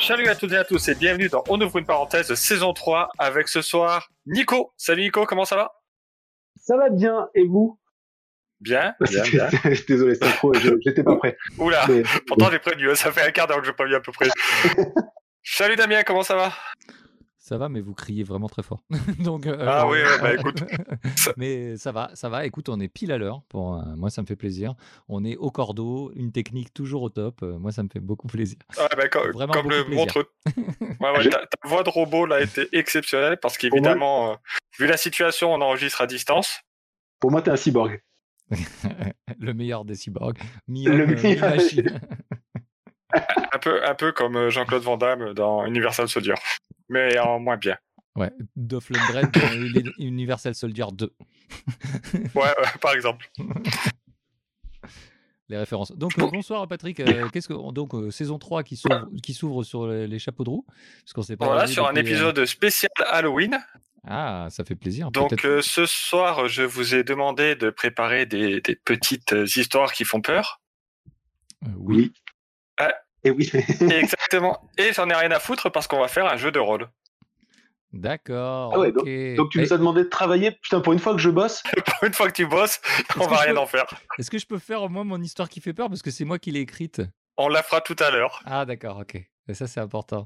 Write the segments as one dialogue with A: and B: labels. A: Salut à toutes et à tous et bienvenue dans On ouvre une parenthèse saison 3 avec ce soir Nico. Salut Nico, comment ça va
B: Ça va bien, et vous
A: Bien, bien, bien.
B: Désolé, c'est trop, je- j'étais pas prêt.
A: Oula,
B: Mais-
A: pourtant j'ai prévenu, hein, ça fait un quart d'heure que j'ai pas vu à peu près. Salut Damien, comment ça va
C: Ça va, mais vous criez vraiment très fort. Donc, euh,
A: Ah oui, ouais, bah
C: euh,
A: écoute.
C: mais ça va, ça va. Écoute, on est pile à l'heure. Pour euh, moi, ça me fait plaisir. On est au cordeau, une technique toujours au top. euh, moi, ça me fait beaucoup plaisir.
A: Ah, bah, co-
C: Vraiment
A: comme
C: beaucoup
A: le
C: plaisir.
A: montre. Ouais, ouais, ta, ta voix de robot là était exceptionnelle parce qu'évidemment, euh, vu la situation, on enregistre à distance.
B: Pour moi, t'es un cyborg.
C: le meilleur des cyborgs. euh,
B: Le
C: Mi-homme,
B: meilleur
C: mi-machine.
A: Un peu, un peu comme euh, Jean-Claude Van Damme dans Universal Soldier, mais en moins bien.
C: Ouais, Dolph Lundgren dans Uni- Universal Soldier 2.
A: Ouais, ouais, par exemple.
C: Les références. Donc, euh, bonsoir Patrick. euh, Qu'est-ce que donc euh, saison 3 qui s'ouvre qui s'ouvre sur les, les chapeaux de roue parce qu'on s'est pas
A: Voilà,
C: revu
A: sur un
C: depuis, euh,
A: épisode spécial Halloween.
C: Ah, ça fait plaisir.
A: Donc
C: peut-être-
A: euh, ce soir, je vous ai demandé de préparer des, des petites euh, histoires qui font peur.
C: euh, oui.
B: Et Ah. Eh oui.
A: Et exactement. Et j'en ai rien à foutre parce qu'on va faire un jeu de rôle.
C: D'accord.
B: Ah ouais,
C: ok.
B: Donc, tu
C: Eh,
B: nous as demandé de travailler. Putain, pour une fois que je bosse,
A: Pour une fois que tu bosses, on
C: Est-ce que
A: va
C: je
A: rien
C: peux-
A: en faire.
C: Est-ce que je peux faire au moins mon histoire qui fait peur parce que c'est moi qui l'ai écrite
A: On la fera tout à l'heure,
C: Ah d'accord, ok. Et ça c'est important.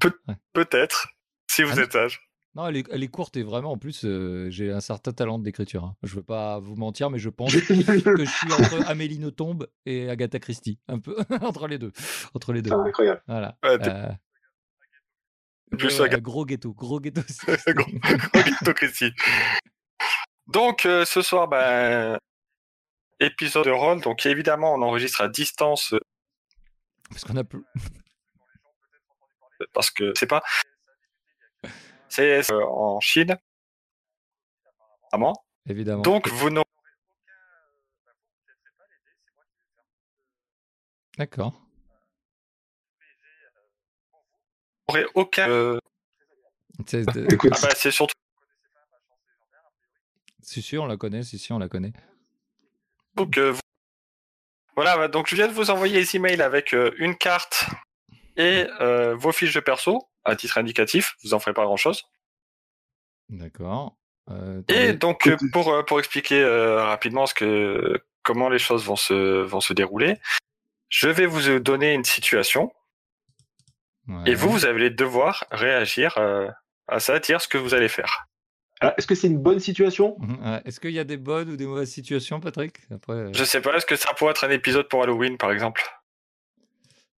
A: peut-être, si vous
C: Ah,
A: êtes sage.
C: Non, elle est, elle est courte et vraiment en plus euh, j'ai un certain talent d'écriture. hein. Je veux pas vous mentir, mais je pense
B: c'est
C: que je suis entre Amélie Nothomb et Agatha Christie, un peu entre les deux, entre les deux.
B: incroyable.
C: Voilà.
A: Ouais, t'es-
C: Euh,
A: Plus
C: ouais, ouais,
A: Agatha-
C: gros ghetto, gros ghetto.
A: Gros-
C: Ah.
A: Hypocrisie. Donc euh, ce soir, ben, épisode de rôle. Donc évidemment, on enregistre à distance euh,
C: Parce qu'on a plus.
A: parce que c'est pas. C'est euh, en Chine. Apparemment.
C: Évidemment.
A: Donc vous n'aurez
C: D'accord.
A: n'aurez aucun. euh,
C: C'est de-
B: Écoute,
A: Ah bah, c'est surtout
C: Si, si, on la connaît, si, si, on la connaît.
A: que vous... Voilà, bah, donc je viens de vous envoyer les emails avec euh, une carte et euh, vos fiches de perso, à titre indicatif, vous en ferez pas grand-chose.
C: D'accord. Euh,
A: Et
C: attendez.
A: donc euh, pour, euh, pour expliquer euh, rapidement ce que, comment les choses vont se, vont se dérouler, je vais vous euh, donner une situation et
C: Ouais.
A: vous, vous allez devoir réagir euh, à ça, dire ce que vous allez faire.
B: ah, est-ce que c'est une bonne situation
A: Mmh
C: Mhm, ouais. Est-ce qu'il y a des bonnes ou des mauvaises situations, Patrick Après, euh,
A: Je sais pas, est-ce que ça pourrait être un épisode pour Halloween par exemple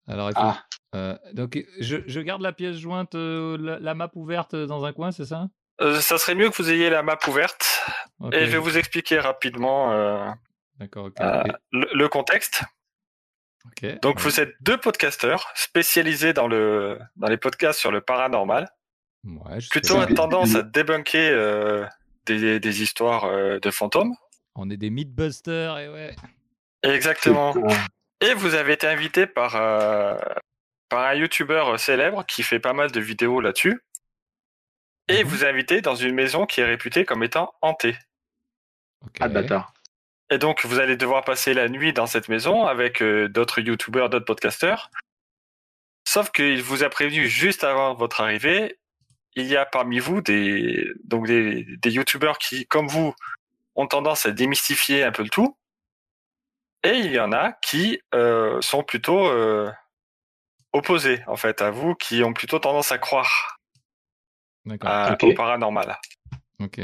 C: Alors, écoute,
B: Ah,
C: euh, donc, je, je garde la pièce jointe, euh, la, la map ouverte dans un coin, c'est ça
A: Euh, Ça serait mieux que vous ayez la map ouverte
C: Ok,
A: et je vais vous expliquer rapidement euh,
C: D'accord, ok.
A: Euh,
C: et-
A: le, le contexte.
C: ok,
A: Donc,
C: ouais.
A: vous êtes deux podcasteurs spécialisés dans, le, dans les podcasts sur le paranormal,
C: Ouais, je sais
A: plutôt à
C: pas.
B: Exactement.
A: tendance à débunker euh, des, des histoires euh, de fantômes.
C: On est des Mythbusters, et ouais.
A: Exactement.
B: putain.
A: Et vous avez été invité par, euh, par un youtubeur célèbre qui fait pas mal de vidéos là-dessus. Et
C: Mhm.
A: vous invitez dans une maison qui est réputée comme étant hantée.
C: Ok.
A: bah,
B: Ah, bâtard.
A: Et donc, vous allez devoir passer la nuit dans cette maison avec euh, d'autres youtubeurs, d'autres podcasteurs. Sauf qu'il vous a prévenu juste avant votre arrivée, il y a parmi vous des, donc des, des youtubeurs qui, comme vous, ont tendance à démystifier un peu le tout. Et il y en a qui euh, sont plutôt euh, opposés, en fait, à vous, qui ont plutôt tendance à croire
C: D'accord.
A: à-
B: Ok.
A: au paranormal.
C: ok.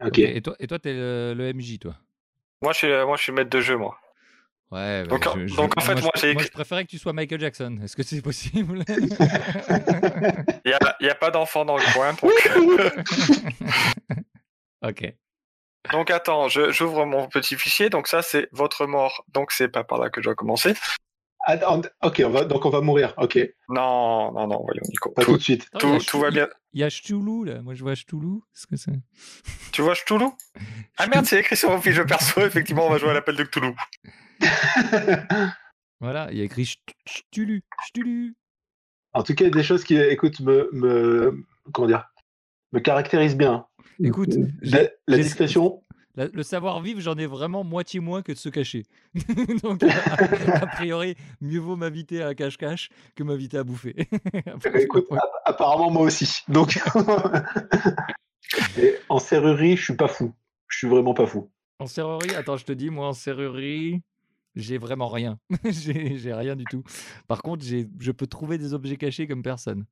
B: Ok.
C: ok. Et toi, et toi, t'es le, le MJ, toi.
A: Moi, je suis, moi, je suis maître de jeu, moi.
C: Ouais. bah,
A: Donc, en-
C: je- je-
A: donc, en fait, moi,
C: je,
A: j'ai
C: moi,
A: écrit-
C: je préférais que tu sois Michael Jackson. Est-ce que c'est possible
A: Il n'y a, il y a pas d'enfant dans le coin. donc,
C: Ok.
A: Donc attends, je- j'ouvre mon petit fichier. Donc ça, c'est votre mort. Donc c'est pas par là que je dois commencer.
B: Attends, ok, on va, donc on va mourir. Ok,
A: Non, non, non, voyons, Nico.
B: pas tout,
A: Tout,
B: de suite.
C: Attends, il y
A: tout,
C: a
A: tout va
C: Ch'tou-
A: bien.
C: Il y a Ch'toulou, là. Moi, je vois Ch'toulou. Est-ce que c'est.
A: Tu vois Cthulhu Ah merde, c'est écrit sur mon fiche perso. Effectivement, on va jouer à l'appel de Cthulhu.
C: Voilà, il y a écrit Ch't- Ch'tulu. Ch'tulu.
B: En tout cas, des choses qui, écoute, me, me comment dire, me caractérisent bien.
C: Écoute,
B: la, la
C: j'ai-
B: discrétion,
C: la- le savoir-vivre, j'en ai vraiment moitié moins que de se cacher. Donc, a, a priori, mieux vaut m'inviter à un cache-cache que m'inviter à bouffer. Après, je
B: Eh ben, Écoute,
C: comprends.
B: Apparemment, moi aussi. Donc, Et en serrurerie, je suis pas fou. Je suis vraiment pas fou.
C: En serrurerie, attends, je te dis, moi en serrurerie, j'ai vraiment rien. j'ai j'ai rien du tout. Par contre, j'ai- je peux trouver des objets cachés comme personne.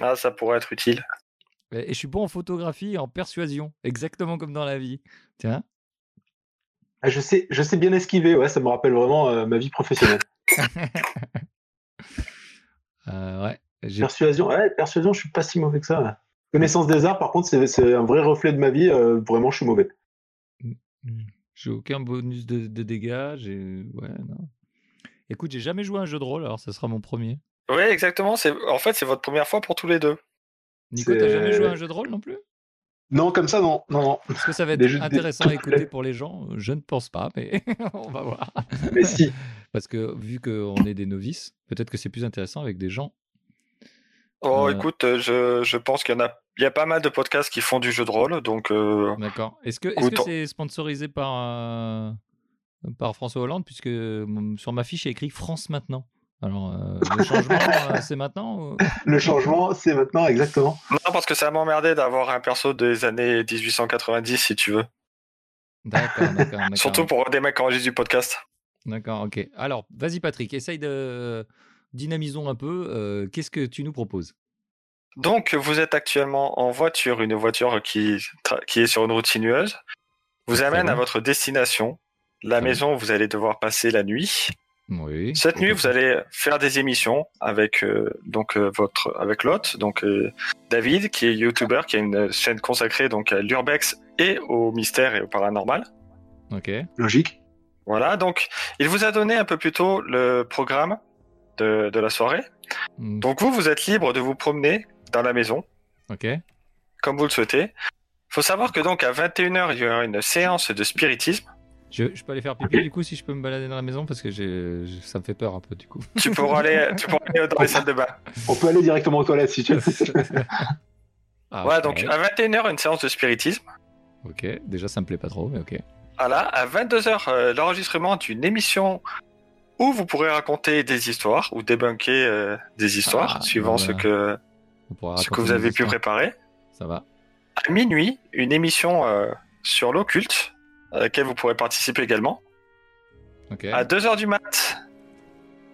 A: Ah, ça pourrait être utile.
C: Et et je suis bon en photographie et en persuasion, exactement comme dans la vie. Tiens.
B: Ah, Je sais, je sais bien esquiver. Ouais, ça me rappelle vraiment euh, ma vie professionnelle.
C: Euh, ouais. J'ai-
B: Persuasion, ouais, persuasion, je suis pas si mauvais que ça. ouais. Connaissance des arts, par contre, c'est- c'est un vrai reflet de ma vie. euh, vraiment, je suis mauvais.
C: J'ai aucun bonus de, de dégâts. j'ai- Ouais, non. Écoute, j'ai jamais joué à un jeu de rôle, alors ça sera mon premier.
A: Oui, exactement. C'est... En fait, c'est votre première fois pour tous les deux.
C: Nico, t'as jamais joué à un
B: C'est-
C: jeu de rôle non plus
B: Non, comme ça, non, non, non.
C: Est-ce que ça va
B: Des
C: être
B: jeux de-
C: intéressant à écouter pour les gens Euh, Je ne pense pas, mais on va voir.
B: Mais si.
C: Parce que vu qu'on est des novices, peut-être que c'est plus intéressant avec des gens.
A: Oh,
C: Euh.
A: écoute, euh, je, je pense qu'il y en a. Il y a pas mal de podcasts qui font du jeu de rôle, donc euh,
C: D'accord. Est-ce que est-ce
A: Écoute,
C: que
A: on-
C: c'est sponsorisé par, euh, par François Hollande Puisque mon- sur ma fiche, il y a écrit France maintenant. Alors, euh, le changement, euh, c'est maintenant ou-
B: Le changement, c'est maintenant, exactement.
A: non parce que ça m'emmerdait d'avoir un perso des années 1890 si tu veux.
C: D'accord, d'accord, d'accord.
A: Surtout pour des mecs qui enregistrent du podcast.
C: D'accord, ok. Alors, vas-y Patrick, essaye de dynamisons un peu. euh, Qu'est-ce que tu nous proposes
A: Donc, vous êtes actuellement en voiture, une voiture qui, tra- qui est sur une route sinueuse, vous
C: Très
A: amène
C: bien.
A: à votre destination, la
C: Très bien.
A: maison où vous allez devoir passer la nuit.
C: Oui.
A: Cette nuit,
C: pourquoi
A: vous allez faire des émissions avec euh, donc euh, votre avec l'hôte, donc euh, David, qui est YouTuber, qui a une chaîne consacrée donc à l'urbex et au mystère et au paranormal.
C: pas Ok.
B: Logique.
A: Voilà, donc il vous a donné un peu plus tôt le programme de, de la soirée.
C: Mm,
A: Donc vous, vous êtes libre de vous promener dans la maison.
C: Ok.
A: comme vous le souhaitez. Faut savoir que donc à 21h, il y aura une séance de spiritisme.
C: Je, je peux aller faire pipi du coup si je peux me balader dans la maison parce que j'ai- je- ça me fait peur un peu du coup.
A: Tu pourras aller, tu pourras aller dans les salles de bain.
B: On peut aller directement aux toilettes si tu veux.
C: Ah,
A: Voilà, donc
C: ouais,
A: à 21h, une séance de spiritisme.
C: Ok, déjà ça me plaît pas trop, mais ok.
A: Voilà, à 22h, euh, l'enregistrement d'une émission où vous pourrez raconter des histoires ou débunker euh, des histoires,
C: Ah,
A: suivant
C: voilà.
A: ce que,
C: On pourra
A: ce que
C: raconter
A: vous
C: nos
A: avez pu
C: histoires.
A: préparer.
C: Ça va.
A: À minuit, une émission euh, sur l'occulte, à laquelle vous pourrez participer également.
C: Ok.
A: À 2h du mat,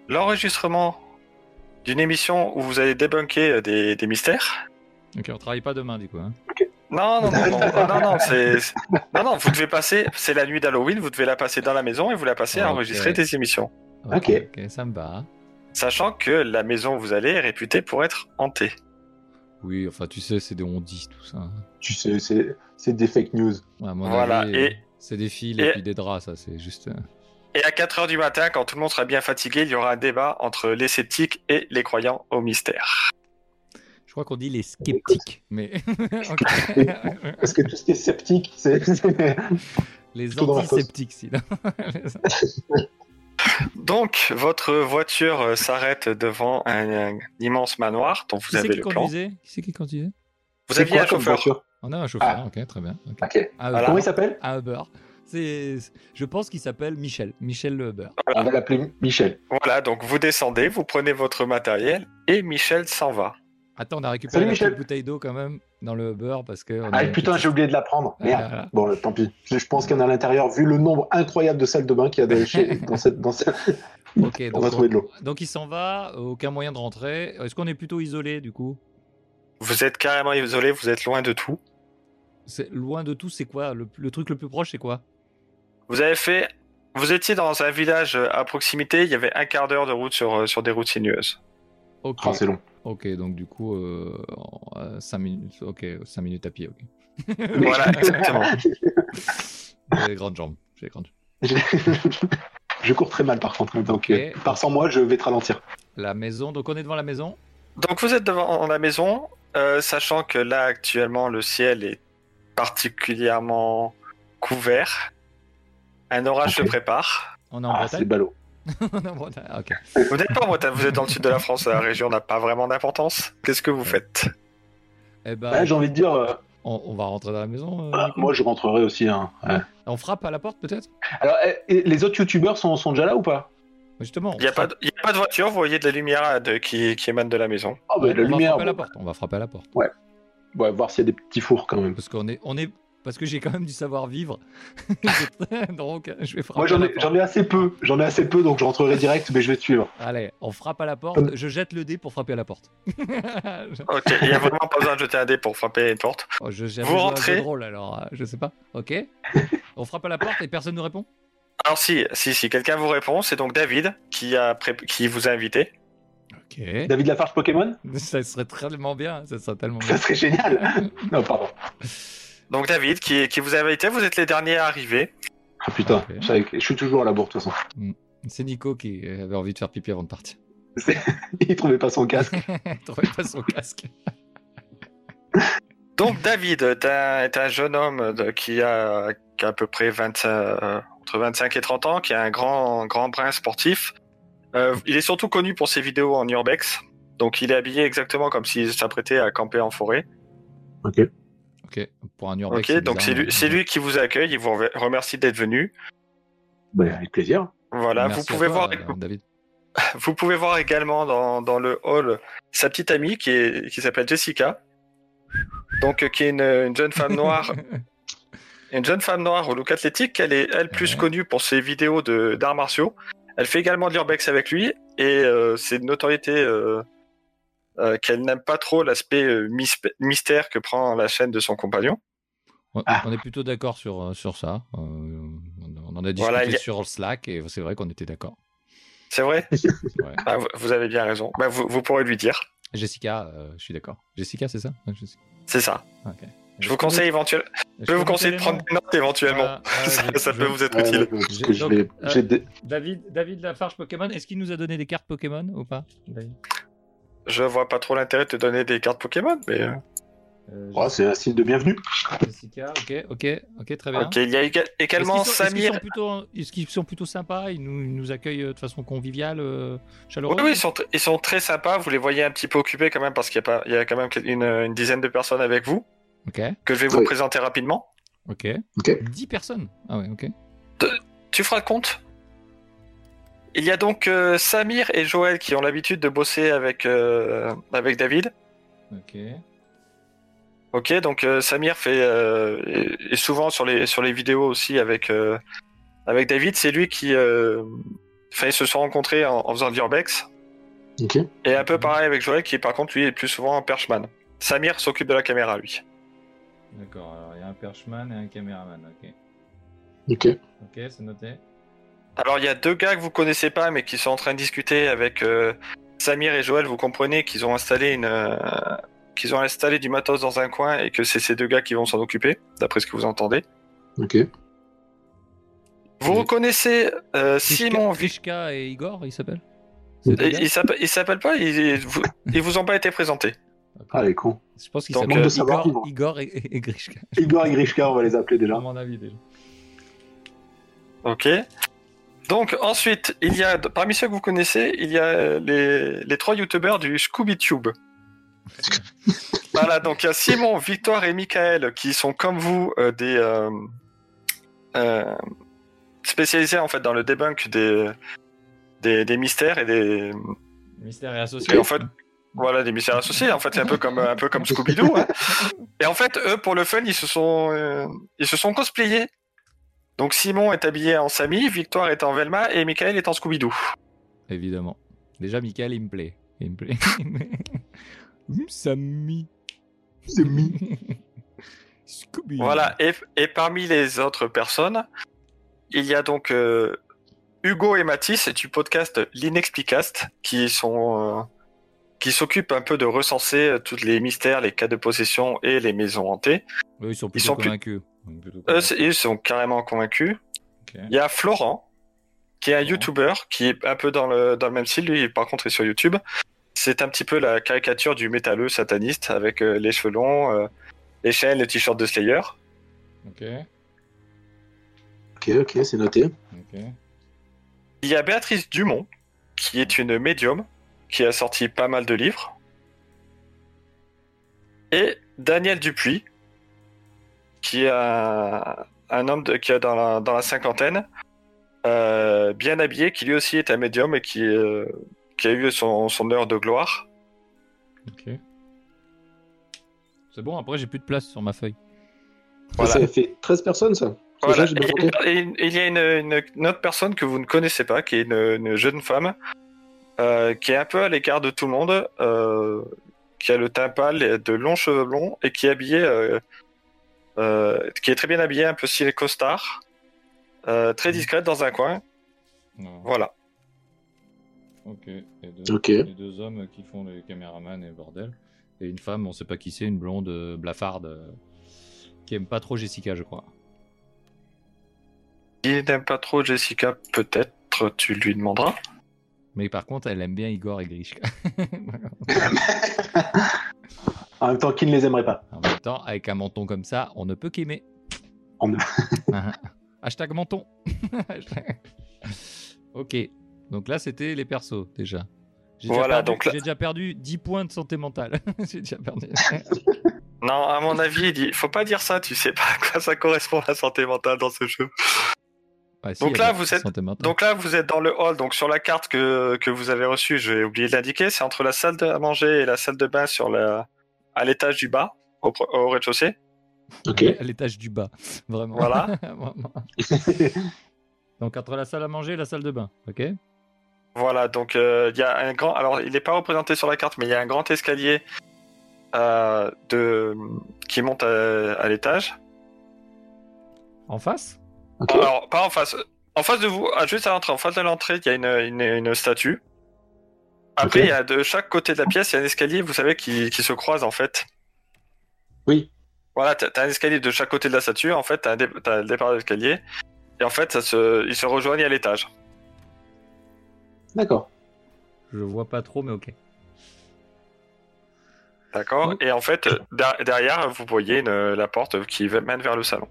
A: l'enregistrement d'une émission où vous allez débunker euh, des, des mystères.
C: Ok, on travaille pas demain du coup. hein.
A: Non, non, non, non, non, non, non, c'est- c'est- non, non, vous devez passer, c'est la nuit d'Halloween, vous devez la passer dans la maison et vous la passez à
C: Ok.
A: enregistrer des émissions.
B: Ok.
C: ok, ça me va.
A: Sachant que la maison où vous allez est réputée pour être hantée.
C: Oui, enfin tu sais, c'est des on-dit tout ça. hein.
B: Tu sais, c'est- c'est des fake news.
C: À mon
A: Voilà,
C: avis,
A: et-
C: c'est des fils et
A: et-
C: puis des draps, ça c'est juste. euh,
A: Et à 4h du matin, quand tout le monde sera bien fatigué, il y aura un débat entre les sceptiques et les croyants au mystère.
C: Je crois qu'on dit les sceptiques, mais Ok.
B: Parce que tout ce qui est sceptique, c'est. c'est-
C: les
B: Plutôt dans la fosse.
C: antiseptiques, sinon.
A: Donc, votre voiture euh, s'arrête devant un, un immense manoir dont vous
C: qui c'est
A: avez
C: qui
A: le plan.
C: conduisait Qui c'est qui conduisait
A: Vous
B: c'est
A: aviez
B: quoi
A: un
B: comme
A: chauffeur.
B: voiture
C: On a un chauffeur,
B: Ah.
C: ok, très bien. ok.
B: Ok.
C: Un
A: Voilà.
B: Comment
C: Uber.
B: il s'appelle
C: Un Uber. C'est, je pense qu'il s'appelle Michel. Michel le Uber.
B: On va l'appeler Michel.
A: Voilà, donc vous descendez, vous prenez votre matériel et Michel s'en va.
C: Attends, on a récupéré
B: Salut,
C: la
B: Michel.
C: petite bouteille d'eau quand même dans le Uber parce que. on
B: Ah
C: est-
B: putain, j'ai oublié de la prendre.
C: Ah,
B: Merde.
C: voilà.
B: Bon, euh, tant pis. Je je pense qu'il y en a à l'intérieur, vu le nombre incroyable de salles de bain qu'il y a de- chez- dans cette. Dans cette-
C: Ok,
B: on va
C: donc,
B: trouver de l'eau.
C: on- donc il s'en va, aucun moyen de rentrer. Est-ce qu'on est plutôt isolé du coup
A: Vous êtes carrément isolé, vous êtes loin de tout.
C: c'est, Loin de tout, c'est quoi le, le truc le plus proche, c'est quoi
A: Vous avez fait. Vous étiez dans un village euh, à proximité, il y avait un quart d'heure de route sur, euh, sur des routes sinueuses.
C: Ok.
B: Ah, c'est long.
C: Ok, donc du coup, euh, 5 minutes, ok, 5 minutes à pied, ok.
A: Voilà, exactement.
C: J'ai les grandes jambes, j'ai les grandes jambes.
B: je cours très mal par contre. Donc,
C: Ok.
B: euh, par sans moi, je vais te ralentir.
C: La maison, donc on est devant la maison.
A: Donc vous êtes devant la maison, euh, sachant que là actuellement le ciel est particulièrement couvert. Un orage
B: Ok.
A: se prépare.
C: On est en
B: Ah, c'est
C: Bretagne.
B: ballot.
C: on est en Bretagne. Ok.
A: Vous n'êtes pas en Bretagne, vous êtes dans le sud de la France, la région n'a pas vraiment d'importance. Qu'est-ce que vous faites
C: Eh ben,
B: Ouais, j'ai envie de dire, euh,
C: On, on va rentrer dans la maison. euh,
B: Ah,
C: Nico
B: moi, je rentrerai aussi. hein. Ouais.
C: On frappe à la porte peut-être
B: Alors, eh, eh, les autres youtubeurs sont, sont déjà là ou pas
C: Justement.
A: Il n'y a,
C: on
A: pas
C: frappe-
A: de il y a pas de voiture, vous voyez de la lumière là, de- qui, qui émane de la maison.
B: Ah, bah, la
C: on
B: lumière.
C: Va frapper à la
B: bon.
C: porte. On va frapper à la porte.
B: Ouais, voir s'il y a des petits fours quand même.
C: Parce qu'on est, on est, parce que j'ai quand même du savoir vivre. Donc, je vais frapper.
B: Moi, j'en
C: à
B: ai,
C: la porte.
B: j'en ai assez peu. J'en ai assez peu, donc je rentrerai direct, mais je vais te suivre.
C: Allez, on frappe à la porte. Je jette le dé pour frapper à la porte. Je-
A: Ok, il n'y a vraiment pas besoin de jeter un dé pour frapper une porte.
C: oh, je j'ai
A: Vous
C: jamais joué à un
A: rentrez.
C: jeu de rôle, alors euh, je sais pas. Ok. On frappe à la porte et personne ne répond.
A: Alors si, si, si quelqu'un vous répond, c'est donc David qui, a pré- qui vous a invité.
C: Ok.
B: David Lafarge Pokémon
C: Ça serait tellement bien. Ça serait tellement
B: Ça
C: bien.
B: serait génial Non, pardon.
A: Donc David qui, qui vous a invité, vous êtes les derniers à arriver.
B: Ah putain,
C: Ok.
B: je savais que- je suis toujours à la bourre de toute façon.
C: C'est Nico qui avait envie de faire pipi avant de partir.
B: Il trouvait pas son casque.
C: Trouvez pas son casque.
A: Donc David est un, est un jeune homme de- qui, a, qui a à peu près 25, euh, entre 25 et 30 ans, qui a un grand, grand brin sportif. Euh, il est surtout connu pour ses vidéos en urbex. Donc il est habillé exactement comme s'il s'apprêtait à camper en forêt.
B: Ok.
C: Ok. Pour un urbex.
A: Ok, donc c'est
C: bizarre,
A: lui,
C: mais-
A: c'est lui qui vous accueille, il vous re- remercie d'être venu.
B: Bah, avec plaisir.
A: Voilà,
C: Merci
A: vous
C: à
A: pouvez,
C: toi,
A: voir,
C: euh, David.
A: vous pouvez voir également dans, dans le hall sa petite amie qui est- qui s'appelle Jessica, donc euh, qui est une, une jeune femme noire, une jeune femme noire au look athlétique. Elle est elle plus
C: Ouais.
A: connue pour ses vidéos de d'arts martiaux. Elle fait également de l'urbex avec lui et euh, c'est une notoriété euh, euh, qu'elle n'aime pas trop l'aspect euh, mis- mystère que prend la chaîne de son compagnon.
C: Ouais,
B: Ah.
C: On est plutôt d'accord sur, euh, sur ça. Euh, on on en a discuté
A: Voilà, il y a-
C: sur Slack et c'est vrai qu'on était d'accord.
A: C'est vrai
C: Ouais.
A: Ah, vous- Vous avez bien raison. Bah, vous, vous pourrez lui dire.
C: Jessica, euh, je suis d'accord. Jessica, c'est ça Ouais, Jessica.
A: C'est ça.
C: Ok.
A: Je vous conseille éventuellement.
C: Est-ce
A: Je
C: que
A: vous conseille de
C: d'autres
A: prendre des notes
C: éléments
A: éventuellement.
C: Ah, ah,
A: ça,
C: je-
A: ça
C: je-
A: peut vous être Euh, utile.
B: parce
C: J'ai-
B: que je
C: donc,
B: vais-
C: euh,
B: j'ai des-
C: David, David Lafarge Pokémon, est-ce qu'il nous a donné des cartes Pokémon ou pas David
A: Je vois pas trop l'intérêt de te donner des cartes Pokémon, mais. euh,
C: Euh,
B: Oh, c'est un signe de bienvenue.
C: Jessica, ok, ok, ok, très bien.
A: euh, Ok, il y a éga-
C: Est-ce qu'ils
A: également
C: sont, est-ce qu'ils
A: Samir.
C: sont plutôt, est-ce qu'ils sont plutôt sympas Ils nous, ils nous accueillent euh, de façon conviviale, euh,
A: Oui,
C: chaleureuse
A: oui, ils sont, tr- ils sont très sympas. Vous les voyez un petit peu occupés quand même, parce qu'il y, a pas- il y a quand même une, une dizaine de personnes avec vous,
C: Ok,
A: que je vais vous
B: Oui.
A: présenter rapidement.
C: ok.
B: Ok.
C: 10 personnes Ah ouais, ok.
A: Tu feras le compte Il y a donc euh, Samir et Joël qui ont l'habitude de bosser avec, euh, avec David.
C: Ok.
A: Ok, donc euh, Samir fait euh, et, et souvent sur les sur les vidéos aussi avec euh, avec David, c'est lui qui euh, enfin, ils se sont rencontrés en, en faisant de l'urbex
B: Ok.
A: et un peu pareil avec Joël qui par contre lui est plus souvent en perchman. Samir s'occupe de la caméra lui.
C: D'accord, alors il y a un perchman et un caméraman, ok.
B: Ok.
C: Ok, c'est noté.
A: Alors il y a deux gars que vous connaissez pas mais qui sont en train de discuter avec euh, Samir et Joël. Vous comprenez qu'ils ont installé une euh, qu'ils ont installé du matos dans un coin et que c'est ces deux gars qui vont s'en occuper d'après ce que vous entendez.
B: Ok.
A: Vous
C: Oui.
A: reconnaissez euh, Simon
C: Vishka et Igor, ils s'appellent
B: Oui.
C: C'est
A: Et-
C: des gars
A: Il s'appelle il s'appelle pas, ils, ils vous, ils vous ont pas été présentés.
C: Ok.
B: Ah, les cons.
C: Je pense qu'ils
A: donc,
C: s'appellent
A: euh,
B: savoir vivre.
C: Igor, Igor et, et, et Grishka.
B: Igor et Grishka, on va les appeler
C: À
B: déjà.
C: mon avis, déjà.
A: Ok. Donc ensuite, il y a parmi ceux que vous connaissez, il y a euh, les, les trois youtubeurs du Scooby Tube. voilà, donc il y a Simon, Victoire et Michael qui sont comme vous euh, des euh, euh, spécialisés en fait dans le debunk des des, des mystères et des
C: Mystère et associé.
A: et en fait voilà des mystères associés. En fait, c'est un peu comme un peu comme Scooby Doo. Et en fait, eux, pour le fun, ils se sont, euh, ils se sont cosplayés. Donc Simon est habillé en Samy, Victoire est en Velma et Michael est en Scooby-Doo.
C: Évidemment. Déjà, Michael, il me plaît. Il me plaît. Hum, Sammy.
B: C'est mi.
C: Scooby.
A: Voilà. Et, et parmi les autres personnes, il y a donc euh, Hugo et Mathis du podcast L'Inexplicast qui sont, euh, qui s'occupent un peu de recenser euh, tous les mystères, les cas de possession et les maisons hantées.
C: Eux, ils sont plutôt
A: sont plus-
C: convaincus. Ils sont plutôt
B: Euh,
A: Eux,
C: convaincus.
A: Euh, c'est- ils sont carrément convaincus.
C: Ok.
A: Il y a Florent, qui est un
C: Florent.
A: YouTuber, qui est un peu dans le, dans le même style. Lui, par contre, est sur YouTube. C'est un petit peu la caricature du métalleux sataniste avec euh, les cheveux longs, euh, les chaînes, le t-shirt de Slayer.
C: Ok.
B: Ok, ok, c'est noté.
C: Ok.
A: Il y a Béatrice Dumont, qui est une médium, qui a sorti pas mal de livres. Et Daniel Dupuis, qui est un, un homme de- qui a dans la, dans la cinquantaine, euh, bien habillé, qui lui aussi est un médium et qui, euh, qui a eu son, son heure de gloire.
C: Ok. C'est bon, après j'ai plus de place sur ma feuille.
A: Voilà.
B: Ça fait 13 personnes, ça. Parce que
A: Voilà.
B: j'ai
A: Et
B: bien
A: il y a- et il y a une, une- une autre personne que vous ne connaissez pas, qui est une, une jeune femme, euh, qui est un peu à l'écart de tout le monde, euh, qui a le teint pâle, et de longs cheveux blonds, et qui est habillée, euh, euh, qui est très bien habillée, un peu style costard, euh, très discrète dans un coin.
C: Non.
A: Voilà.
C: Ok. Et deux,
B: Ok.
C: Les deux hommes qui font les caméramans et le bordel. Et une femme, on sait pas qui c'est, une blonde euh, blafarde euh, qui aime pas trop Jessica, je crois.
A: Il n'aime pas trop Jessica, peut-être tu lui demanderas.
C: Mais par contre, elle aime bien Igor et Grishka.
B: En même temps, qui ne les aimerait pas
C: en même temps, avec un menton comme ça, on ne peut qu'aimer.
B: On ne-
C: Ah, ah. Hashtag menton. Hashtag- ok. Donc là, c'était les persos déjà. J'ai déjà
A: Voilà,
C: perdu-
A: donc là-
C: j'ai déjà perdu 10 points de santé mentale. J'ai déjà perdu.
A: Non, à mon avis, il dit, faut pas dire ça, tu sais pas à quoi ça correspond la santé mentale dans ce jeu.
C: Ah, si,
A: Donc
C: il y
A: là,
C: a
A: vous
C: la
A: êtes-
C: santé mentale.
A: Donc là, vous êtes dans le hall. Donc sur la carte que, que vous avez reçue, j'ai oublié de l'indiquer, c'est entre la salle de- à manger et la salle de bain sur la, à l'étage du bas, au, pre- au rez-de-chaussée.
B: Ok.
C: à l'étage du bas, vraiment.
A: Voilà.
C: Vraiment. Donc entre la salle à manger et la salle de bain, ok
A: Voilà, donc euh, il y a un grand. Alors, il n'est pas représenté sur la carte, mais il y a un grand escalier euh, de qui monte à, à l'étage.
C: En face
B: Ok.
A: Alors, pas en face. En face de vous, ah, juste à l'entrée, en face de l'entrée, il y a une, une, une statue. Après,
B: Ok.
A: il y a de chaque côté de la pièce, il y a un escalier, vous savez, qui, qui se croise en fait.
B: Oui.
A: Voilà, t'as t'as un escalier de chaque côté de la statue, en fait, t'as un dé- t'as le départ de l'escalier, et en fait, ça se, ils se rejoignent à l'étage.
B: D'accord.
C: Je vois pas trop, mais ok.
A: D'accord
C: Oui.
A: Et en fait, der- derrière, vous voyez une- la porte qui mène vers le salon.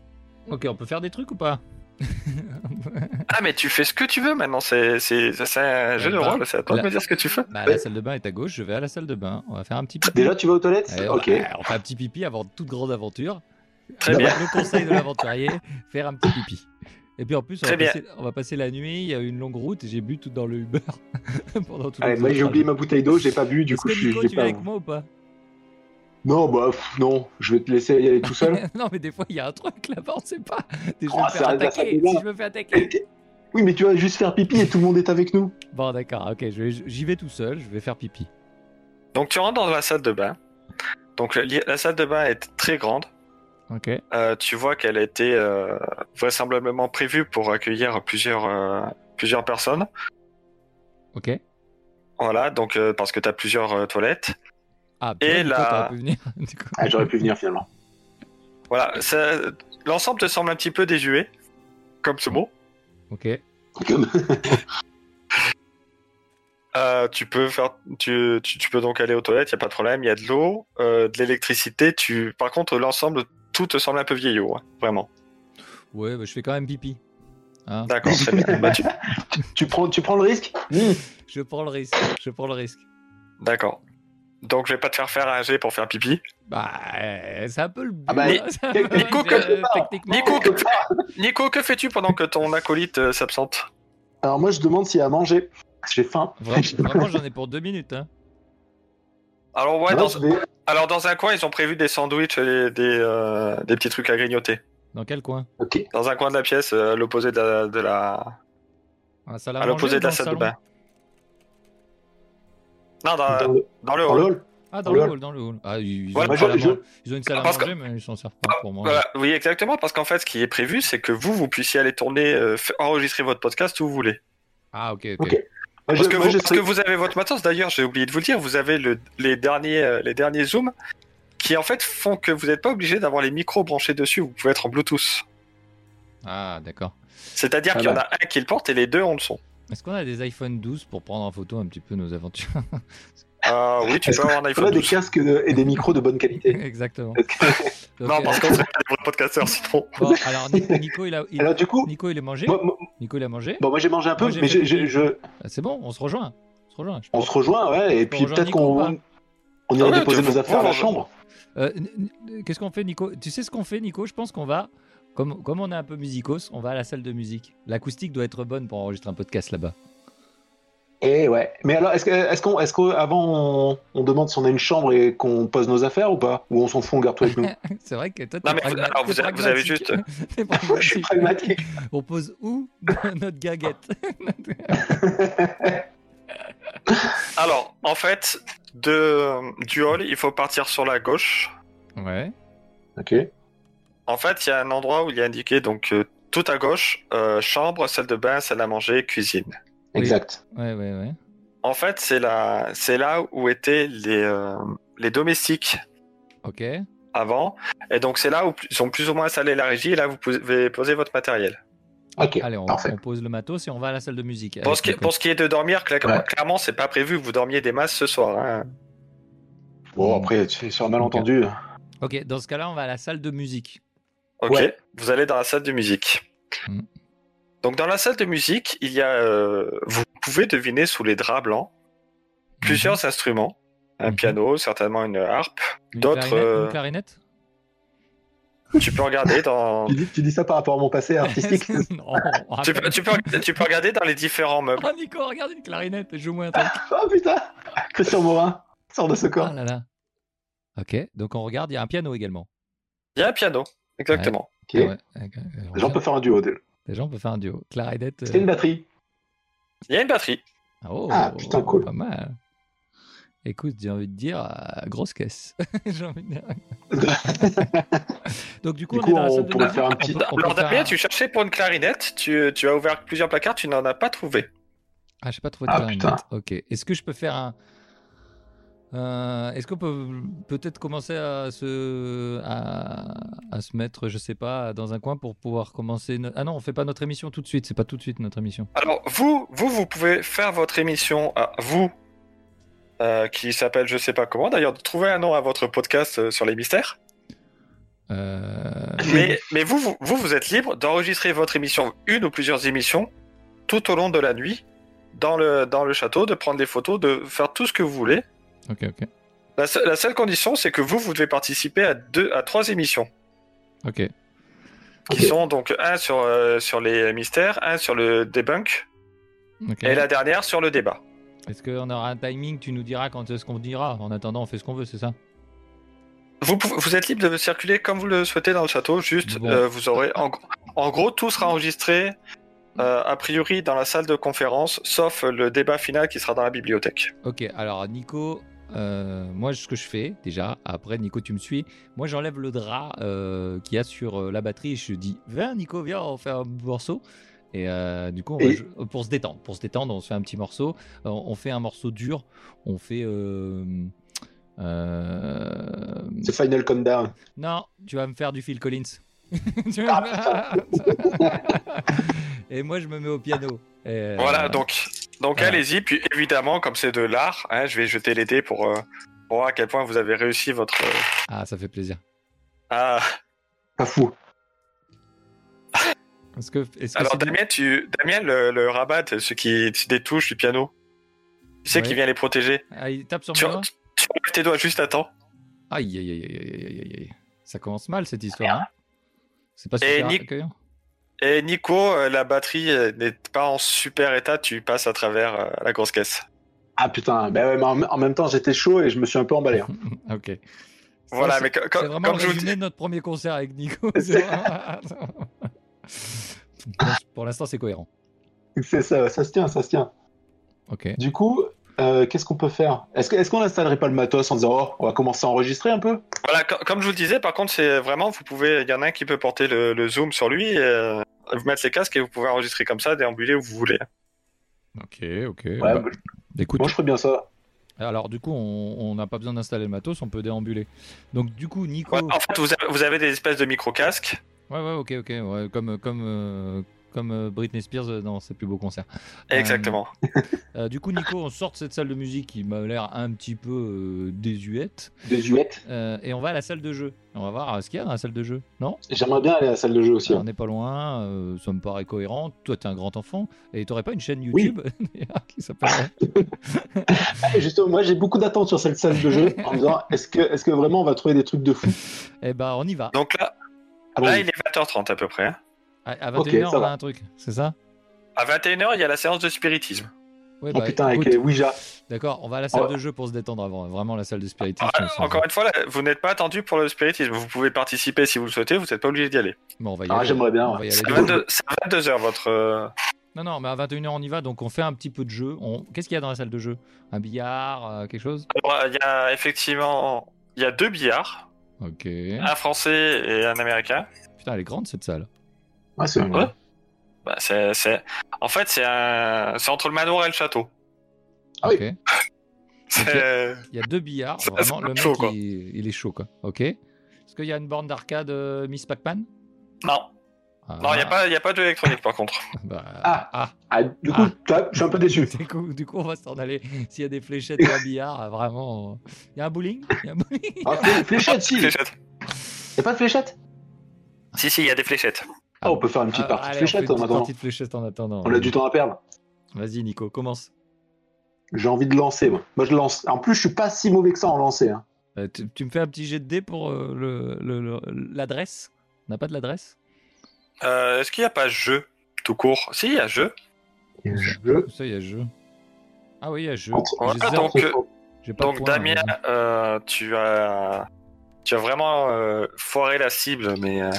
C: Ok, on peut faire des trucs ou pas
A: Ah, mais tu fais ce que tu veux maintenant, c'est c'est- c'est un jeu de
C: Bah,
A: rôle, c'est à toi de
C: là-
A: me dire ce que tu fais.
C: Bah, la salle de bain est à gauche, je vais à la salle de bain. On va faire un petit pipi.
B: Déjà, tu vas aux toilettes
C: Allez, on,
B: Ok.
C: va- Eh on fait un petit pipi avant toute grande aventure.
A: Très
C: Alors,
A: bien.
C: Le conseil de l'aventurier, faire un petit pipi. Et puis en plus, on va,
A: Très bien.
C: passer, on va passer la nuit, il y a une longue route et j'ai bu tout dans le Uber pendant tout
B: Allez,
C: le
B: Ah, moi, j'ai
C: trajet.
B: oublié ma bouteille d'eau, j'ai pas bu, du
C: Est-ce
B: coup,
C: que
B: je suis.
C: Nico,
B: j'ai
C: tu viens
B: pas...
C: avec moi ou pas
B: Non, bah, pff, non, je vais te laisser y aller tout seul.
C: non, mais des fois, il y a un truc là-bas, on sait pas. Et je vais
B: Oh,
C: me faire
B: ça- ça fait
C: attaquer.
B: mal.
C: Si je me fais attaquer.
B: oui, mais tu vas juste faire pipi et tout le monde est avec nous.
C: Bon, d'accord, ok, je vais- j'y vais tout seul, je vais faire pipi.
A: Donc, tu rentres dans la salle de bain. Donc, le- la salle de bain est très grande.
C: Ok.
A: Euh, tu vois qu'elle a été euh, vraisemblablement prévue pour accueillir plusieurs, euh, plusieurs personnes.
C: Ok.
A: Voilà, donc euh, parce que tu as plusieurs euh, toilettes.
C: Ah,
A: Et
C: putain, Nico,
A: là-
C: t'aurais pu venir. du coup.
B: Ah, j'aurais pu venir finalement.
A: Voilà, ça- l'ensemble te semble un petit peu désuet, comme ce mot.
C: Ok.
B: Comme-
A: Euh, tu, peux faire, tu, tu, tu peux donc aller aux toilettes, il n'y a pas de problème, il y a de l'eau, euh, de l'électricité. Tu... Par contre, l'ensemble, tout te semble un peu vieillot, hein, vraiment.
C: Ouais, bah, je fais quand même pipi. Hein
A: D'accord, très bien. Bah, tu-
B: tu, prends, tu prends le risque Mmh.
C: je prends le risque. Je prends le risque.
A: D'accord. Donc, je vais pas te faire faire un jet pour faire pipi.
C: Bah, euh, c'est un peu le but.
B: Ah bah,
C: hein, c'est un peu le
A: Nico,
C: but,
A: quelque
C: euh, techniquement.
A: Nico, que, Nico, que fais-tu pendant que ton acolyte euh, s'absente
B: Alors, moi, je demande s'il y a à manger. J'ai faim.
C: Vraiment, vraiment, j'en ai pour deux minutes. Hein.
A: Alors, ouais,
B: Non,
A: dans-
B: je vais-
A: alors dans un coin, ils ont prévu des sandwichs et des, euh, des petits trucs à grignoter.
C: Dans quel coin
B: Ok.
A: Dans un coin de la pièce, euh, à l'opposé de la, de la-
C: Dans la salle à
A: à
C: manger
A: l'opposé
C: ou
A: de la
C: dans le
A: salle de
C: salon
A: bain. Non, dans,
B: Dans le-
A: dans le
B: dans le
A: hall.
B: hall.
C: Ah, dans
B: Dans
C: le
B: le-
C: hall, dans le hall. Ah, ils, ils
A: Voilà,
B: Moi,
C: ont, une salle à
B: je-
C: manger- ils ont une salle à
A: Ah, Parce que-
C: manger, mais ils s'en servent pas pour moi.
A: Voilà, oui, exactement, parce qu'en fait, ce qui est prévu, c'est que vous, vous puissiez aller tourner, euh, f- enregistrer votre podcast où vous voulez.
C: Ah, ok, ok.
B: Ok. Moi, je-
A: Parce, que,
B: moi,
A: vous,
B: je
A: parce
B: serai-
A: que vous avez votre matos, d'ailleurs, j'ai oublié de vous le dire, vous avez le- les, derniers, euh, les derniers zooms qui, en fait, font que vous n'êtes pas obligé d'avoir les micros branchés dessus, vous pouvez être en Bluetooth.
C: Ah, d'accord.
A: C'est-à-dire
B: Ah
A: qu'il y en a un qui le porte et les deux ont le son.
C: Est-ce qu'on a des iPhone 12 pour prendre en photo un petit peu nos aventures
A: Ah oui, tu
B: Est-ce
A: peux avoir un
B: On a
A: iPhone
B: des
A: 12.
B: casques de- et des micros de bonne qualité.
C: Exactement. Donc,
A: Non,
C: euh,
A: parce qu'on serait pas des vrais podcasteurs sinon.
C: bon, alors Ni- Nico, il a, il-
B: Alors, du coup,
C: Nico, il a mangé.
B: moi, moi-
C: Nico, il a mangé.
B: bon, moi, j'ai mangé un peu,
C: Moi, j'ai
B: mais
C: fait
B: je- je-
C: pipi.
B: je-
C: Ah, C'est bon, on se rejoint. On se rejoint. je
B: on
C: pense.
B: se rejoint, ouais, et
C: On
B: puis
C: rejoint
B: peut-être
C: Nico ou
B: qu'on.
C: pas
B: On irait
A: Ah ouais,
B: déposer
A: tu-
B: nos affaires à la
A: faut-
B: chambre.
C: Euh, n- n- Qu'est-ce qu'on fait, Nico Tu sais ce qu'on fait, Nico Je pense qu'on va, comme, comme on est un peu musicos, on va à la salle de musique. L'acoustique doit être bonne pour enregistrer un podcast là-bas.
B: Et Eh ouais. Mais alors, est-ce que- est-ce qu'on, est-ce qu'avant on, on demande si on a une chambre et qu'on pose nos affaires ou pas Ou on s'en fout, on garde tout avec nous
C: C'est vrai que toi, t'es
A: Non, mais vous-
C: pragma-
A: alors,
C: t'es
A: vous avez- vous avez
C: pragmatique.
A: juste-
C: T'es
B: Je suis
C: pragmatique.
B: pragmatique.
C: On pose où notre gaguette
A: Alors, en fait, de, du hall, il faut partir sur la gauche.
C: Ouais.
B: Ok.
A: En fait, il y a un endroit où il est indiqué, donc euh, tout à gauche, euh, chambre, salle de bain, salle à manger, cuisine.
B: Exact.
C: Ouais, ouais, ouais.
A: En fait, c'est là, c'est là où étaient les, euh, les domestiques
C: Ok.
A: avant. Et donc, c'est là où ils ont plus ou moins installé la régie. Et là, vous pouvez poser votre matériel.
B: Ok.
C: Allez, on,
B: Parfait.
C: on pose le matos et on va à la salle de musique.
A: Pour
C: avec
A: ce, qui,
C: Nico.
A: pour ce qui est de dormir, cla-
B: Ouais.
A: clairement, c'est pas prévu que vous dormiez des masses ce soir. hein.
B: Bon, après, tu sais, sur un malentendu. hein.
C: Ok, dans ce cas-là, on va à la salle de musique.
A: Ok,
B: Ouais.
A: vous allez dans la salle de musique.
C: Mm.
A: Donc dans la salle de musique, il y a, euh, vous pouvez deviner sous les draps blancs plusieurs
C: Mm-hmm.
A: instruments, un
C: Mhm.
A: piano, certainement une harpe.
C: Une
A: D'autres,
C: clarinette,
A: euh,
C: une clarinette
A: Tu peux regarder dans,
B: Tu dis, tu dis ça par rapport à mon passé artistique
C: Non, on
A: tu,
C: rappelle-
A: peux- tu peux tu peux regarder dans les différents meubles.
C: Oh, Nico, regarde une clarinette, joue-moi un truc.
B: Oh putain Christian Morin, sors de ce
C: Ah
B: corps.
C: là là. Ok, donc on regarde, il y a un piano également.
A: Il y a un piano, exactement.
B: Ok.
C: Ah ouais, ok, on
B: Déjà, on
C: regarde.
B: peut faire un duo. déjà.
C: Déjà, on peut faire un duo. Clarinette.
B: C'est
C: euh,
B: une batterie.
A: Il y a une batterie.
C: Ah, oh,
B: Ah, putain, cool.
C: Pas mal. Écoute, j'ai envie de dire euh, grosse caisse. J'ai envie de dire. Donc du coup,
B: Du
C: on
B: coup,
C: est dans la
B: on
C: salle de
B: pourrait
C: musique.
B: faire un petit- Ah,
C: peut- peut
A: Alors
C: faire
A: Damien,
C: un-
A: tu cherchais pour une clarinette, tu, tu as ouvert plusieurs placards, tu n'en as pas trouvé.
C: Ah, j'ai pas trouvé de
B: Ah,
C: clarinette.
B: putain.
C: Ok. Est-ce que je peux faire un. Euh, Est-ce qu'on peut peut-être commencer à se à, à se mettre, je sais pas, dans un coin pour pouvoir commencer. no- Ah non, on fait pas notre émission tout de suite. C'est pas tout de suite notre émission.
A: Alors vous, vous, vous pouvez faire votre émission à vous, euh, qui s'appelle je sais pas comment. D'ailleurs, trouvez un nom à votre podcast euh, sur les mystères.
C: Euh,
A: Mais, mais vous, vous, vous, vous êtes libre d'enregistrer votre émission, une ou plusieurs émissions, tout au long de la nuit, dans le, dans le château, de prendre des photos, de faire tout ce que vous voulez.
C: Ok, ok,
A: La, se- la seule condition, c'est que vous, vous devez participer à deux, à trois émissions,
C: ok.
A: qui
B: Ok.
A: sont donc un sur, euh, sur les mystères, un sur le debunk,
C: ok.
A: et la dernière sur le débat.
C: Est-ce qu'on aura un timing Tu nous diras quand est-ce qu'on dira. En attendant, on fait ce qu'on veut, c'est ça
A: Vous, pouvez- vous êtes libre de circuler comme vous le souhaitez dans le château, juste
C: Bon.
A: euh, vous aurez. En, gr- en gros, tout sera enregistré euh, a priori dans la salle de conférence, sauf le débat final qui sera dans la bibliothèque.
C: Ok, alors Nico, euh, moi ce que je fais déjà, après Nico tu me suis, moi j'enlève le drap euh, qu'il y a sur euh, la batterie et je dis viens Nico, viens on fait un morceau. Et euh, du coup, on va
B: Et-
C: jou- pour se détendre, pour se détendre, on se fait un petit morceau, Euh, on fait un morceau dur, on fait... euh, euh,
B: C'est Final Countdown.
C: non, tu vas me faire du Phil Collins. Tu
B: Ah,
C: vas me- et moi je me mets au piano. Et,
A: Voilà,
C: euh,
A: donc, donc
C: voilà.
A: allez-y. Puis évidemment, comme c'est de l'art, hein, je vais jeter les dés pour, euh, pour voir à quel point vous avez réussi votre. euh,
C: Ah, ça fait plaisir.
A: à-
B: Pas fou.
C: Est-ce que, est-ce que
A: Alors
C: c'est du-
A: Damien, tu... Damien le, le rabat, celui qui se détouche du piano, tu sais
C: Ouais.
A: qui vient les protéger.
C: Ah, il tape sur
A: Tu,
C: mes doigts
A: tu enlèves tes doigts juste à temps.
C: Aïe, aïe, aïe, aïe, aïe, aïe, aïe, aïe. Ça commence mal cette histoire. hein. C'est pas super
A: Nick-
C: accueillant.
A: Et Nico, euh, la batterie euh, n'est pas en super état, tu passes à travers euh, la grosse caisse.
B: Ah putain, bah ouais, mais en, en même temps j'étais chaud et je me suis un peu emballé. hein.
C: ok. Ça,
A: Voilà,
C: c'est-
A: mais co- co-
C: C'est
A: comme,
C: vraiment le
A: je vous dis,
C: résumé de notre premier concert avec Nico.
B: C'est-
C: Bon, Pour l'instant, c'est cohérent. Mhm.
B: C'est ça, ça se tient, ça se tient.
C: Ok.
B: Du coup, euh, qu'est-ce qu'on peut faire Est-ce que- est-ce qu'on installerait pas le matos en disant oh, on va commencer à enregistrer un peu
A: voilà, co- comme je vous le disais, par contre, c'est vraiment, vous pouvez, il y en a un qui peut porter le, le zoom sur lui, et, euh, vous mettre les casques et vous pouvez enregistrer comme ça, déambuler où vous voulez.
C: Ok, ok.
B: Ouais,
C: Bah,
B: bah,
C: écoute,
B: Moi je ferais bien ça.
C: alors du coup, on on n'a pas besoin d'installer le matos, on peut déambuler. Donc du coup, Nico.
A: Ouais, en fait, vous avez, vous avez des espèces de micro casques.
C: Ouais, ouais, ok, ok. ouais, comme, comme, euh, comme comme euh, Britney Spears dans ses plus beaux concerts.
A: Exactement.
C: Euh, du coup, Nico, on sort de cette salle de musique qui m'a l'air un petit peu euh, désuète
B: Des huettes.
C: euh, et on va à la salle de jeu. On va voir euh, ce qu'il y a dans la salle de jeu, non
B: J'aimerais bien aller à la salle de jeu aussi.
C: Alors,
B: hein.
C: On n'est pas loin, euh, ça me paraît cohérent. Toi, t'es un grand enfant et t'aurais pas une chaîne YouTube qui s'appelle
B: Ah, justement, moi j'ai beaucoup d'attentes sur cette salle de jeu en me disant est-ce que, est-ce que vraiment on va trouver des trucs de fou Ah
C: Eh ben, on y va.
A: Donc là,
B: Allons-y.
A: là, il est 20h30 à peu près. hein.
C: À, à 21h,
B: Ok, ça
C: on a
B: va.
C: un truc, c'est ça
A: À 21h, il y a la séance de spiritisme.
C: Ouais,
B: Oh
C: bah,
B: putain, avec Oh.
C: écoute,
B: les Ouija.
C: D'accord, on va à la salle
B: Ouais.
C: de jeu pour se détendre avant. hein. Vraiment, la salle de spiritisme.
A: Ah,
C: on s'en
A: encore
C: fout.
A: une fois, là, vous n'êtes pas attendu pour le spiritisme. Vous pouvez participer si vous le souhaitez, vous n'êtes pas obligé d'y aller.
C: Bon, on va y
B: Ah,
C: aller.
B: j'aimerais bien,
C: On va
B: ouais.
C: y aller
A: C'est
C: de-
A: à 22 c'est à 22h votre. euh,
C: Non, non, mais à 21h, on y va, donc on fait un petit peu de jeu. On... Qu'est-ce qu'il y a dans la salle de jeu Un billard, euh, quelque chose
A: Alors, il y a effectivement. Il y a deux billards,
C: Ok.
A: un français et un américain.
C: Putain, elle est grande cette salle.
B: Ouais, Ah, c'est
A: Ouais. Bah, c'est, c'est- En fait, c'est, un... c'est entre le manoir et le château.
B: Ah oui.
C: Ok.
A: C'est...
C: Il y a deux billards,
A: Ça,
C: vraiment,
A: ça
C: le mec,
A: chaud, quoi.
C: il... il est chaud, quoi. Ok. Est-ce qu'il y a une borne d'arcade euh, Miss Pac-Man
A: Non, non, il n'y a pas, il y a pas d'électronique par contre.
C: ah,
B: Ah.
C: ah.
B: Ah, du coup,
C: Ah.
B: tu vois, je suis un peu déçu.
C: Du, coup, du coup, on va s'en aller. S'il y a des fléchettes et un billard, euh, vraiment. euh, Il y a un bowling Il y a un bowling
B: Ah, flé- fléchette, si
A: Fléchettes.
B: Y'a pas de fléchette
A: Si, si, il y a des fléchettes.
B: Ah, on peut faire une petite
C: Ah,
B: partie
C: allez,
B: de
C: on fait
B: fléchette
C: une
B: en
C: petite
B: attendant.
C: partie de fléchette en attendant.
B: On a du temps à perdre.
C: Vas-y, Nico, commence.
B: J'ai envie de lancer, moi. Moi, je lance. En plus, je suis pas si mauvais que ça en lancer. hein.
C: Euh, tu, tu me fais un petit jet de dés pour euh, le- le- le- l'adresse On n'a pas de l'adresse
A: Euh, est-ce qu'il n'y a pas jeu tout court Si, il y a jeu.
B: Je.
C: Ça, il y a jeu. Ah oui, il y a jeu.
B: Entre-
C: J'ai
A: Voilà,
C: zéro-
A: donc, euh,
C: j'ai pas de
A: Donc,
C: point,
A: Damien,
C: hein.
A: euh, tu as. Tu as vraiment euh, foiré la cible, mais. euh,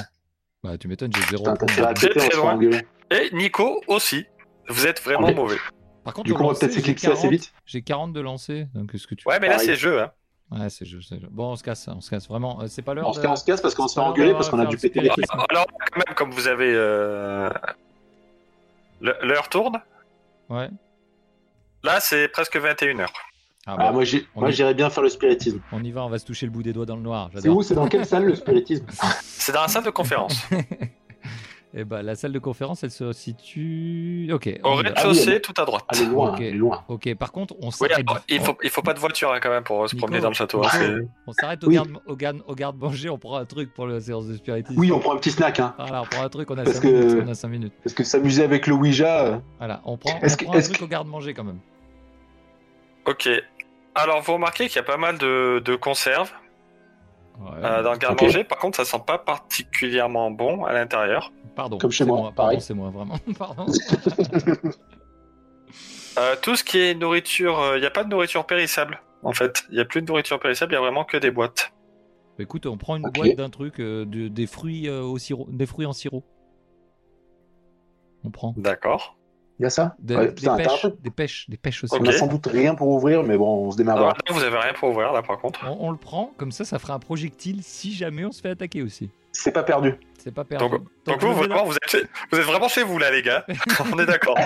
C: Bah, tu m'étonnes, j'ai zéro
B: Putain, t'as
C: point.
B: fait
A: Très,
B: répéter, on
A: très
B: se fait
A: loin.
B: engueuler.
A: Et Nico aussi. Vous êtes vraiment
B: Allez.
A: mauvais.
C: Par contre,
B: Du
C: au
B: coup, on va
C: lancer,
B: peut-être
C: j'ai
B: s'éclipser assez
C: 40
B: vite.
C: J'ai 40 de lancer. Donc, est-ce que tu.
A: Ouais, mais là,
B: Pareil.
A: c'est jeu. Hein.
C: Ouais, c'est jeu, c'est jeu. Bon, on se casse, on se casse. Vraiment, euh, c'est pas l'heure.
B: On se
C: de-
B: casse, on se casse parce qu'on se fait
C: c'est pas l'heure
B: engueuler
C: d'avoir
B: parce
C: à
B: qu'on a
C: faire
B: dû
C: du
B: péter les trucs.
C: spiritisme.
A: Alors, quand même, comme vous avez. euh, le- L'heure tourne.
C: Ouais.
A: Là, c'est presque 21h.
C: Ah,
B: Ah,
C: bon.
B: moi, j'ai-
C: On
B: moi,
C: est-
B: j'irais bien faire le spiritisme.
C: On y va, on va se toucher le bout des doigts dans le noir.
B: C'est
C: J'adore.
B: où C'est dans quelle salle le spiritisme
A: C'est dans la salle de conférence.
C: Et bah, la salle de conférence, elle se situe. Ok.
A: Au
C: on y va.
A: rez-de-chaussée,
B: Ah oui,
A: tout à droite.
B: Elle est loin,
C: Ok.
B: elle est loin.
C: Ok, par contre, on
A: Oui,
C: s'arrête.
A: alors, il faut, il faut pas de voiture hein, quand même pour euh, se
C: Nico,
A: promener dans le château. hein,
C: Nico,
A: c'est-
C: On s'arrête au
B: Oui.
C: garde- au garde- au garde-manger, on prend un truc pour la séance de spiritisme.
B: Oui, on prend un petit snack, hein.
C: Voilà, on prend un truc, on a
B: Parce
C: 5
B: que-
C: minutes. On a cinq minutes.
B: Parce que s'amuser avec le Ouija. euh,
C: Voilà, on prend, on
B: Est-ce que-
C: prend un
B: est-ce
C: truc au garde-manger quand même.
A: Ok. Alors, vous remarquez qu'il y a pas mal de, de conserves
C: Ouais.
A: euh, dans le garde-manger. Par contre, ça sent pas particulièrement bon à l'intérieur.
C: Pardon.
B: comme chez
C: c'est
B: moi,
C: pardon,
B: pareil.
C: C'est moi, vraiment. Pardon.
A: Euh, tout ce qui est nourriture, euh, il n'y a pas de nourriture périssable. En fait, il n'y a plus de nourriture périssable, il y a vraiment que des boîtes.
C: Bah, écoute, on prend une
B: Ok.
C: boîte d'un truc, euh, de- des fruits euh, au sirop, des fruits en sirop. On prend.
A: D'accord.
B: Il y a ça
C: Des,
B: Ouais,
C: des
B: putain, t'as
C: pêches,
B: un peu-
C: des pêches, des pêches aussi.
A: Ok.
B: On a sans doute rien pour ouvrir, mais Ah bon, on se démarre.
A: Alors, là, vous avez rien pour ouvrir là par contre.
C: On, on le prend, comme ça, ça fera un projectile si jamais on se fait attaquer aussi.
B: C'est pas perdu.
C: C'est pas perdu. Tant
A: Donc
C: que
A: vous,
C: le vélo-
A: vraiment, vous êtes, chez- vous êtes vraiment chez vous là, les gars. On est d'accord.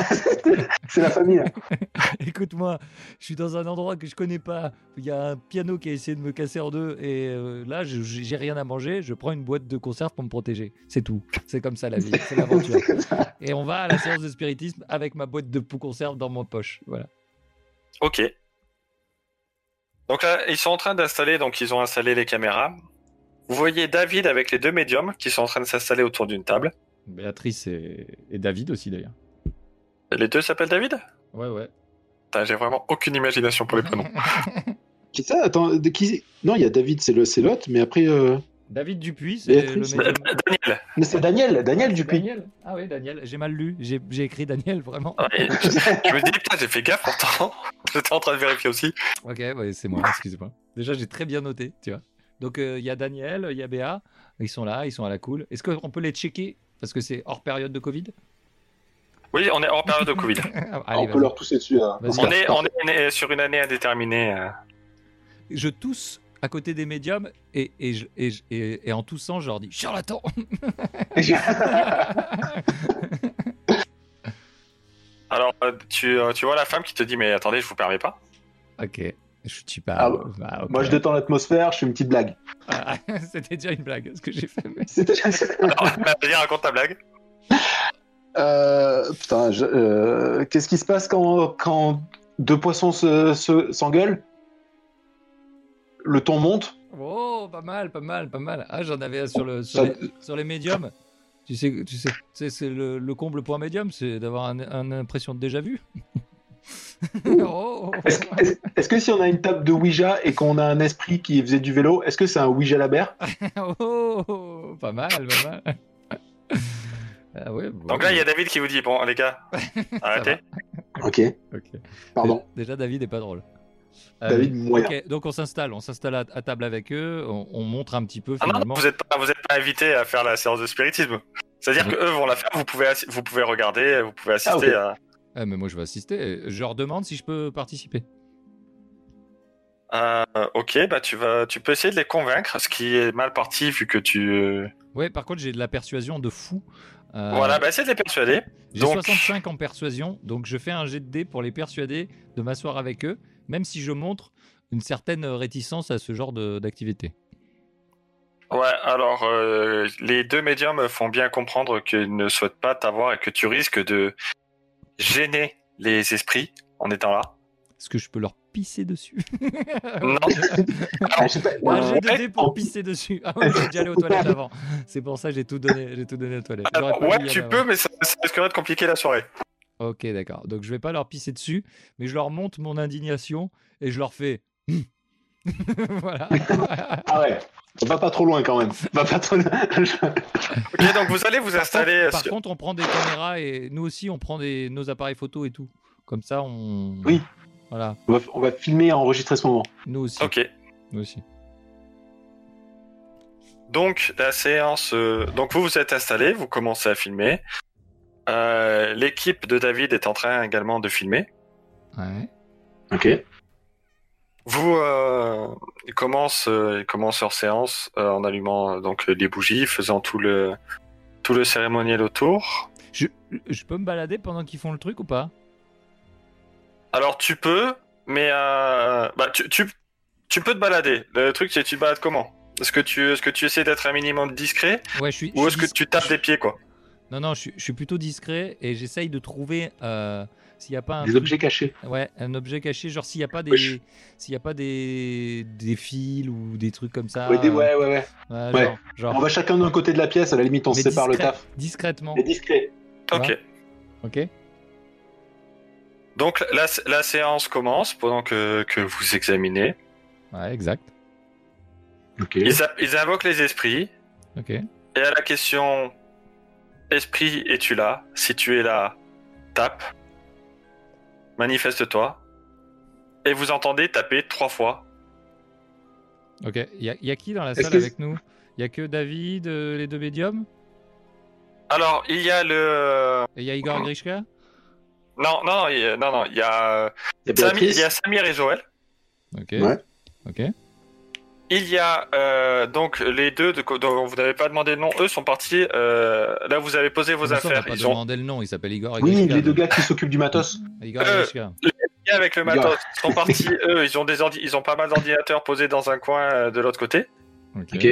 B: C'est la famille. hein.
C: Écoute-moi, je suis dans un endroit que je connais pas. Il y a un piano qui a essayé de me casser en deux et euh, là, je- j'ai j'ai rien à manger. Je prends une boîte de conserve pour me protéger. C'est tout. C'est comme ça la vie, c'est l'aventure. Et on va à la séance de spiritisme avec ma boîte de pou- conserve dans mon poche. Voilà.
A: Ok. Donc là, ils sont en train d'installer, donc ils ont installé les caméras. Vous voyez David avec les deux médiums qui sont en train de s'installer autour d'une table.
C: Béatrice et, David aussi d'ailleurs.
A: Les deux s'appellent David
C: Ouais, ouais.
A: Putain, J'ai vraiment aucune imagination pour les prénoms.
B: Qui ça Attends, de qui Non, il y a David, c'est le c'est l'autre, mais après. euh,
C: David Dupuis,
B: c'est
C: c'est
B: Béatrice. le
C: le
B: médium.
C: médium.
A: Daniel
B: Mais c'est Daniel, Daniel Dupuis.
C: Daniel Ah oui, Daniel. J'ai mal lu. J'ai j'ai écrit Daniel, vraiment.
A: Ouais, Je je me dis, putain, j'ai fait gaffe pourtant. J'étais en train de vérifier aussi.
C: Ok, ouais, c'est moi, excusez-moi. Déjà, j'ai très bien noté, tu vois. Donc, euh, il y a Daniel, il y a Béa, ils sont là, ils sont à la cool. Est-ce qu'on peut les checker Parce que c'est hors période de Covid.
A: Oui, on est hors période de Covid.
C: Ah,
B: Ah,
C: Allez,
B: on peut
C: vas-y.
B: leur tousser dessus. hein.
C: Vas-y.
A: On est, on est né- sur une année indéterminée. euh.
C: Je tousse à côté des médiums et, et, je- et, je- et- et en toussant, je leur dis charlatan
A: Alors, euh, tu, euh, tu vois la femme qui te dit, mais attendez, je vous permets pas.
C: Ok, je suis pas. bah,
B: Ah, Moi, je détends l'atmosphère, je fais une petite blague.
C: Ah, C'était déjà une blague, ce que j'ai fait. mais-
A: Bah,
B: C'était-
A: Alors, vas-y, raconte ta blague.
B: Euh, putain, je- euh, qu'est-ce qui se passe quand, quand deux poissons se- se- s'engueulent Le ton monte
D: Oh, pas mal, pas mal, pas mal. Ah, j'en avais un sur, le, sur,
B: Ça-
D: les, sur les médiums. Tu sais, tu sais, tu sais, c'est le, le comble pour un médium, c'est d'avoir un, un impression de déjà vu. oh,
B: Est-ce est-ce- est-ce que si on a une table de Ouija et qu'on a un esprit qui faisait du vélo, est-ce que c'est un Ouija labert
D: oh, oh, pas mal, pas mal. ah ouais. bon,
A: Donc là, il y a David qui vous dit Bon, les gars, arrêtez.
B: Ok,
D: ok.
B: pardon.
D: Déjà, David est pas drôle. Euh,
B: David, moyen.
D: Ok, donc on s'installe, on s'installe à, à table avec eux, on, on montre un petit peu
A: Ah non,
D: finalement.
A: non, vous n'êtes pas, vous êtes pas invité à faire la séance de spiritisme. C'est-à-dire
D: Oui.
A: que eux vont la faire, vous pouvez, assi- vous pouvez regarder, vous pouvez assister
B: Ah, ok.
A: à.
C: Eh,
D: Ah, mais moi, je vais assister. Je leur demande si je peux participer.
A: à- euh, ok, bah tu vas, tu peux essayer de les convaincre, ce qui est mal parti vu que tu. euh,
D: Ouais, par contre, j'ai de la persuasion de fou. Euh,
A: Voilà, bah essaie de les persuader.
D: J'ai
A: donc-
D: 65 en persuasion, donc je fais un jet de dés pour les persuader de m'asseoir avec eux, même si je montre une certaine réticence à ce genre de- d'activité.
A: Ouais, alors euh, les deux médiums font bien comprendre qu'ils ne souhaitent pas t'avoir et que tu risques de gêner les esprits en étant là.
D: Est-ce que je peux leur pisser dessus
A: Non,
B: Ah, je sais pas.
D: Un jet de
A: Ouais.
D: dés pour pisser dessus. Ah ouais, j'ai déjà allé aux toilettes avant. C'est pour ça que j'ai tout donné, j'ai tout donné aux toilettes. J'aurais pas dû
A: Ah, ouais,
D: y
A: tu
D: aller
A: peux, mais ça, ça risquerait de compliquer la soirée.
D: Ok, d'accord. Donc je vais pas leur pisser dessus, mais je leur montre mon indignation et je leur fais. Hmm. voilà.
B: Ah ouais, va pas trop loin quand même. Va pas trop loin.
A: Ok, donc vous allez vous installer.
D: Par,
A: sur-
D: contre, on prend des caméras et nous aussi, on prend des, nos appareils photo et tout. Comme ça, on.
B: Oui.
D: Voilà,
B: on, va, on va filmer et enregistrer ce moment.
D: nous aussi.
A: Ok.
D: Nous aussi.
A: Donc la séance. euh, Donc vous vous êtes installé, vous commencez à filmer. Euh, L'équipe de David est en train également de filmer.
D: Ouais.
B: Ok.
A: Vous euh, il commence euh, il commence leur séance euh, en allumant euh, donc les bougies, faisant tout le tout le cérémoniel autour.
D: Je, je peux me balader pendant qu'ils font le truc ou pas
A: Alors tu peux, mais euh, bah, tu, tu tu peux te balader. Le truc c'est tu te balades comment Est-ce que tu est-ce que tu essaies d'être un minimum discret
D: Ouais, je suis.
A: ou
D: je
A: est-ce
D: suis
A: que
D: dis-
A: tu tapes des pieds quoi
D: Non, non, je, suis- je suis plutôt discret et j'essaye de trouver euh, s'il n'y a pas un.
B: Des
D: truc-
B: objets cachés.
D: Ouais, un objet caché, genre s'il n'y a pas des,
B: Wesh.
D: s'il y a pas des, des fils ou des trucs comme ça.
B: ouais, des-
D: euh,
B: ouais, ouais, ouais.
D: ouais,
B: ouais.
D: genre- genre
B: On va chacun d'un côté de la pièce, à la limite, on se
D: Mais
B: sépare le
D: discret.
B: taf.
D: discrètement.
B: Mais discret.
A: Ok.
D: Ouais. Ok.
A: Donc la, la séance commence pendant que, que vous examinez.
D: Ouais, exact.
B: Ok.
A: Ils, a- ils invoquent les esprits.
D: Ok.
A: Et à la question Esprit, es-tu là Si tu es là, tape. Manifeste-toi. Et vous entendez taper trois fois.
D: Ok. Il y, a- y a qui dans la
B: Est-ce
D: salle
B: que-
D: avec nous Il y a que David, euh, les deux médiums
A: Alors, il y a le.
D: Et il y a Igor Grishka
A: Non, non, il y a- non, non, il y a. euh,
B: Il y a
A: Samir-
B: Béatrice.
A: il y a Samir et Joël.
D: Ok.
B: Ouais.
D: Ok.
A: Il y a euh, donc les deux de, dont vous n'avez pas demandé le nom. Eux sont partis. euh, là, vous avez posé vos
D: Comment ça, on n'a
A: affaires.
D: pas
A: Ils ont
D: demandé le nom, il s'appelle Igor
B: Oui,
D: Grishka.
B: les deux gars qui s'occupent du matos.
D: Igor
A: Euh,
D: Grishka.
A: Et avec le matos. Ils sont partis, eux, ils ont, des ordi- ils ont pas mal d'ordinateurs posés dans un coin euh, de l'autre côté.
D: Ok.
B: Ok.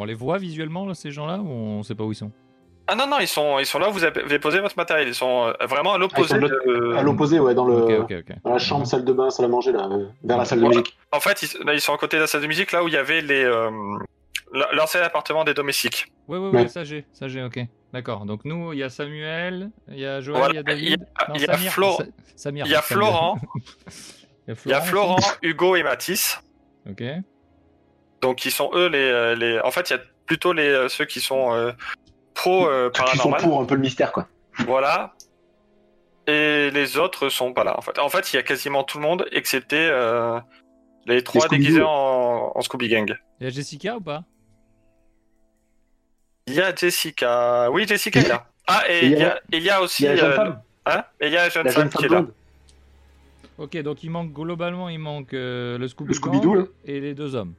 D: On les voit visuellement, là, ces gens-là, ou on sait pas où ils sont
A: Ah non, non, ils sont, ils sont là où vous avez posé votre matériel. Ils sont euh, vraiment à l'opposé.
B: Ah, ils sont
A: de-
B: À l'opposé, ouais, dans, le,
D: Ok, ok, ok.
B: dans la chambre, salle de bain, salle à manger, là, euh, vers la salle de
A: Voilà.
B: musique.
A: En fait, ils, là, ils sont à côté de la salle de musique, là où il y avait les, euh, la- l'ancien appartement des domestiques.
D: Ouais, ouais, ouais,
B: Ouais.
D: ça j'ai, ça j'ai, ok. D'accord. Donc nous, il y a Samuel, il y a Joël, il
A: Voilà,
D: y a
A: il y a-
D: David. non,
A: il y a
D: Samir,
A: Flor-
D: Sa- Samir,
A: il y a
D: Samuel.
A: Florent,
D: il y a
A: il y a
D: Florent.
A: Florent, Hugo et Matisse.
D: Ok.
A: Donc, ils sont eux les. euh, les... En fait, il y a plutôt les, euh, ceux qui sont euh, pro euh,
B: Ceux qui sont
A: paranormal.
B: pour un peu le mystère, quoi.
A: Voilà. Et les autres sont pas là, en fait. En fait, il y a quasiment tout le monde, excepté euh, les trois
B: Scooby-Doo.
A: déguisés en, en Scooby Gang.
D: Il y a Jessica ou pas
A: Il y a Jessica. Oui, Jessica
B: Il y
A: est là. Ah, et il y, a- il y a aussi.
B: Il y a la jeune
A: euh,
B: femme,
A: hein et il y a la jeune
B: la
A: femme
B: jeune
A: qui
B: femme
A: est là.
B: blonde.
D: Ok, donc il manque globalement, il manque euh, le Scooby
B: Scooby-Doo, là.
D: et les deux hommes.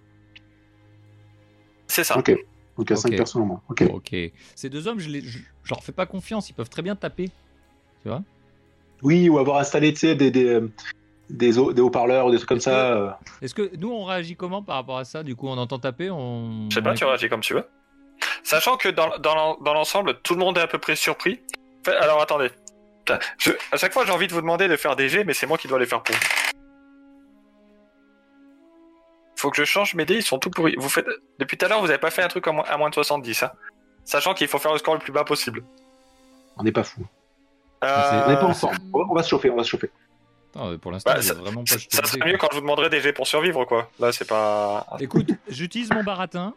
A: C'est ça.
B: Ok. Donc, il y a
D: Ok.
B: 5 personnes au moins. Ok.
D: Ok. Ces deux hommes, je, les, je, je leur fais pas confiance, ils peuvent très bien taper.
B: Oui, ou avoir installé, tu sais, des, des, euh, des, haut- des haut-parleurs ou des trucs comme ça. euh.
D: Est-ce que nous, on réagit comment par rapport à ça Du coup, on entend taper, on.
A: Je sais pas, tu réagis comme tu veux. Sachant que dans, dans l'en- dans l'ensemble, tout le monde est à peu près surpris. Fait- Alors attendez. Putain, je- à chaque fois, j'ai envie de vous demander de faire des G, mais c'est moi qui dois les faire pour vous. Faut que je change mes dés, ils sont tout pourris. Vous faites... Depuis tout à l'heure, vous avez pas fait un truc à moins, à moins de 70, hein. Sachant qu'il faut faire le score le plus bas possible.
B: On n'est pas fou.
A: Euh,
B: On n'est pas ensemble. Oh, On va se chauffer, on va se chauffer.
D: Attends, euh, pour l'instant,
A: Bah,
D: il y a vraiment pas
A: Ça
D: jeté
A: ça
D: le dé,
A: serait
D: quoi.
A: mieux quand je vous demanderai des G pour survivre, quoi. Là, c'est pas.
D: Écoute, j'utilise mon baratin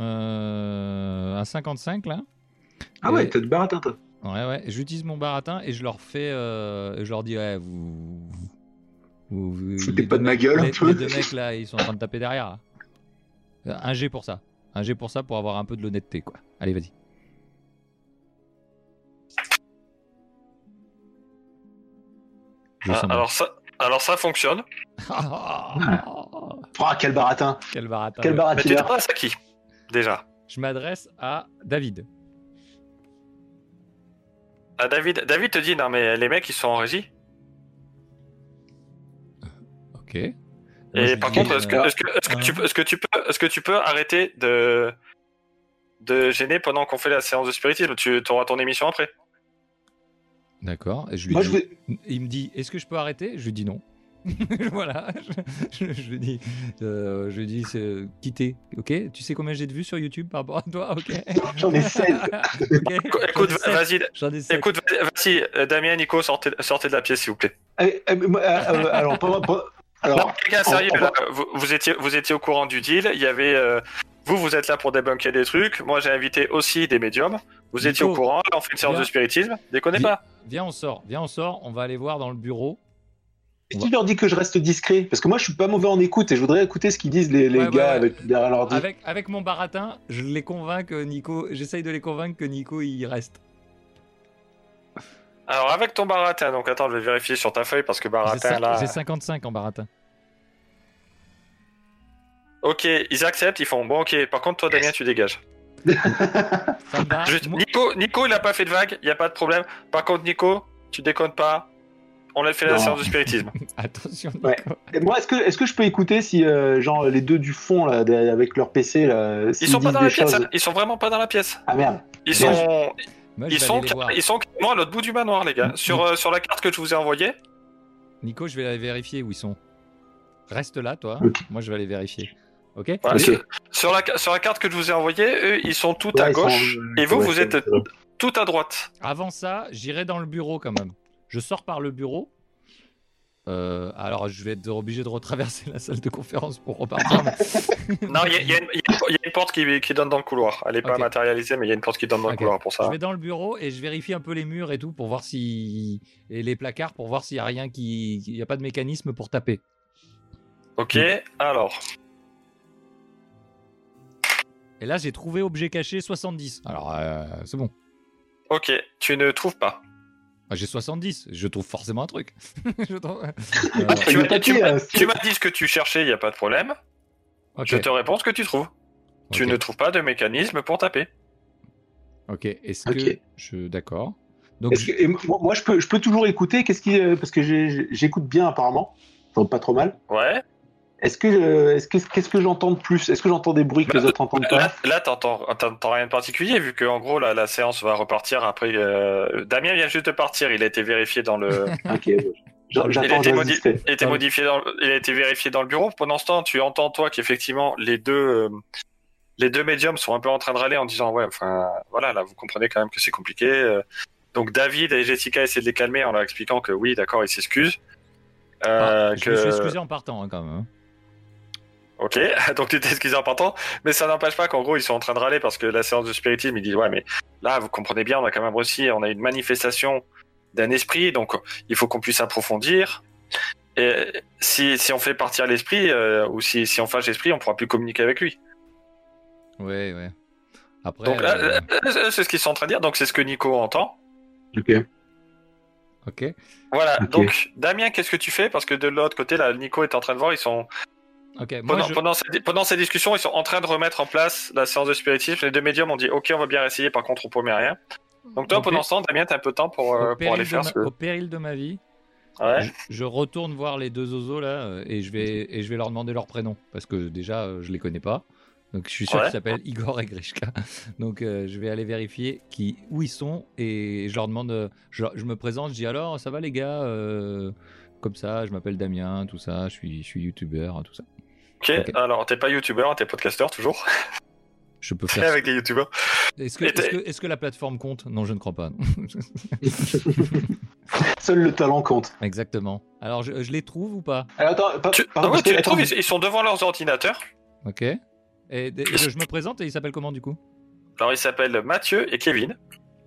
D: euh, à 55 là.
B: Ah
D: Et-
B: ouais, t'as du baratin, toi.
D: Ouais, ouais. J'utilise mon baratin et je leur fais. euh, je leur dis, ouais, vous. vous, vous-
B: Foutez
D: les
B: pas
D: deux
B: de ma
D: mecs-
B: gueule, un
D: les,
B: peu.
D: les deux mecs là, ils sont en train de taper derrière. là. Un G pour ça. Un G pour ça pour avoir un peu de l'honnêteté, quoi. Allez, vas-y. Je
A: Ah,
D: sens
A: alors, ça... alors ça fonctionne.
D: bon.
B: Ah, quel baratin
D: Quel baratin.
B: Quel
A: Mais tu t'es
B: baratineur
A: pas à qui Déjà.
D: Je m'adresse à David.
A: Ah, David. David te dit non, mais les mecs, ils sont en régie.
D: Ok. Et
A: Et par contre, est-ce que, est-ce que, est-ce que
D: euh,
A: tu, peux- est-ce que tu peux, est-ce que tu peux arrêter de, de gêner pendant qu'on fait la séance de spiritisme Tu auras ton émission après.
D: D'accord. Et je lui
B: Moi,
D: dis-
B: je vous...
D: Il me dit Est-ce que je peux arrêter Je lui dis non. voilà. Je, je- je lui dis, euh, je lui dis c'est- quitter. Ok. Tu sais combien j'ai de vues sur YouTube par rapport à toi Ok.
B: J'en ai 16.
D: Ok.
A: Écou- Écoute,
D: J'en ai sept.
A: vas-y,
D: J'en ai sept.
A: écoute, vas-y, vas-y, Damien, Nico, sortez, sortez de la pièce, s'il vous plaît.
B: Eh, eh, moi, euh, euh, alors, pendant- pendant-
A: Non,
B: alors,
A: les gars,
B: on-
A: sérieux,
B: on-
A: là, vous, vous étiez, vous étiez au courant du deal. Il y avait, euh, vous, vous êtes là pour débunker des trucs. Moi, j'ai invité aussi des médiums. Vous étiez
D: Nico,
A: au courant. là, on fait une séance
D: viens.
A: de spiritisme. Déconnez
D: Vi-
A: pas.
D: Viens, on sort. Viens, on sort. On va aller voir dans le bureau.
B: si tu leur dis que je reste discret, parce que moi je suis pas mauvais en écoute et je voudrais écouter ce qu'ils disent les, les
D: Ouais, ouais,
B: gars
D: ouais.
B: avec- derrière l'ordi.
D: Avec avec mon baratin, je les convainc que Nico. J'essaye de les convaincre que Nico il reste.
A: Alors, avec ton baratin, donc attends, je vais vérifier sur ta feuille parce que
D: J'ai
A: baratin,
D: cin-
A: là.
D: J'ai 55 en baratin.
A: Ok, ils acceptent. Ils font bon, ok. Par contre, toi, Damien, tu dégages.
D: Ça
B: Ah,
D: me va.
A: Juste,
D: Moi-
A: Nico, Nico, il a pas fait de vague, il y a pas de problème. Par contre, Nico, tu déconnes pas. On l'a fait la
B: Non.
A: séance de spiritisme.
D: Attention. Nico.
B: Ouais. Et moi, est-ce que, est-ce que je peux écouter si, euh, genre, les deux du fond, là, derrière- avec leur PC, là,
A: Ils
B: s'ils
A: sont pas
B: disent
A: dans la
B: des
A: pièce.
B: choses
A: hein. Ils sont vraiment pas dans la pièce.
B: Ah merde.
A: Ils
B: Bien.
A: sont,
D: Moi, je
A: ils
D: vais
A: sont,
D: aller les voir.
A: ils sont carrément à l'autre bout du manoir, les gars.
D: Mm.
A: Sur, euh, sur la carte que je vous ai envoyée.
D: Nico, je vais aller vérifier où ils sont. Reste là, toi.
B: Ok.
D: Moi, je vais aller vérifier. Ok
A: Voilà,
B: Ok.
A: sur, sur la sur la carte que je vous ai envoyée, eux, ils sont tout à
B: Ouais, ils
A: gauche
B: sont- euh,
A: et vous,
B: ouais,
A: vous
B: c'est-
A: êtes tout à droite.
D: Avant ça, j'irai dans le bureau quand même. Je sors par le bureau. Euh, alors, je vais être obligé de retraverser la salle de conférence pour repartir.
A: Non, il y, a- il y a une- il y a une- il y a une porte qui, qui donne dans le couloir. Elle est pas
D: Ok.
A: matérialisée, mais il y a une porte qui donne dans le
D: Ok.
A: couloir pour ça.
D: Je vais dans le bureau et je vérifie un peu les murs et tout pour voir si. et les placards pour voir s'il n'y a rien qui. Il n'y a pas de mécanisme pour taper.
A: Ok. Alors,
D: Et là, j'ai trouvé objet caché 70. Alors, euh, c'est bon.
A: ok. Tu ne trouves pas.
D: Ah, J'ai 70. Je trouve forcément un truc. Je trouve- Euh,
B: Il
A: Tu
B: y a
A: m'as-
B: pas
A: tu
B: de-
A: m'as-
B: euh,
A: Tu m'as dit ce que tu cherchais, il n'y a pas de problème.
D: ok,
A: Je te réponds ce que tu trouves. Tu
D: ok.
A: ne trouves pas de mécanisme pour taper.
D: Ok, est-ce que
B: Ok.
D: je d'accord Donc
B: Est-ce
D: je-
B: que- et moi, moi, je peux, je peux toujours écouter. Qu'est-ce qui, euh, parce que j'ai- j'ai- j'écoute bien apparemment, j'entends pas trop mal.
A: Ouais.
B: Est-ce que, euh, est-ce que, qu'est-ce que j'entends de plus Est-ce que j'entends des bruits que les autres entendent
A: Là,
B: pas
A: là t'entends t'entends rien de particulier, vu que en gros, la, la séance va repartir après. euh, Damien vient juste de partir, il a été vérifié dans le.
B: Ok. je- j'en-
A: il, a
B: J'attends.
A: été
B: je
A: modi-
B: résiste.
A: il a été
D: Dans le-
A: modifié dans le- il a été vérifié dans le bureau. Pendant ce temps, tu entends, toi, qu'effectivement, les deux. euh, les deux médiums sont un peu en train de râler en disant ouais enfin voilà là vous comprenez quand même que c'est compliqué euh. donc David et Jessica essaient de les calmer en leur expliquant que oui d'accord ils s'excusent euh,
D: Ah, je me suis excusé en partant hein, quand même. hein.
A: Ok, donc tu t'es excusé en partant, mais ça n'empêche pas qu'en gros ils sont en train de râler parce que la séance de spiritisme ils disent ouais mais là vous comprenez bien on a quand même aussi on a une manifestation d'un esprit donc il faut qu'on puisse approfondir et si, si on fait partir l'esprit euh, ou si, si on fâche l'esprit on pourra plus communiquer avec lui.
D: Ouais, ouais. Après,
A: Donc là,
D: euh,
A: là, c'est ce qu'ils sont en train de dire donc c'est ce que Nico entend.
B: Ok.
D: ok.
A: Voilà
B: Ok.
A: donc Damien qu'est-ce que tu fais parce que de l'autre côté là Nico est en train de voir ils sont
D: Ok, moi,
A: Pendant,
D: je-
A: pendant ces, pendant ces discussions, ils sont en train de remettre en place la séance de spiritisme. Les deux médiums ont dit Ok, on va bien essayer, par contre, on promet rien. Donc, toi,
D: Au
A: pendant
D: pé-
A: ce temps, Damien, t'as un peu de temps pour, euh, pour
D: au, péril
A: aller
D: de
A: faire
D: ma...
A: ce que.
D: au péril de ma vie,
A: Ouais.
D: je, je retourne voir les deux osos là euh, et je vais et je vais leur demander leur prénom parce que déjà euh, je les connais pas
C: Donc je suis sûr
A: Ouais.
C: qu'ils s'appellent Igor et Grishka. Donc euh, je vais aller vérifier qui, où ils sont et je leur demande, euh, je, leur- je me présente, je dis alors ça va les gars, euh, comme ça, je m'appelle Damien, tout ça, je suis, je suis youtubeur, hein, tout ça.
A: Ok,
C: Ok.
A: alors t'es pas youtubeur, hein, t'es podcasteur toujours.
C: Je peux
A: T'es
C: faire.
A: avec des youtubeurs.
C: Est-ce que,
A: Et t'es-
C: est-ce que- est-ce que la plateforme compte Non, je ne crois pas.
B: Seul le talent compte.
C: Exactement. Alors je, je les trouve ou pas
B: Alors, attends, pa-
A: Tu...
B: pardon,
A: Ah ouais,
B: je te-
A: tu les
B: attends,
A: trouves, ils, ils sont devant leurs ordinateurs.
C: Ok. Et, et je, je me présente et ils s'appellent comment du coup
A: Alors ils s'appellent Mathieu et Kevin.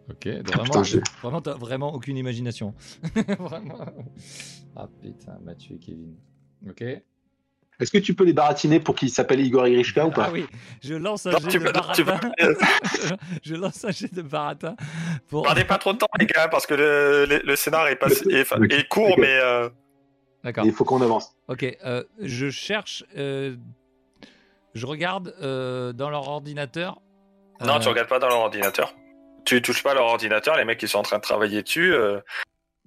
C: Ok, vraiment,
B: putain, j'ai-
C: vraiment, t'as vraiment aucune imagination. vraiment. Ah putain, Mathieu et Kevin. Ok.
B: Est-ce que tu peux les baratiner pour qu'ils s'appellent Igor et Grishka ou pas
C: Ah oui, je lance un
A: Non,
C: jet
A: tu
C: de
A: peux- tu
C: baratin. je lance un jet de baratin pour.
A: Perdez pas trop de temps les gars, parce que le, le- le scénar est, pas... est, enfin,
B: Ok.
A: est court,
B: Ok.
A: mais euh,
C: D'accord.
B: Il faut qu'on avance.
C: Ok. euh, je cherche. euh, je regarde euh, dans leur ordinateur.
A: non,
C: euh,
A: tu regardes pas dans leur ordinateur. Tu touches pas leur ordinateur, les mecs qui sont en train de travailler dessus. euh,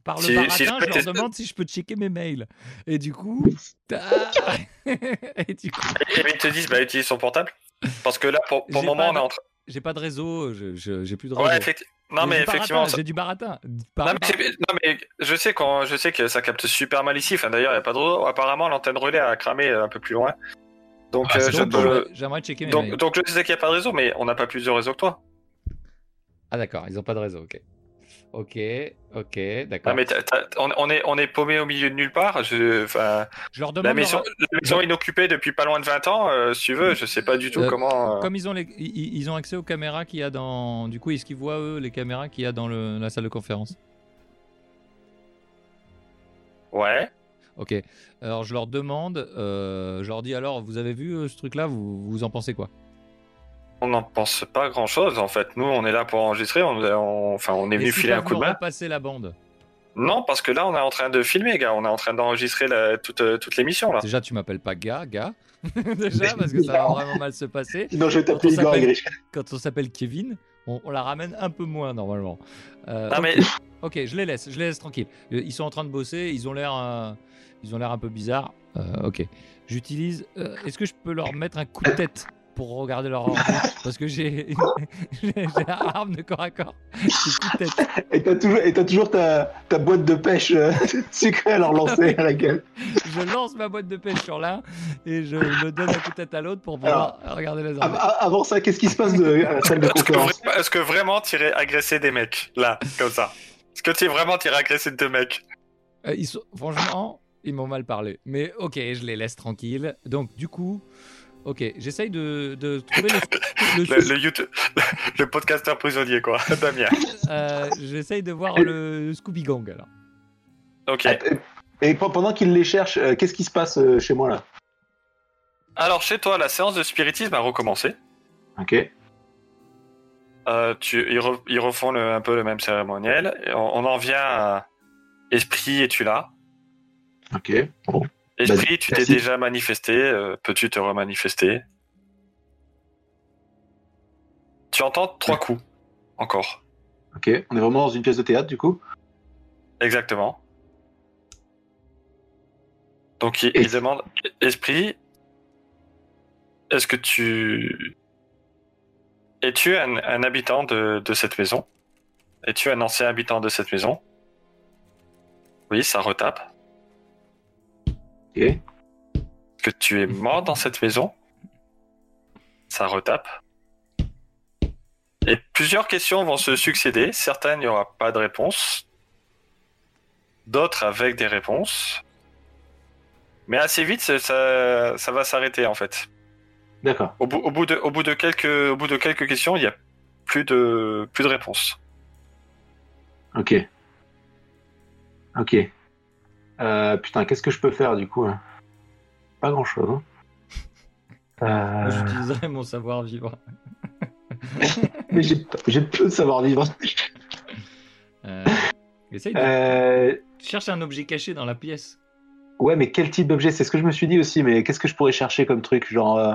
C: Par le
A: Si-
C: baratin,
A: si je peux
C: je
A: tester-
C: leur demande si je peux checker mes mails. Et du coup. ta- Et du coup,
A: Et ils te disent, bah utilise son portable. Parce que là, pour, pour le
C: J'ai
A: moment,
C: pas
A: on est en train.
C: j'ai pas de réseau, je- je- j'ai plus de réseau.
A: Ouais, effecti- Non,
C: J'ai
A: mais
C: du baratin,
A: effectivement. ça-
C: J'ai du baratin. Par-
A: Non mais, c'est- non, mais je sais quand je sais que ça capte super mal ici. Enfin d'ailleurs, il y a pas de réseau. apparemment l'antenne relais a cramé euh, un peu plus loin. Donc
E: Ah,
A: euh,
E: c'est
A: je
C: Donc,
E: bon,
A: peux-
C: j'aimerais- J'aimerais checker mes
A: donc,
C: mails.
A: donc, je sais qu'il y a pas de réseau, mais on n'a pas plus de réseau que toi.
C: Ah d'accord, ils ont pas de réseau, ok. Ok, ok, d'accord.
E: Ah.
A: Non Ah, mais t'as- t'as- on, on est on est paumé au milieu de nulle part. Je, enfin,
C: Je leur demande.
A: la maison
C: leur-
A: la maison inoccupée depuis pas loin de 20 ans. euh, si tu veux, je sais pas du tout
C: Euh,
A: comment. euh,
C: Comme ils ont, les- i- i- ils ont accès aux caméras qu'il y a dans. Du coup, est-ce qu'ils voient eux les caméras qu'il y a dans le- la salle de conférence
A: Ouais.
C: Ok. Alors je leur demande, euh, je leur dis alors, vous avez vu euh, ce truc-là vous, vous en pensez quoi
A: On n'en pense pas grand chose en fait. Nous, on est là pour enregistrer. On, on- enfin, on est venu
C: Est-ce qu'ils
A: filer un
C: peuvent
A: coup de
C: me
A: main.
C: repasser la bande.
A: Non, parce que là, on est en train de filmer, gars. On est en train d'enregistrer la- toute, euh, toute l'émission, là.
C: Déjà, tu m'appelles pas gars, gars. Déjà, parce que ça va vraiment mal se passer.
B: Sinon, je vais
C: Quand on
B: t'appeler Igor et
C: s'appelle-
B: Grishka.
C: Quand on s'appelle Kevin, on, on la ramène un peu moins normalement. Euh,
A: Non, mais
C: Ok, je les laisse, je les laisse tranquilles. Euh, Ils sont en train de bosser, ils ont l'air, euh, ils ont l'air un peu bizarres. Euh, ok, j'utilise. euh, Est-ce que je peux leur mettre un coup de tête pour regarder leur ordi Parce que j'ai, j'ai j'ai la arme de corps à corps. J'ai coup de tête.
B: Et t'as toujours, et t'as toujours ta, ta boîte de pêche euh, sucrée à leur lancer à la gueule.
C: Je lance ma boîte de pêche sur l'un et je me donne un coup de tête à l'autre pour pouvoir regarder les
B: Av-
C: ordi.
B: av- Ah, Avant ça, qu'est-ce qui se passe de à la salle de
A: est-ce que,
B: conférence
A: vra- est-ce que vraiment t'irais agresser des mecs, là, comme ça Est-ce que tu vraiment t'irais agresser deux mecs
C: Euh, ils sont- franchement, ils m'ont mal parlé. Mais ok, je les laisse tranquilles. Donc du coup, ok, j'essaye de, de trouver le, le
A: le,
C: souci.
A: le, YouTube- le podcasteur prisonnier, quoi, Damien.
C: Euh, j'essaye de voir le Scooby Gang alors.
A: Ok.
B: Et pe- pendant qu'ils les cherchent, euh, qu'est-ce qui se passe euh, chez moi là
A: Alors, chez toi, la séance de spiritisme a recommencé.
B: Ok.
A: Euh, tu, ils, re- ils refont le- un peu le même cérémoniel. Et On, on en vient à Esprit, es-tu là
B: Ok. Bon.
A: Esprit,
B: Vas-y,
A: tu t'es
B: merci.
A: déjà manifesté, euh, peux-tu te remanifester Tu entends trois coups, encore.
B: Ok. On est vraiment dans une pièce de théâtre du coup.
A: Exactement. Donc il,
B: Et-
A: il demande, Esprit, est-ce que tu... Es-tu un, un habitant de, de cette maison Es-tu un ancien habitant de cette maison Oui, ça retape.
B: Ok.
A: que tu es mort dans cette maison. Ça retape. Et plusieurs questions vont se succéder. Certaines, il n'y aura pas de réponse. D'autres avec des réponses. Mais assez vite, ça- ça, ça va s'arrêter en fait.
B: D'accord.
A: Au bout, au bout de, au bout de quelques, au bout de quelques questions, il n'y a plus de, plus de réponses.
B: Ok. Ok. Euh, putain, qu'est-ce que je peux faire du coup hein Pas grand-chose. hein.
C: Moi,
B: Euh,
C: J'utiliserai mon savoir-vivre.
B: Mais j'ai p- j'ai peu de savoir-vivre.
C: Euh, essaye de...
B: Euh,
C: Cherche un objet caché dans la pièce.
B: Ouais, mais quel type d'objet C'est ce que je me suis dit aussi, mais qu'est-ce que je pourrais chercher comme truc Genre. euh,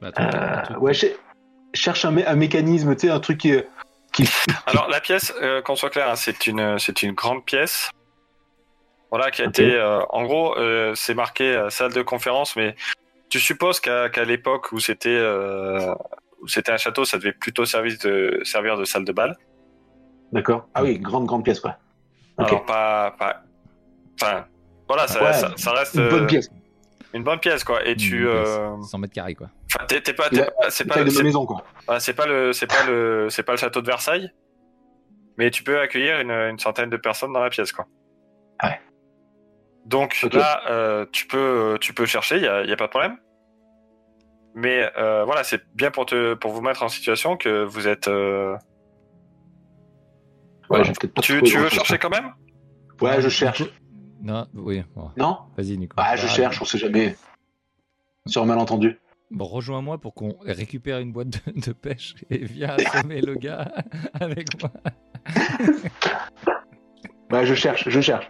C: Bah, attends, un
B: euh,
C: truc-
B: ouais, ch- cherche un, mé- un mécanisme, tu sais, un truc qui. euh, qui-
A: Alors la pièce, euh, qu'on soit clair, hein, c'est une, c'est une grande pièce. Voilà, qui a
B: Ok.
A: été, euh, en gros, euh, c'est marqué euh, salle de conférence, mais Tu supposes qu'à qu'à l'époque où c'était euh, où c'était un château, ça devait plutôt servir de, servir de salle de bal.
B: D'accord. Ah oui, grande, grande pièce, ouais. Ok.
A: Alors pas, pas- Enfin, voilà, ça,
B: Ouais,
A: ça- ça reste
B: Une
A: euh,
B: bonne pièce.
A: une bonne pièce, quoi. Et tu, euh,
D: 100 mètres carrés, quoi.
A: enfin, t'es t'es pas,
B: Il
A: t'es
B: a-
A: pas- c'est
B: Une
A: pas,
B: taille de ma
A: c'est-
B: maison, quoi.
A: voilà, Ah, c'est pas le, c'est pas le, c'est pas le château de Versailles, mais tu peux accueillir une, une centaine de personnes dans la pièce, quoi.
B: Ah ouais.
A: Donc
B: Ok.
A: là, euh, tu peux, tu peux chercher, il y a, y a pas de problème. Mais euh, voilà, c'est bien pour te, pour vous mettre en situation que vous êtes. euh,
B: Ouais, je vais peut-être pas
A: Tu,
B: trouver
A: tu veux
B: grand-chose.
A: chercher quand même
B: Ouais, je cherche.
D: Non, oui, bon,
B: Non
D: vas-y, Nico. Bah,
B: Ah, je cherche, on sait jamais. Sur un malentendu.
D: Bon, rejoins-moi pour qu'on récupère une boîte de, de pêche et viens assommer le gars avec moi.
B: Ouais, je cherche, je cherche.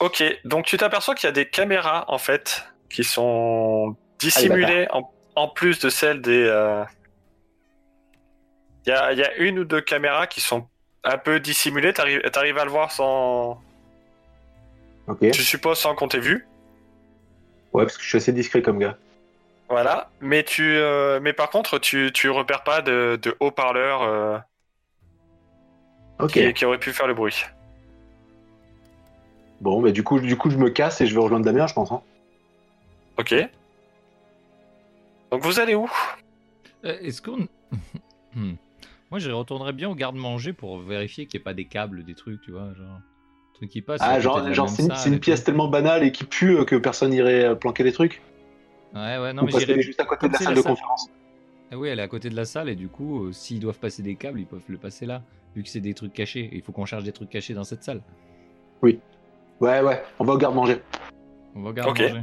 A: Ok, donc tu t'aperçois qu'il y a des caméras en fait qui sont dissimulées
B: Ah,
A: en, en plus de celles des. euh, Il y, a, il y a une ou deux caméras qui sont un peu dissimulées. T'arrives t'arrives à le voir sans.
B: Ok.
A: Tu supposes sans qu'on t'ait vu.
B: Ouais, parce que je suis assez discret comme gars.
A: Voilà. Mais tu. euh, mais par contre, tu, tu repères pas de, de haut-parleurs euh,
B: Ok.
A: qui, qui auraient pu faire le bruit.
B: Bon, bah du coup, du coup, je me casse et je vais rejoindre Damien, je pense. hein.
A: Ok. Donc vous allez où
D: Euh, Est-ce qu'on. Hmm. Moi, je retournerais bien au garde-manger pour vérifier qu'il n'y ait pas des câbles, des trucs, tu vois, genre. Trucs qui passent.
B: Ah,
D: peut-être
B: genre,
D: la
B: genre
D: même
B: c'est une,
D: salle
B: c'est une
D: et tout.
B: pièce tellement banale et qui pue euh, que personne n'irait euh, planquer des trucs.
D: Ouais, ouais, non,
B: Ou
D: mais
B: parce qu'elle est
D: j'irais.
B: juste à côté de la
D: C'est
B: salle
D: la
B: de
D: salle.
B: conférence.
D: Ah Oui, elle est à côté de la salle et du coup, euh, s'ils doivent passer des câbles, ils peuvent le passer là. Vu que c'est des trucs cachés, il faut qu'on cherche des trucs cachés dans cette salle.
B: Ouais, ouais, on va au garde-manger.
D: On va au garde
A: Ok.
D: manger.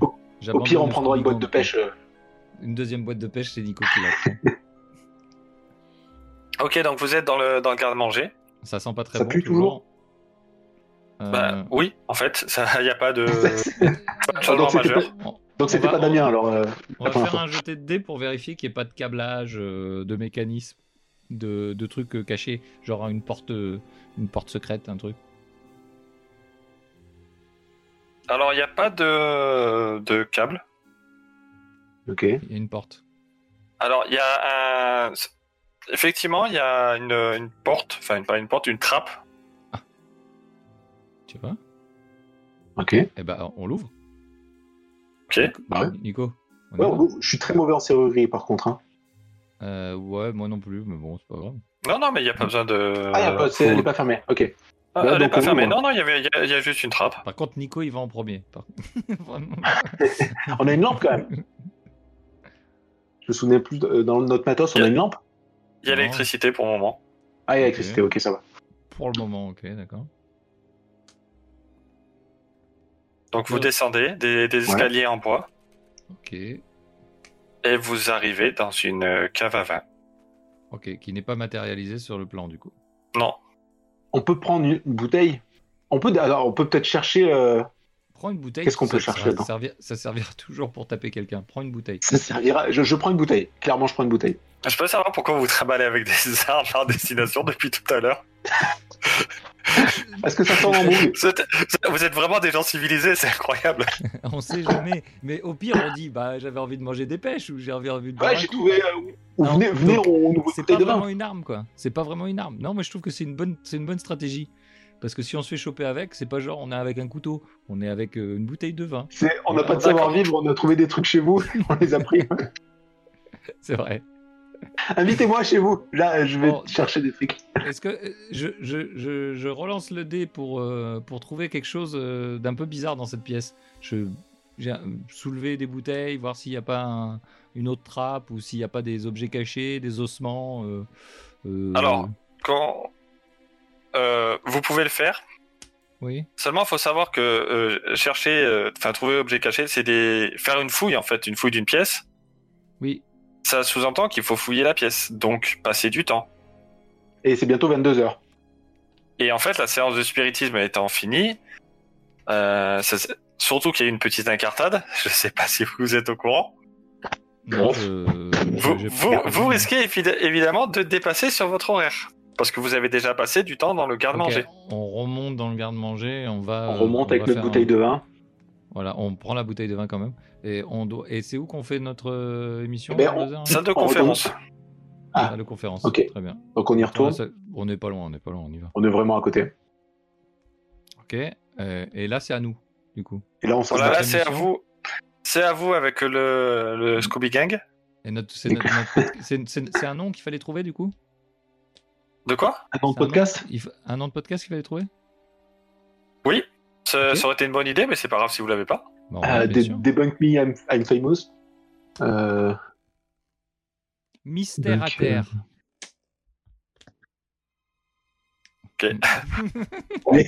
B: Au pire, on prendra une boîte de pêche. euh.
D: Une deuxième boîte de pêche, c'est Nico qui la prend.
A: Ok, donc vous êtes dans le, dans le garde-manger.
D: Ça sent pas très
B: Ça
D: bon
B: pue toujours
D: Euh,
B: Hmm.
A: Bah oui, en fait, il n'y a pas de. pas de
B: Ah,
A: changement
B: donc, c'était
A: majeur.
B: pas,
D: on-
B: donc, c'était
D: va-
B: pas Damien, alors. euh,
D: On va
B: Attends,
D: faire
B: attends.
D: un jeté de dés pour vérifier qu'il n'y ait pas de câblage, euh, de mécanisme, de, de trucs euh, cachés, genre une porte, euh, une porte secrète, un truc.
A: Alors, il n'y a pas de, de câble.
B: euh, Ok.
D: Il y a une porte.
A: Alors, il y a un. Effectivement, il y a une, une porte, enfin, une- pas une porte, une trappe.
D: Tu vois
B: Ok. Ouais,
D: Eh ben, on l'ouvre.
A: Ok.
B: Bah ouais.
D: Nico on y va
B: ouais, je suis très mauvais en serrurerie, par contre. hein.
D: Euh, ouais, moi non plus, mais bon, c'est pas grave.
A: Non, non, mais il n'y a pas besoin de.
B: Ah, y a pas- c'est- elle est pas fermée. Ok.
A: Ah,
B: Bah,
A: elle est
B: donc,
A: pas
B: on
A: fermée.
B: ouvre.
A: Non, non, il y avait- il y, a- il y a juste une trappe.
D: Par contre, Nico, il va en premier. Par- Vraiment.
B: On a une lampe quand même. Je me souvenais plus, de- euh, dans notre matos, on a une lampe.
A: Il y a
D: Non.
A: l'électricité pour le moment.
B: Ah, il y a l'électricité, ok, ça va.
D: Pour le moment, ok, d'accord.
A: Donc, vous
D: Ouais.
A: descendez des, des
B: Ouais.
A: escaliers en bois
D: Ok,
A: et vous arrivez dans une euh, cave à vin.
D: ok, qui n'est pas matérialisé sur le plan du coup.
A: Non.
B: On peut prendre une une bouteille. On peut, alors, on peut peut-être chercher. euh,
D: Prends une bouteille.
B: Qu'est-ce qu'on peut
D: ça-
B: chercher
D: ça,
B: dedans
D: servir- ça servira toujours pour taper quelqu'un. Prends une bouteille.
B: ça servira. Je, je prends une bouteille. Clairement, je prends une bouteille.
A: Je peux savoir pourquoi vous travaillez avec des armes à destination depuis tout à l'heure
B: Est-ce que ça sent l'embrouille
A: Vous êtes, vous êtes vraiment des gens civilisés, c'est incroyable.
D: On sait jamais. Mais au pire, on dit bah j'avais envie de manger des pêches ou j'avais envie de. boire un
B: Ouais, j'ai
D: coup.
B: trouvé. euh, ou
D: Non,
B: venez, venez,
D: donc,
B: on nous
D: C'est
B: bouteille
D: pas
B: de vin.
D: vraiment une arme quoi. C'est pas vraiment une arme. Non, mais je trouve que c'est une bonne, c'est une bonne stratégie. Parce que si on se fait choper avec, c'est pas genre on est avec un couteau, on est avec euh, une bouteille de vin.
B: C'est- On n'a pas de
A: D'accord.
B: savoir-vivre, on a trouvé des trucs chez vous, on les a pris.
D: C'est vrai.
B: Invitez-moi chez vous, là je vais
D: Bon.
B: chercher des trucs.
D: Est-ce que euh, je, je, je, je relance le dé pour, euh, pour trouver quelque chose euh, d'un peu bizarre dans cette pièce Je j'ai, euh, soulever des bouteilles, voir s'il n'y a pas un- une autre trappe ou s'il n'y a pas des objets cachés, des ossements. euh, euh,
A: Alors. Quand euh, vous pouvez le faire,
D: Oui.
A: seulement faut savoir que euh, chercher, euh, enfin trouver objet caché, c'est des faire une fouille en fait, une fouille d'une pièce.
D: Oui.
A: Ça sous-entend qu'il faut fouiller la pièce, donc passer du temps.
B: Et c'est bientôt 22h.
A: Et en fait, la séance de spiritisme étant finie, euh, ça- surtout qu'il y a eu une petite incartade. Je sais pas si vous êtes au courant.
D: Non, je-
A: Vous,
D: euh, je- je-
A: vous, vous risquez évi- évidemment de dépasser sur votre horaire parce que vous avez déjà passé du temps dans le
D: Ok,
A: garde-manger.
D: on remonte dans le garde-manger, on va.
B: On
D: euh,
B: remonte
D: on
B: avec
D: va
B: notre
D: faire un-
B: bouteille de vin.
D: Voilà, on prend la bouteille de vin quand même. Et, on doit... et c'est où qu'on fait notre euh, émission
B: Eh ben,
D: à
B: on-
D: deux heures, hein
A: Salle de
B: On
A: conférence.
B: Ah,
D: Salle de conférence.
B: ok.
D: Très bien.
B: Donc on y
D: Ah,
B: retourne.
D: ça- On n'est pas loin, on n'est pas loin, on y va.
B: On est vraiment à côté.
D: Ok. euh, et là, c'est à nous, du coup.
B: Et là, on s'en
A: Voilà,
B: va.
A: là, c'est à vous. C'est à vous avec le, le Scooby Gang.
D: Et notre, c'est, notre- notre- c'est- c'est- c'est un nom qu'il fallait trouver, du coup
A: De quoi
B: Dans le
D: Ah, C'est un nom-
B: podcast
D: il fa- Un nom de podcast qu'il fallait trouver
A: Oui. Ça,
D: Ok.
A: ça aurait été une bonne idée, mais c'est pas grave si vous l'avez pas.
D: Bon,
B: euh,
D: ouais, Ah, bien
B: dé-
D: sûr.
B: Debunk Me, I'm, I'm Famous. Euh,
D: Mystère
B: Donc,
D: à terre.
A: Ok.
B: Mais-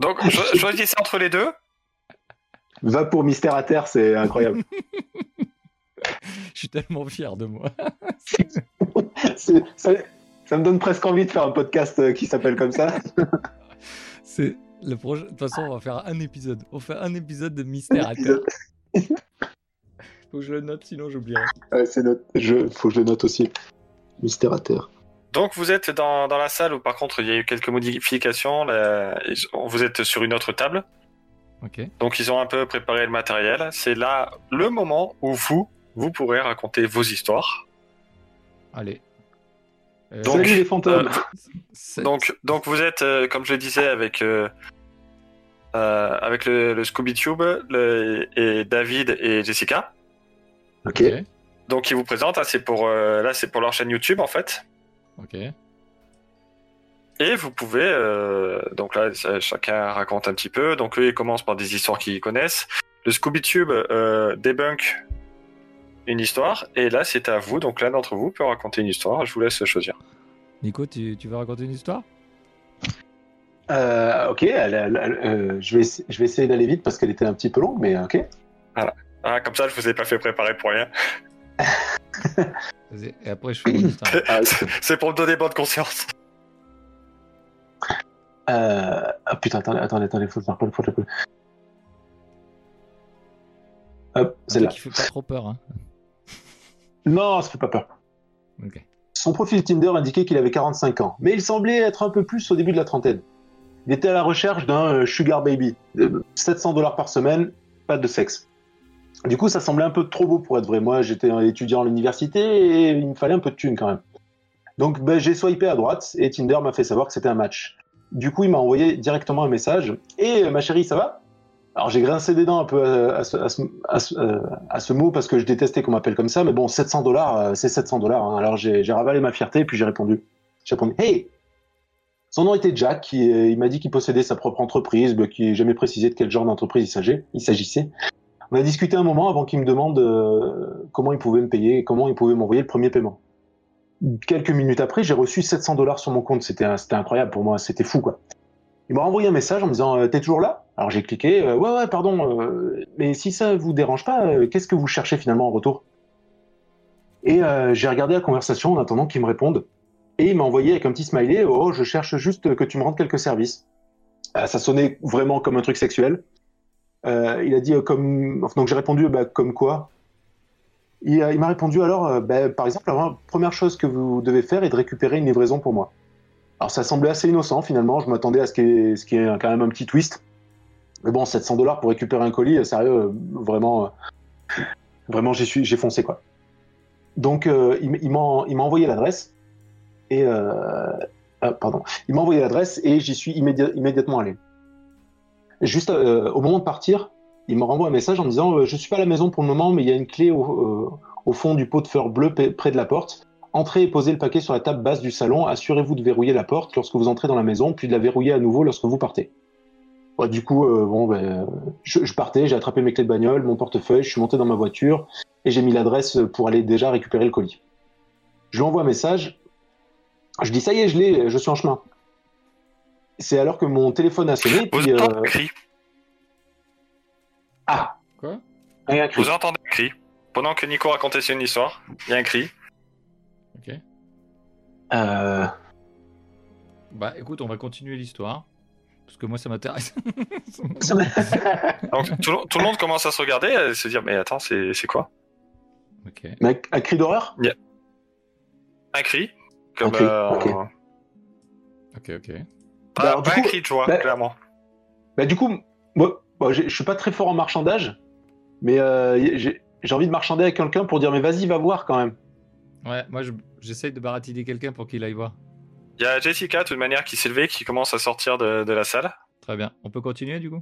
A: Donc, cho- choisissez entre les deux.
B: va pour Mystère à Terre, c'est incroyable.
D: Je suis tellement fier de moi.
B: C'est- ça, ça me donne presque envie de faire un podcast euh, qui s'appelle comme ça.
D: C'est le projet. De toute façon, on va faire un épisode. On fait un épisode de Mystère à terre. Faut que je le note, sinon j'oublierai.
B: Ouais, c'est notre jeu, faut que je le note aussi. Mystère à Terre.
A: Donc, vous êtes dans, dans la salle où, par contre, il y a eu quelques modifications. là, et vous êtes sur une autre table.
D: Ok.
A: Donc ils ont un peu préparé le matériel. C'est là le moment où vous, vous pourrez raconter vos histoires.
D: Allez. Euh,
A: Donc,
B: Salut les fantômes
D: c'est-
A: Donc, donc vous êtes, euh, comme je le disais, avec, euh, euh, avec le, le Scooby Tube le- et David et Jessica.
B: Ok.
D: Ok.
A: Donc ils vous présentent, hein, c'est pour, euh, là c'est pour leur chaîne YouTube en fait.
D: Ok.
A: Et vous pouvez, euh, donc là ça- chacun raconte un petit peu. Donc eux ils commencent par des histoires qu'ils connaissent. Le Scooby Tube euh, débunk une histoire. Et là c'est à vous, donc l'un d'entre vous peut raconter une histoire. Je vous laisse choisir.
D: Nico, tu, tu veux raconter une histoire
B: Euh, ok, elle- elle- elle- euh, je, vais, essa- je vais essayer d'aller vite parce qu'elle était un petit peu longue, mais ok.
A: Ah, comme ça, je vous ai pas fait préparer pour rien.
D: Vas-y, Et après, je fais mon histoire.
B: Ah,
A: C'est pour me donner bonne conscience.
B: Euh, ah, putain, attendez, attendez, attendez, faut le faire, faut le faire, faut le faire. Hop,
D: Un truc
B: celle-là.
D: qui fait pas trop peur. Hein.
B: Non, ça fait pas peur.
D: Ok.
B: Son profil Tinder indiquait qu'il avait 45 ans, mais il semblait être un peu plus au début de la trentaine. Il était à la recherche d'un euh, sugar baby, Euh, 700 dollars par semaine, pas de sexe. Du coup, ça semblait un peu trop beau pour être vrai. Moi, j'étais un étudiant à l'université et il me fallait un peu de thunes quand même. Donc, ben, j'ai swipé à droite et Tinder m'a fait savoir que c'était un match. Du coup, il m'a envoyé directement un message. Et euh, ma chérie, ça va Alors, j'ai grincé des dents un peu à, à ce, à ce- à ce- euh, à ce mot parce que je détestais qu'on m'appelle comme ça, mais bon, 700 dollars, euh, c'est 700 dollars. Alors j'ai j'ai ravalé ma fierté et puis j'ai répondu. J'ai répondu, hey Son nom était Jack, qui, euh, il m'a dit qu'il possédait sa propre entreprise, mais qui jamais précisé de quel genre d'entreprise il s'agit- il s'agissait. On a discuté un moment avant qu'il me demande euh, comment il pouvait me payer et comment il pouvait m'envoyer le premier paiement. Quelques minutes après, j'ai reçu 700 dollars sur mon compte. C'était un- c'était incroyable pour moi, c'était fou quoi. Il m'a envoyé un message en me disant euh, T'es toujours là Alors j'ai cliqué euh, Ouais, ouais, pardon, euh, mais si ça vous dérange pas, euh, qu'est-ce que vous cherchez finalement en retour Et euh, j'ai regardé la conversation en attendant qu'il me réponde. Et il m'a envoyé avec un petit smiley Oh, je cherche juste que tu me rendes quelques services. Euh, ça sonnait vraiment comme un truc sexuel. Euh, il a dit euh, comme. enfin, Donc j'ai répondu bah, Comme quoi Il, a- il m'a répondu alors euh, bah, Par exemple, la première chose que vous devez faire est de récupérer une livraison pour moi. Alors ça semblait assez innocent finalement, je m'attendais à ce qu'il y, ait- ce qu'il y ait quand même un petit twist. Mais bon, 700 dollars pour récupérer un colis, euh, sérieux, euh, vraiment, euh, vraiment j'y suis- j'ai foncé quoi. Donc euh, il, m- il m'en- il m'a envoyé l'adresse et... euh, ah, pardon. Il m'a envoyé l'adresse et j'y suis immédiat- immédiatement allé. Juste euh, au moment de partir, il me renvoie un message en me disant euh, Je suis pas à la maison pour le moment, mais il y a une clé au, euh, au fond du pot de fer bleu p- près de la porte. Entrez et posez le paquet sur la table basse du salon. Assurez-vous de verrouiller la porte lorsque vous entrez dans la maison, puis de la verrouiller à nouveau lorsque vous partez. Ouais, du coup, euh, bon, ben, euh, je, je partais, j'ai attrapé mes clés de bagnole, mon portefeuille, je suis monté dans ma voiture et j'ai mis l'adresse pour aller déjà récupérer le colis. Je lui envoie un message. Je dis ça y est, je l'ai, je suis en chemin. C'est alors que mon téléphone a sonné.
A: Vous
B: Puis, euh,
A: entendez un cri.
B: Ah,
D: Quoi
B: il y a un cri.
A: Vous entendez un cri. Pendant que Nico racontait son histoire, il y a un cri.
D: Ok.
B: Euh,
D: Bah écoute, on va continuer l'histoire. Parce que moi, ça m'intéresse.
A: Donc tout, le- tout le monde commence à se regarder et se dire Mais attends, c'est c'est quoi
D: ok.
B: un, un cri d'horreur
A: Un cri Comme.
B: Un cri,
A: euh,
B: ok.
A: un-
D: Ok, ok.
A: pas,
B: Bah, alors, du
A: pas un
B: coup,
A: cri de joie,
B: bah-
A: clairement.
B: Bah du coup, moi, moi, Bon, j'ai- je suis pas très fort en marchandage, mais euh, j'ai j'ai envie de marchander avec quelqu'un pour dire mais vas-y, va voir quand même.
D: Ouais, moi je- j'essaye de baratiner quelqu'un pour qu'il aille voir.
A: Il y a Jessica, de toute manière, qui s'est levée, qui commence à sortir de, de la salle.
D: Très bien. On peut continuer du coup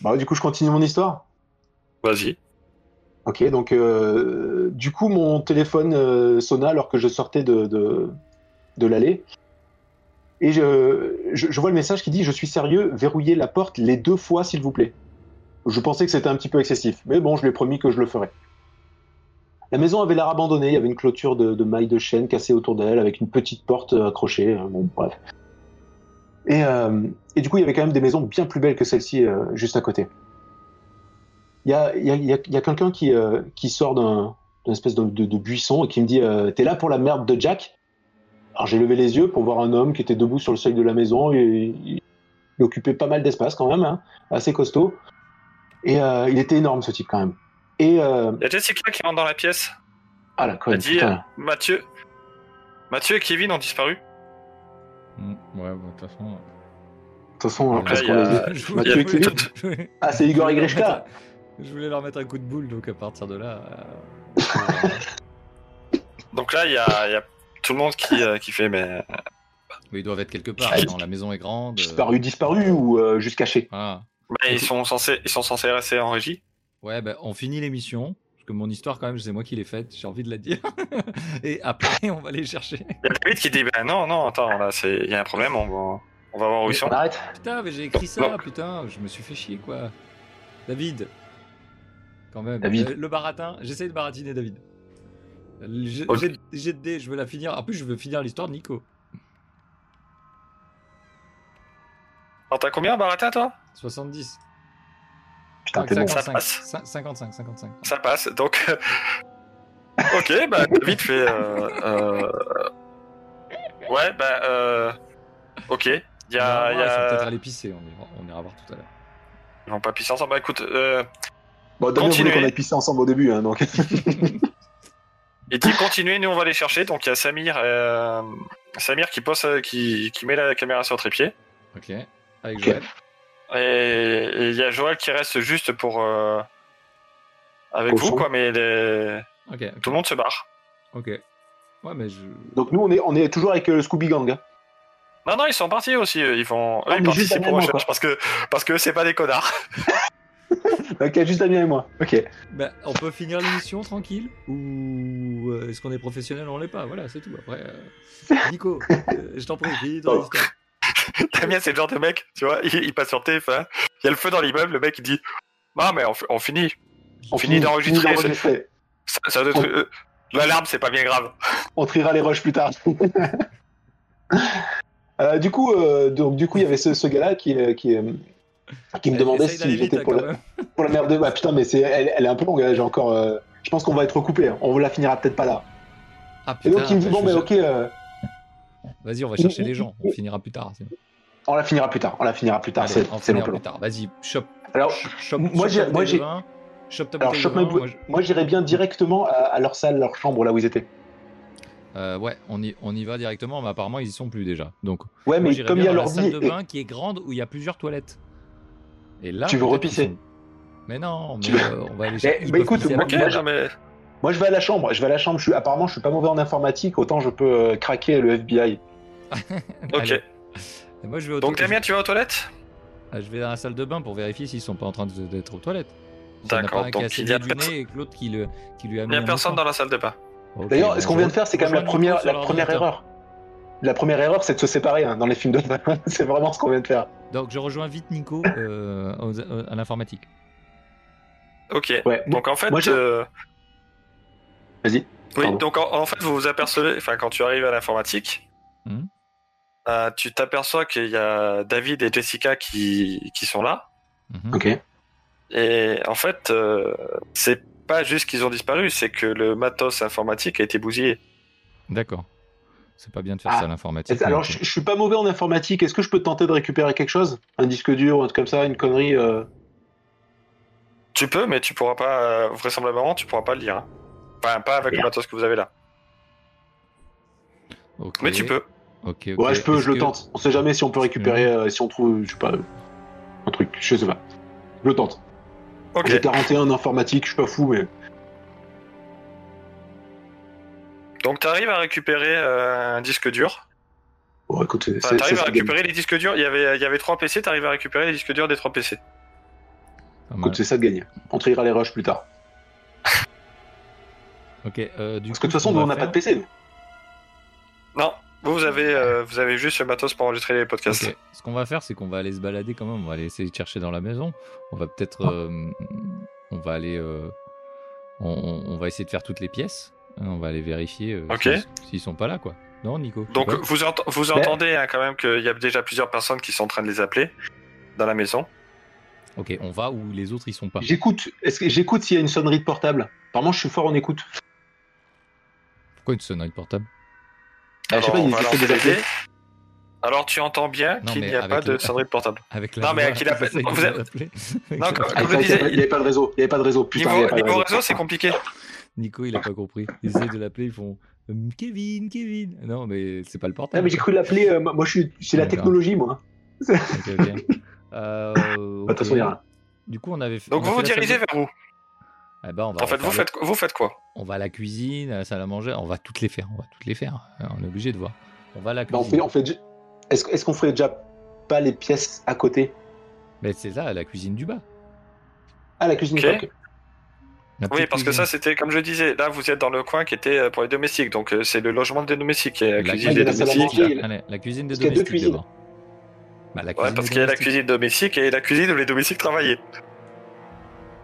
B: Bah, du coup, je continue mon histoire.
A: Vas-y.
B: Ok, donc euh, du coup, mon téléphone euh, sonna alors que je sortais de, de, de l'allée. Et je, je, je vois le message qui dit Je suis sérieux, verrouillez la porte les deux fois, s'il vous plaît. Je pensais que c'était un petit peu excessif, mais bon, je lui ai promis que je le ferais. La maison avait l'air abandonnée, il y avait une clôture de, de mailles de chaîne cassée autour d'elle, avec une petite porte euh, accrochée, hein, bon, bref. Et, euh, et du coup, il y avait quand même des maisons bien plus belles que celle-ci, euh, juste à côté. Il y a, il y a- il y a- il y a quelqu'un qui, euh, qui sort d'un d'une espèce de, de- de buisson et qui me dit euh, T'es là pour la merde de Jack Alors j'ai levé les yeux pour voir un homme qui était debout sur le seuil de la maison. Et, il, il occupait pas mal d'espace quand même, hein, assez costaud. Et euh, il était énorme ce type quand même. Et. euh,
A: Il y a Jessica qui rentre dans la pièce.
B: ah la conne,
A: Elle dit
B: putain.
A: euh, Mathieu. Mathieu et Kevin ont disparu.
D: Mm, Ouais, bon, de toute façon.
B: De toute
A: Donc
B: façon,
A: là,
B: après ce
A: il y
B: qu'on
A: a- Euh.
B: a dit.
D: je
B: Mathieu
D: voulais-
B: et Kevin.
D: je voulais-
B: Ah, c'est Igor Igreshka
D: Je voulais leur mettre un coup de boule, donc à partir de là. euh,
A: Donc là, il y a, il y a tout le monde qui, euh, qui fait mais
D: Mais ils doivent être quelque part.
B: Qui-
D: non, la maison est grande. euh,
B: Disparu, disparu ou euh, juste caché
D: Voilà.
A: bah, ils sont censés ils sont censés rester en régie.
D: Ouais, ben on finit l'émission. Parce que mon histoire, quand même, c'est moi qui l'ai faite. J'ai envie de la dire. Et après, on va les chercher.
A: Il y a David qui dit bah, non non attends là c'est il y a un problème on va on va voir où ils sont.
B: On arrête
D: Putain, mais j'ai écrit
B: Bah.
D: ça. Putain, je me suis fait chier, quoi. David. Quand même.
B: David.
D: Euh, Le baratin. J'essaie de baratiner David. Le G-
A: Ok.
D: G- Jet de dés, je veux la finir. En plus, je veux finir l'histoire de Nico.
A: Alors t'as combien Barata toi
D: 70.
B: Putain, t'es bon.
A: Ça
D: 55,
A: passe.
D: cin- 55, 55.
A: Ça passe donc. euh, ok bah David fait euh, euh, ouais bah euh, ok il y
D: On
A: a,
D: ira
A: il y
D: voir, Ah, Ils sont peut-être
A: a...
D: allés pisser, on ira, on ira voir tout à l'heure.
A: ils vont pas pisser ensemble bah écoute euh,
B: Bon, Damien voulait
A: Continuez.
B: qu'on aille pisser ensemble au début, hein, donc.
A: Il dit continuez, nous on va les chercher. Donc il y a Samir, euh, Samir qui, pose, euh, qui, qui met la caméra sur le trépied.
D: Ok. Avec
B: Ok.
D: Joël.
A: Et et il y a Joël qui reste juste pour. euh, avec
B: Au
A: vous,
B: fond.
A: quoi, mais les-
D: Ok. ok,
A: tout le monde se barre.
D: Ok. Ouais, mais je.
B: Donc nous, on est, on est toujours avec euh, le Scooby Gang. hein.
A: Non, non, ils sont partis aussi. eux, Ils font. eux,
B: Ah,
A: ils
B: mais juste
A: participent aux
B: avant,
A: recherches parce que parce que c'est pas des connards.
B: Ok, juste Damien et moi. Ok.
D: Bah, on peut finir l'émission tranquille Ou euh, est-ce qu'on est professionnel On l'est pas. Voilà, c'est tout. Après, euh, Nico, euh, je t'en prie, finis ton
B: Oh.
D: histoire.
A: Damien, c'est le genre de mec, tu vois, il, il passe sur TF1. Il y a le feu dans l'immeuble, le mec il dit Non, mais on, fi- on finit. On finit d'enregistrer,
B: finit d'enregistrer.
A: Ça, ça
B: Oh.
A: doit être- euh, L'alarme, c'est pas bien grave.
B: On triera les rushs plus tard. Euh, du coup, euh, donc du coup, il y avait ce, ce gars-là qui, euh, qui, euh, qui me
D: Eh,
B: demandait
D: essaye d'aller
B: si j'étais
D: vite,
B: pour,
D: quand
B: la-
D: même.
B: pour la merde de. Bah putain, mais c'est, elle, elle est un peu longue. hein, J'ai encore. euh, Je pense qu'on va être recoupé. hein. On la finira peut-être pas là.
D: Ah
B: Et
D: putain.
B: donc il me dit
D: bah,
B: bon,
D: je
B: mais
D: suis
B: ok, euh,
D: sûr- Vas-y, on va chercher les gens. On finira plus tard. sinon.
B: on la finira plus tard. On la finira plus tard.
D: Allez,
B: C'est
D: on
B: c'est long,
D: finira
B: peu long.
D: plus tard. Vas-y, chope.
B: Alors,
D: ch- chope-
B: moi,
D: chope
B: j'ai-
D: ta
B: moi,
D: bouteille de
B: j'ai-
D: vin, Chope ta
B: Alors,
D: bouteille de
B: chope ma
D: vin,
B: bou-
D: moi, je-
B: moi, j'irais bien directement à, à leur salle, leur chambre, là où ils étaient.
D: Euh, ouais, on y, on y va directement, mais apparemment ils y sont plus déjà. Donc,
B: Ouais,
D: Moi,
B: mais
D: j'irais
B: comme
D: bien
B: il y a
D: dans la
B: l'ordi
D: salle de
B: et-
D: bain qui est grande où il y a plusieurs toilettes. Et là,
B: Tu veux
D: peut-être
B: repisser.
D: qu'ils sont- Mais non, mais
B: Tu veux-
D: euh, on va aller chercher.
B: Mais-
D: ils
B: bah,
D: peuvent
B: écoute,
D: pisser à
B: moi-
A: Ok,
D: la
B: moi,
D: maison.
A: non, mais.
B: Moi, je vais à la chambre. Je vais à la chambre. Je suis... Apparemment, je suis pas mauvais en informatique. Autant je peux euh, craquer le FBI.
A: Ok.
D: Allez. Et moi, je vais, au
A: Donc
D: toilette.
A: Damien, tu vas aux toilettes
D: Ah, je vais dans la salle de bain pour vérifier s'ils sont pas en train de- d'être aux toilettes. S'il n'y en a
A: D'accord,
D: pas un qui
A: donc
D: a
A: il
D: saigné
A: y a,
D: du
A: personne-
D: nez et que l'autre qui, le- qui lui a
A: il
D: mis.
A: y a personne dans la salle de bain.
B: D'ailleurs,
D: bah,
B: ce qu'on vient de faire, c'est quand même la première, la première erreur. La première erreur, c'est de se séparer hein, dans les films de C'est vraiment ce qu'on vient de faire.
D: Donc, je rejoins vite Nico euh, aux- euh, à l'informatique.
A: Ok.
B: Ouais.
A: Donc en fait,
B: Moi, j'ai-
A: euh,
B: Vas-y.
A: oui,
B: Pardon.
A: donc en, en fait, vous vous apercevez, enfin, quand tu arrives à l'informatique,
B: Hmm.
D: Mhm.
A: euh, tu t'aperçois qu'il y a David et Jessica qui, qui sont là.
D: Mhm.
B: Ok.
A: Et en fait, euh, c'est pas juste qu'ils ont disparu, c'est que le matos informatique a été bousillé.
D: D'accord. C'est pas bien de faire
B: Ah.
D: ça l'informatique. mais
B: Alors,
D: ok.
B: je, je suis pas mauvais en informatique. Est-ce que je peux tenter de récupérer quelque chose Un disque dur ou un truc comme ça, une connerie euh,
A: Tu peux, mais tu pourras pas, euh, vraisemblablement, tu pourras pas le lire. hein. Enfin, pas avec le matos que vous avez là.
D: Ok.
A: Mais tu peux.
D: Ok, ok.
B: Ouais, je peux,
D: Est-ce
B: je le
D: que-
B: tente. On sait jamais si on peut récupérer, euh, si on trouve, je sais pas, euh, un truc, je sais pas. Je le tente.
A: Ok.
B: J'ai 41 en informatique, je suis pas fou, mais
A: Donc t'arrives à récupérer euh, un disque dur.
B: bon, écoute, c'est-
A: Enfin,
B: c'est-
A: Bah, t'arrives
B: ça
A: à
B: se gagne.
A: récupérer les disques durs. Il y avait, il y avait trois PC. T'arrives à récupérer les disques durs des trois PC.
D: Pas mal.
B: Écoute, c'est ça de gagner. On triera les rushs plus tard.
D: Ok, euh, du
B: Parce
D: coup,
B: que de toute façon,
D: ce
B: nous,
D: qu'on
B: on
D: va
B: n'a pas de
D: faire-
B: PC. nous.
A: Non, vous, vous avez, euh, vous avez juste le matos pour enregistrer les podcasts.
D: Ok. Ce qu'on va faire, c'est qu'on va aller se balader quand même. On va aller essayer de chercher dans la maison. On va peut-être,
A: Ah.
D: euh, on va aller, euh, on, on- on va essayer de faire toutes les pièces. Hein, On va aller vérifier euh,
A: Ok.
D: s'ils- s'ils sont pas là, quoi. Non, Nico.
A: Donc
D: Ouais.
A: vous, ent- vous
B: Ben
A: entendez hein, quand même qu'il y a déjà plusieurs personnes qui sont en train de les appeler dans la maison. euh,
D: ok, on va où les autres ils sont pas.
B: J'écoute. Est-ce que j'écoute s'il y a une sonnerie de portable Apparemment, je suis fort en écoute.
D: Pourquoi une sonnerie de portable
B: Ah, je sais pas,
A: on
B: ils
A: va
B: essaient de les
A: lancer
B: appeler.
A: les dés. Alors tu entends bien
D: Non,
A: qu'il
D: mais
A: n'y a
D: avec
A: pas de
D: le-
A: sonnerie de portable.
D: Avec
A: Non,
D: la
A: mais
D: voix,
A: qu'il appelle-
D: j'essaye de
A: vous avez-
D: l'appeler.
A: Non,
D: Avec
A: comme-
D: la-
B: Ah,
A: comme je
B: il n'y
A: disais, il-
B: avait pas de réseau. Il n'y avait pas de réseau. Putain, il n'y
A: niveau,
B: avait pas de
A: niveau
B: réseau.
A: réseau, c'est compliqué.
D: Nico, il a pas compris. Ils essayent de l'appeler, ils font Hum, Kevin, Kevin. Non, mais c'est pas le
B: Ah,
D: portable.
B: mais j'ai cru l'appeler. euh, moi, je suis. C'est la
D: D'accord.
B: technologie, moi.
D: Ok, ok. Euh,
B: Bah, De
D: ok.
B: toute façon, il y a rien.
D: Du coup, on avait. fait-
A: Donc
D: on a
A: vous vous
D: fait la salle
A: dirigez
D: de-
A: vers où
D: Eh ben, on
A: En
D: va
A: fait,
D: refaire
A: vous
D: le-
A: faites, vous faites quoi
D: On va à la cuisine, à la salle à manger, on va toutes les faire, on va toutes les faire. Euh, On est obligé de voir. On va à la
B: Bah, on
D: cuisine.
B: fait, on fait. Est-ce est-ce qu'on ferait déjà pas les pièces à côté
D: Mais c'est là, la cuisine du bas.
B: Ah, la cuisine.
A: Ok.
B: ok.
D: La
A: Oui,
D: petite
A: parce que
D: cuisine.
A: ça, c'était comme je disais. Là, vous êtes dans le coin qui était euh, pour les domestiques. Donc, euh, c'est le logement des domestiques. Il y a la
D: La
A: cuisine
B: cuisine
A: des
B: de la salle à
A: domestiques.
B: manger, il-
D: Allez, la cuisine des
B: parce qu'il y a deux
D: domestiques
B: cuisines.
D: d'abord. Bah, la
A: Ouais,
D: cuisine
A: parce
D: des
A: qu'il y a la
D: domestiques.
A: cuisine domestique et la cuisine où les domestiques travaillaient.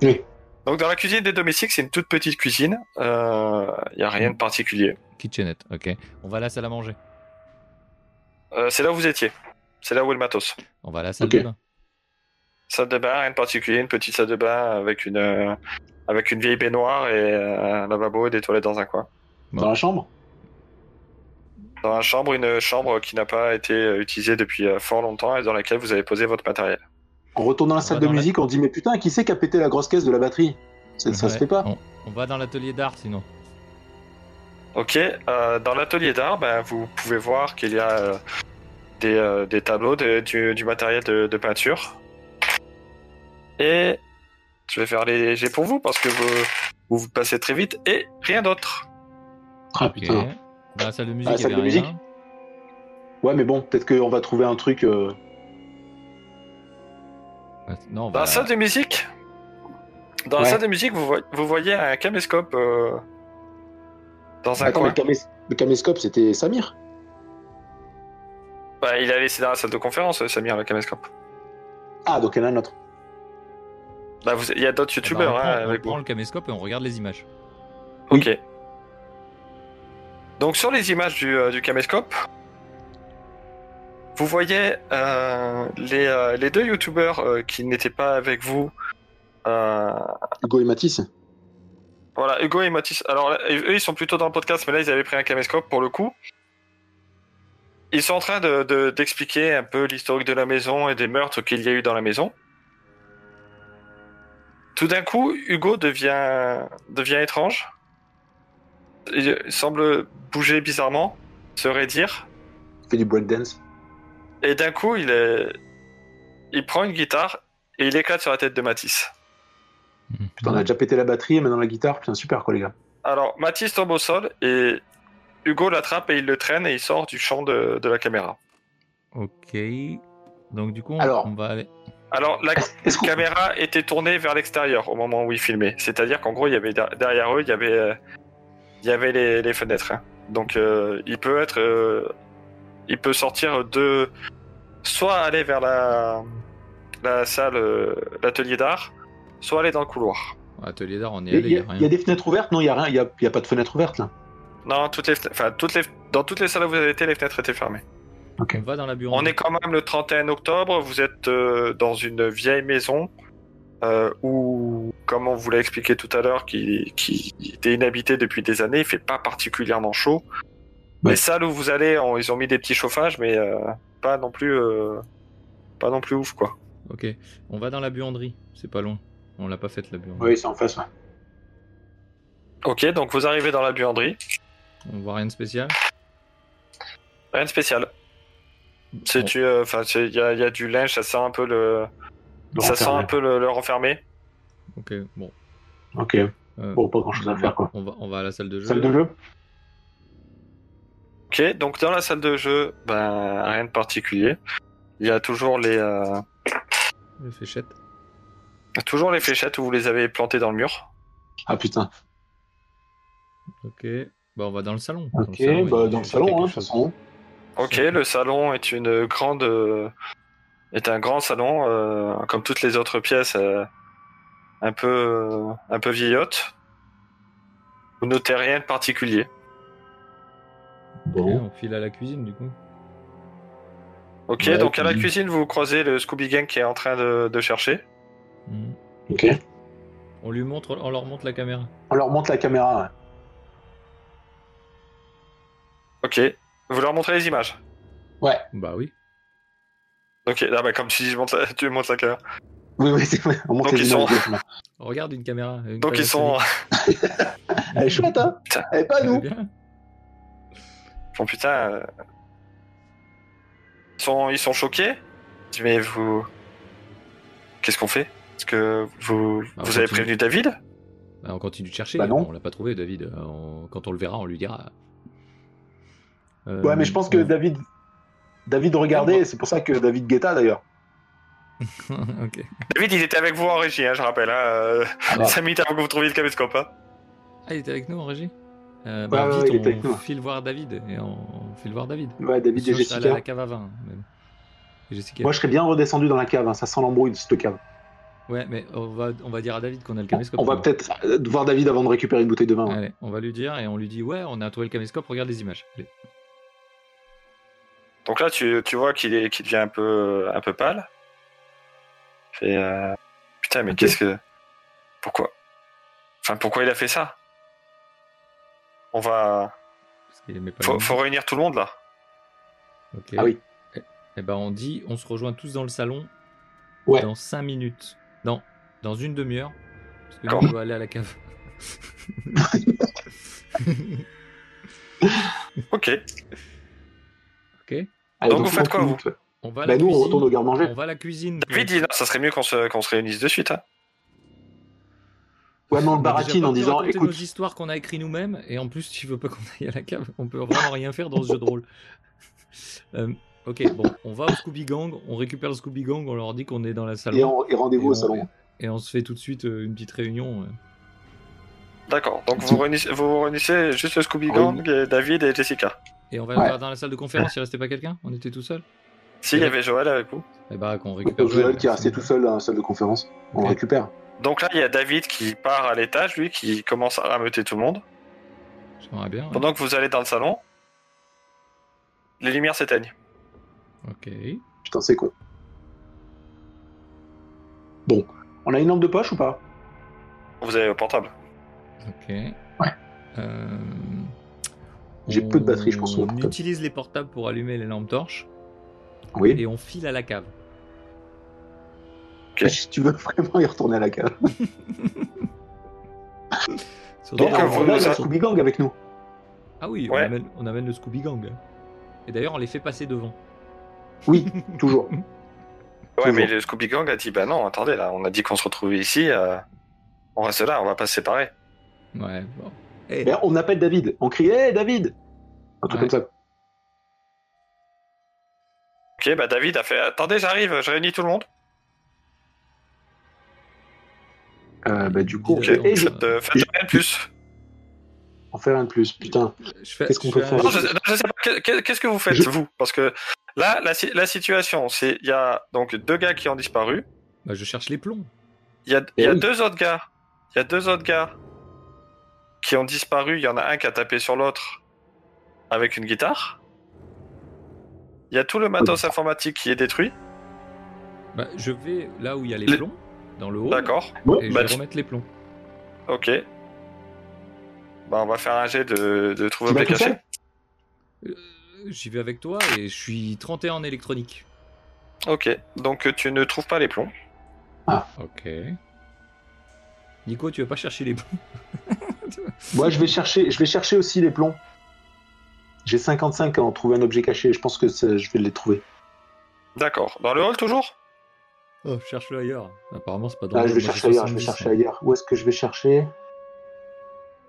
B: Oui.
A: Donc, dans la cuisine des domestiques, c'est une toute petite cuisine. Euh, Il n'y a rien de particulier.
D: Kitchenette, ok. On va à la salle à manger.
A: Euh, c'est là où vous étiez. C'est là où est le matos.
D: On va à la salle
B: Ok.
D: de bain.
A: Salle de bain, rien de particulier. Une petite salle de bain avec une, euh, avec une vieille baignoire et euh, un lavabo et des toilettes dans un coin.
D: Bon.
B: Dans la chambre
A: Dans la chambre, une chambre qui n'a pas été euh, utilisée depuis euh, fort longtemps et dans laquelle vous avez posé votre matériel.
B: On retourne dans la
D: On
B: salle
D: va
B: de
D: dans la-
B: musique, on dit mais putain, qui c'est qui a pété la grosse caisse de la batterie Ça, ça se
D: Ouais,
B: fait pas.
D: On, on va dans l'atelier d'art sinon.
A: Ok, euh, dans l'atelier d'art, ben, vous pouvez voir qu'il y a euh, des, euh, des tableaux, de- du, du matériel de, de peinture. Et je vais faire les légers pour vous parce que vous, vous, vous passez très vite et rien d'autre.
B: Ah
D: Ok.
B: putain.
D: Dans la salle de musique,
B: la
D: il y
B: salle
D: avait
B: de
D: rien.
B: musique. Ouais, mais bon, peut-être qu'on va trouver un truc. euh,
D: Ouais, Bah, Non, on
A: Dans
D: va
A: la Bah,
D: à
A: salle de musique, dans la
B: Ouais.
A: salle de musique, vous, voy- vous voyez un caméscope euh, dans un
B: Attends, mais
A: coin.
B: le, camés- le caméscope, c'était Samir.
A: Bah, il a laissé dans la salle de conférence, euh, Samir, le caméscope.
B: Ah, donc il y en a un autre.
A: Bah, vous- il y a d'autres
D: Eh ben,
A: youtubeurs.
D: on,
A: hein,
D: prend, on
A: avec
D: prend
A: moi.
D: le caméscope et on regarde les images.
A: Ok. Donc sur les images du, euh, du caméscope, vous voyez euh, les, euh, les deux youtubeurs euh, qui n'étaient pas avec vous. euh,
B: Hugo et Matisse.
A: voilà, Hugo et Mathis. Alors là, eux, ils sont plutôt dans le podcast, mais là, ils avaient pris un caméscope pour le coup. Ils sont en train de- de- d'expliquer un peu l'historique de la maison et des meurtres qu'il y a eu dans la maison. Tout d'un coup, Hugo devient, devient étrange. Il semble bouger bizarrement, se raidir.
B: Il fait du breakdance.
A: Et d'un coup, il, est... il prend une guitare et il éclate sur la tête de Matisse.
D: Hmm.
B: Putain, on a déjà pété la batterie et maintenant la guitare. Putain, super quoi, les gars.
A: Alors, Mathis tombe au sol et Hugo l'attrape et il le traîne et il sort du champ de, de la caméra.
D: Ok. Donc du coup, on,
B: Alors.
D: on va aller.
A: Alors, la
B: Est-ce qu'on.
A: caméra était tournée vers l'extérieur au moment où il filmait. C'est-à-dire qu'en gros, il y avait der- derrière eux, il y avait, euh, il y avait les, les fenêtres. hein. Donc, euh, il peut être. euh, il peut sortir de. Soit aller vers la, la salle, euh, l'atelier d'art, soit aller dans le couloir.
D: Atelier d'art, on est
B: Il y,
D: allé, il y a
B: a-
D: rien.
B: il y a des fenêtres ouvertes Non, il n'y a rien. Il n'y a, il y a pas de fenêtre ouverte là.
A: Non, toutes les, fena- enfin, toutes les, dans toutes les salles où vous avez été, les fenêtres étaient fermées.
D: On va dans la bureau.
A: On est quand même le 31 octobre, vous êtes euh, dans une vieille maison euh, où, comme on vous l'a expliqué tout à l'heure, qui, qui était inhabitée depuis des années, il fait pas particulièrement chaud.
B: Ouais.
A: Les salles où vous allez, on- ils ont mis des petits chauffages, mais euh, pas non plus, euh, pas non plus ouf quoi.
D: Ok. On va dans la buanderie. C'est pas loin. On l'a pas faite la buanderie.
B: Oui, c'est en face. ouais.
A: Ok, donc vous arrivez dans la buanderie.
D: On voit rien de spécial.
A: Rien de spécial. C'est tu, euh, enfin, c'est- il y, a il y a du linge, ça sent un peu le,
B: Le
A: ça sent
B: renfermer.
A: un peu le, le renfermé.
D: Ok, bon.
B: Ok,
D: euh,
B: bon, pas grand chose à faire quoi.
D: On va, on va à la salle de jeu.
B: Salle de jeu
A: Ok, donc dans la salle de jeu, ben rien de particulier. Il y a toujours les, euh,
D: Les fléchettes.
A: toujours les fléchettes où vous les avez plantées dans le mur.
B: Ah putain.
D: Ok. Bah, on va dans le salon. Dans le
B: Ok,
D: salon, il y
B: bah
D: a-
B: dans le
D: il y a
B: salon,
D: quelque
B: hein, de toute
D: chose.
B: façon.
A: Ok,
D: C'est-
A: le salon est une grande, euh, est un grand salon euh, comme toutes les autres pièces, euh, un peu, euh, un peu vieillotte. Vous notez rien de particulier.
D: Ok,
B: Bon.
D: on file à la cuisine du coup.
A: Ok,
B: Ouais,
A: donc à la
B: puis-
A: cuisine, vous croisez le Scooby Gang qui est en train de, de chercher.
D: Mhm.
B: Ok.
D: On lui montre, on leur montre la caméra.
B: On leur montre la caméra. ouais.
A: Ok, vous leur montrez les images.
D: Bah oui.
A: Ok, ah bah, comme tu dis, je montre la- tu montres la caméra.
B: Oui, oui, c'est vrai. On montre
A: Donc,
B: les
A: ils
B: images
A: sont-
B: de chemin.
D: Regarde une caméra. une
A: Donc ils sont.
D: Panasonic.
B: Elle est chouette, hein
A: Putain.
B: Elle est pas à
D: Elle est
B: nous
D: bien.
A: Bon putain. euh, Ils, sont... ils sont choqués. Ils disent, Mais vous. Qu'est-ce qu'on fait Est-ce que vous,
D: Bah, on
A: vous avez prévenu
D: continue.
A: David
D: Bah, on continue de chercher.
B: Bah non.
D: On l'a pas trouvé, David. Euh, on- Quand on le verra, on lui dira. Euh,
B: Ouais, mais je pense que
D: on-
B: David. David regardait, c'est pour ça que David Guetta d'ailleurs.
D: Ok.
A: David, il était avec vous en régie, hein, je rappelle. Hein, euh,
B: bah.
A: cinq minutes avant que vous trouviez le caméscope. hein.
D: Ah, il était avec nous en régie Euh, bah,
B: ouais,
D: vite,
B: ouais, il était avec
D: on
B: nous.
D: file voir David. Et on, on file voir David.
B: Ouais, David
D: Sinon,
B: et
D: je serais allé
B: Jessica.
D: à la cave à vin. mais bon. Et Jessica.
B: Moi, je serais bien redescendu dans la cave, hein, ça sent l'embrouille de cette cave.
D: Ouais, mais on va, on va dire à David qu'on a le caméscope.
B: On va
D: nous.
B: peut-être euh, voir David avant de récupérer une bouteille de vin. ouais.
D: Allez, on va lui dire et on lui dit Ouais, on a trouvé le caméscope, regarde les images. Allez.
A: Donc là, tu, tu vois qu'il est... qu'il devient un peu, un peu pâle. Et, euh, Putain, mais
B: Ok.
A: qu'est-ce que. Pourquoi Enfin, pourquoi il a fait ça On va.
D: Parce qu'il aimait pas
A: Faut,
D: le nom.
A: faut réunir tout le monde là.
D: Ok.
B: Ah oui.
D: Eh- Eh ben, on dit On se rejoint tous dans le salon
B: Ouais.
D: dans 5 minutes. Non, dans une demi-heure. Parce que
A: D'accord.
D: nous, on doit aller à la cave.
A: Ok.
D: ok
B: Allez,
A: Donc, vous faites quoi,
B: on-
A: vous
D: On va à
B: Bah,
D: la
B: nous, on
D: cuisine.
B: retourne au garde-manger.
D: On va à la cuisine.
A: David dit non, ça serait mieux qu'on se, qu'on se réunisse de suite. hein.
B: Ouais, mais on le
D: On a déjà
B: baratine
D: pas
B: en
D: pu
B: disant
D: raconter
B: écoute,
D: nos histoires qu'on a écrites nous-mêmes, et en plus, tu veux pas qu'on aille à la cave. On peut vraiment rien faire dans ce jeu de rôle. Euh, ok, bon, on va au Scooby Gang, on récupère le Scooby Gang, on leur dit qu'on est dans la salle.
B: et, on- et
D: et
B: rendez-vous
D: on-
B: au salon.
D: et on se fait tout de suite euh, une petite réunion. euh.
A: D'accord. Donc vous réunissez, vous réunissez juste le Scooby Gang, et David et Jessica.
D: Et on va
B: Ouais.
D: voir dans la salle de conférence, il restait pas quelqu'un On était tout seul
A: S'il y
D: Ouais.
A: avait Joël avec vous.
D: Et bah, qu'on récupère.
B: Donc, Joël
D: Joël,
B: qui est resté tout seul dans la salle de conférence. On le
D: Ok.
B: récupère.
A: Donc là, il y a David qui part à l'étage, lui, qui commence à rameuter tout le monde.
D: J'aimerais bien. ouais.
A: Pendant que vous allez dans le salon, les lumières s'éteignent.
D: Ok.
B: Putain, c'est con. Bon, on a une lampe de poche ou pas
A: Vous avez au portable.
D: Ok.
B: Ouais.
D: Euh,
B: J'ai peu de batterie, je pense, sur
D: On
B: mon portable.
D: utilise les portables pour allumer les lampes torches
B: Oui.
D: et on file à la cave.
A: Ok.
B: Si tu veux vraiment y retourner à la cave.
D: Surtout
A: Donc,
B: Donc,
D: qu'on-
A: vous-
B: on a la
A: vous-
B: Scooby Gang avec nous.
D: Ah oui,
A: Ouais.
D: on, amène, on amène le Scooby Gang. Et d'ailleurs, on les fait passer devant.
B: Oui, toujours.
A: Ouais,
B: Toujours.
A: mais le Scooby Gang a dit bah non, attendez, là, on a dit qu'on se retrouvait ici. euh, on reste là, on va pas se séparer.
D: Ouais, bon. Eh,
B: Ben, on appelle David. On crie Hé, David Un truc
D: Ouais.
B: comme ça.
A: Ok, bah David a fait attendez, j'arrive, je réunis tout le monde.
B: Euh, ben, du coup, on
D: Ok.
B: fait, Hé, je-
A: Faites, euh, faites rien de plus.
B: on fait un de plus. Putain.
D: je fais-
B: qu'est-ce qu'on
D: je
B: peut
D: fais
B: faire
A: Non,
D: un-
A: je, sais- non, je sais pas. Que- que- Qu'est-ce que vous faites,
B: Je-
A: vous Parce que là, la, si- la situation, c'est il y a donc deux gars qui ont disparu.
D: bah, je cherche les plombs.
A: Il y a, il y a
B: Eh oui.
A: deux autres gars. Il y a deux autres gars qui ont disparu. Il y en a un qui a tapé sur l'autre avec une guitare. Il y a tout le
B: Oh.
A: matos informatique qui est détruit.
D: Bah, je vais là où il y a les
A: Les-
D: plombs, dans
B: Oh.
D: le haut,
A: D'accord.
D: et
A: Bah,
D: je vais
A: tu-
D: remettre les plombs.
A: Ok. Bah, on va faire un jet de, de trouver
B: Tu vas
A: objet
B: tout
A: caché.
B: seul
D: Euh, J'y vais avec toi et je suis 31 en électronique.
A: Ok. Donc tu ne trouves pas les plombs.
D: Ok. Nico, tu veux pas chercher les plombs
B: Moi, je vais chercher, je vais chercher aussi les plombs. J'ai 55 à en trouver un objet caché. Je pense que ça- je vais les trouver.
A: D'accord. Dans le hall toujours
D: Oh, cherche-le ailleurs. Apparemment, c'est pas dans
B: Ah,
D: le
B: je vais chercher ailleurs. Je vais chercher ailleurs. Où est-ce que je vais chercher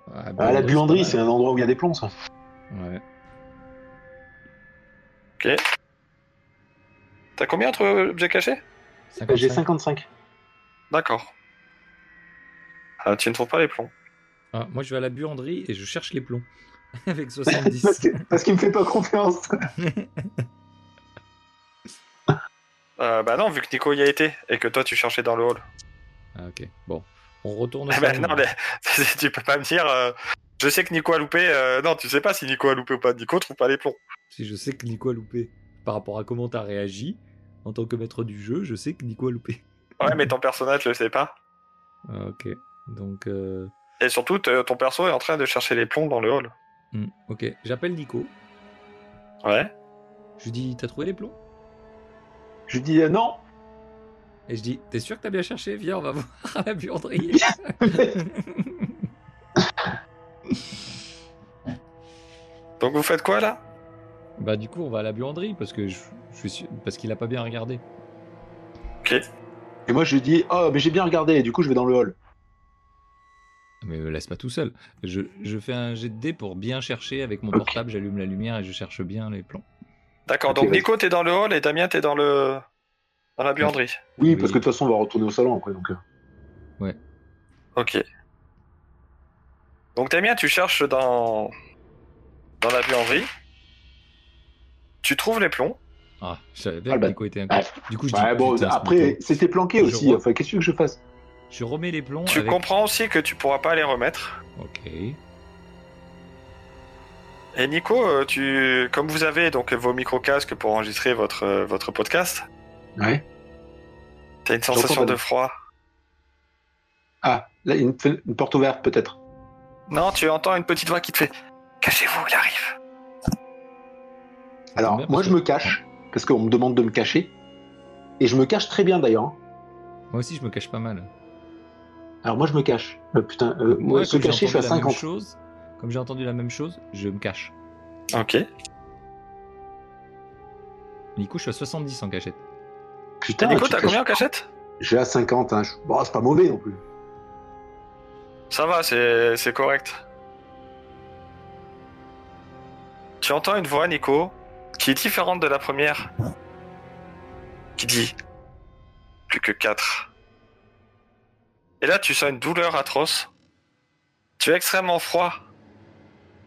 D: bah,
B: Ah, la buanderie, c'est un endroit où il y a des plombs, ça.
D: Ouais.
A: T'as combien entre objets cachés
B: J'ai
D: 55.
B: 55.
A: D'accord. Ah, tu ne trouves pas les plombs.
D: Ah, moi, je vais à la buanderie et je cherche les plombs. Avec
B: Parce
D: 70.
B: que- parce qu'il me fait pas confiance.
A: Euh, bah non, vu que Nico y a été et que toi tu cherchais dans le hall.
D: ah, ok. Bon. On
B: Ah
D: retourne. au
B: bah,
A: Eh ben,
D: salon.
A: non, mais tu peux pas me dire. euh, je sais que Nico a loupé. euh, non, tu sais pas si Nico a loupé ou pas. Nico trouve pas les plombs.
D: Si je sais que Nico a loupé. Par rapport à comment t'as réagi, en tant que maître du jeu, je sais que Nico a loupé.
A: Ouais, mais ton personnage le sait pas.
D: Ah, ok. Donc, euh,
A: Et surtout, t- ton perso est en train de chercher les plombs dans le hall.
D: hmm, ok. J'appelle Nico.
A: Ouais.
D: Je lui dis, t'as trouvé les plombs
B: Je lui dis euh, non.
D: Et je dis, t'es sûr que t'as bien cherché Viens, on va voir à la buanderie.
A: Donc vous faites quoi là
D: bah du coup, on va à la buanderie parce que je, je suis sûr- parce qu'il a pas bien regardé.
B: Et moi, je lui dis oh, mais j'ai bien regardé. Et du coup, je vais dans le hall.
D: Mais me laisse pas tout seul. Je, je fais un jet de dés pour bien chercher avec mon
B: Ok.
D: portable. J'allume la lumière et je cherche bien les plombs.
A: D'accord,
B: Ok,
A: donc
B: vas-y.
A: Nico t'es dans le hall et Damien t'es dans le. dans la buanderie.
B: Oui,
D: Oui.
B: parce que de toute façon, on va retourner au salon après. Donc, euh.
A: Ok. Donc Damien, tu cherches dans. dans la buanderie. Tu trouves les plombs.
D: Ah, je savais bien
B: Ah
D: que
B: bah,
D: Nico était un con.
B: ouais.
D: Du coup, je dis,
B: Ouais, bon,
D: putain, ce
B: après,
D: mytho.
B: c'était planqué
D: Je
B: aussi.
D: vois.
B: Enfin, qu'est-ce que tu veux que je fasse
D: je remets les plombs.
A: Tu
D: avec-
A: comprends aussi que tu pourras pas les remettre.
D: Ok.
A: Et Nico, euh, tu, comme vous avez donc vos micro-casques pour enregistrer votre, euh, votre podcast,
B: Ouais.
A: t'as une
B: J'entends
A: sensation
B: pas.
A: de froid.
B: Ah, là, il y a une, fen- une porte ouverte peut-être.
A: Non, tu entends une petite voix qui te fait Cachez-vous, il arrive.
B: Alors,
D: bien,
B: moi,
D: parce
B: je
D: que-
B: me cache parce qu'on me demande de me cacher. Et je me cache très bien d'ailleurs. hein.
D: Moi aussi, je me cache pas mal.
B: Alors, moi, je me cache. Euh, putain, euh, moi,
D: Moi,
B: se
D: comme j'ai
B: cacher, je suis à
D: entendu la même
B: 50.
D: chose, comme j'ai entendu la même chose, je me cache.
A: Ok.
D: Nico, je suis à 70 en cachette.
A: Et
B: Putain,
A: Nico,
B: tu
A: t'as
B: te caches-
A: combien en cachette
B: Je suis à 50. Hein. Je- Bon, c'est pas mauvais non plus.
A: Ça va, c'est c'est correct. Tu entends une voix, Nico, qui est différente de la première. Qui dit Plus que 4. Et là, tu sens une douleur atroce. Tu es extrêmement froid.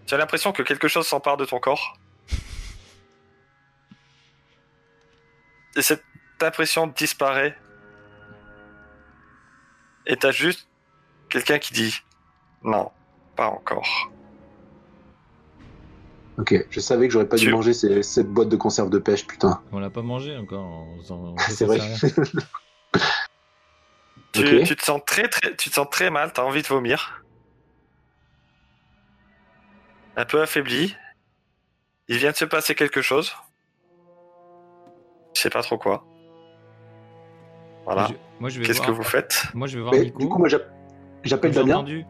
A: Tu as l'impression que quelque chose s'empare de ton corps. Et cette impression disparaît. Et t'as juste quelqu'un qui dit non, pas encore.
B: Ok, je savais que j'aurais pas dû
A: Tu-
B: manger ces- cette boîte de conserve de pêche, putain.
D: On l'a pas mangé encore. on s'en- on
B: Ah, C'est
D: s'en
B: vrai.
D: sert
A: Tu,
B: Ok.
A: tu te sens très très tu te sens très mal, t'as envie de vomir. Un peu affaibli. Il vient de se passer quelque chose. Je sais pas trop quoi. Voilà.
D: Je- moi, je vais
A: Qu'est-ce
D: voir,
A: que vous faites
D: moi, je vais voir
B: Mais
D: Nico.
B: du coup, moi, j'app- j'appelle
D: comme j'ai
B: Damien.
D: entendu,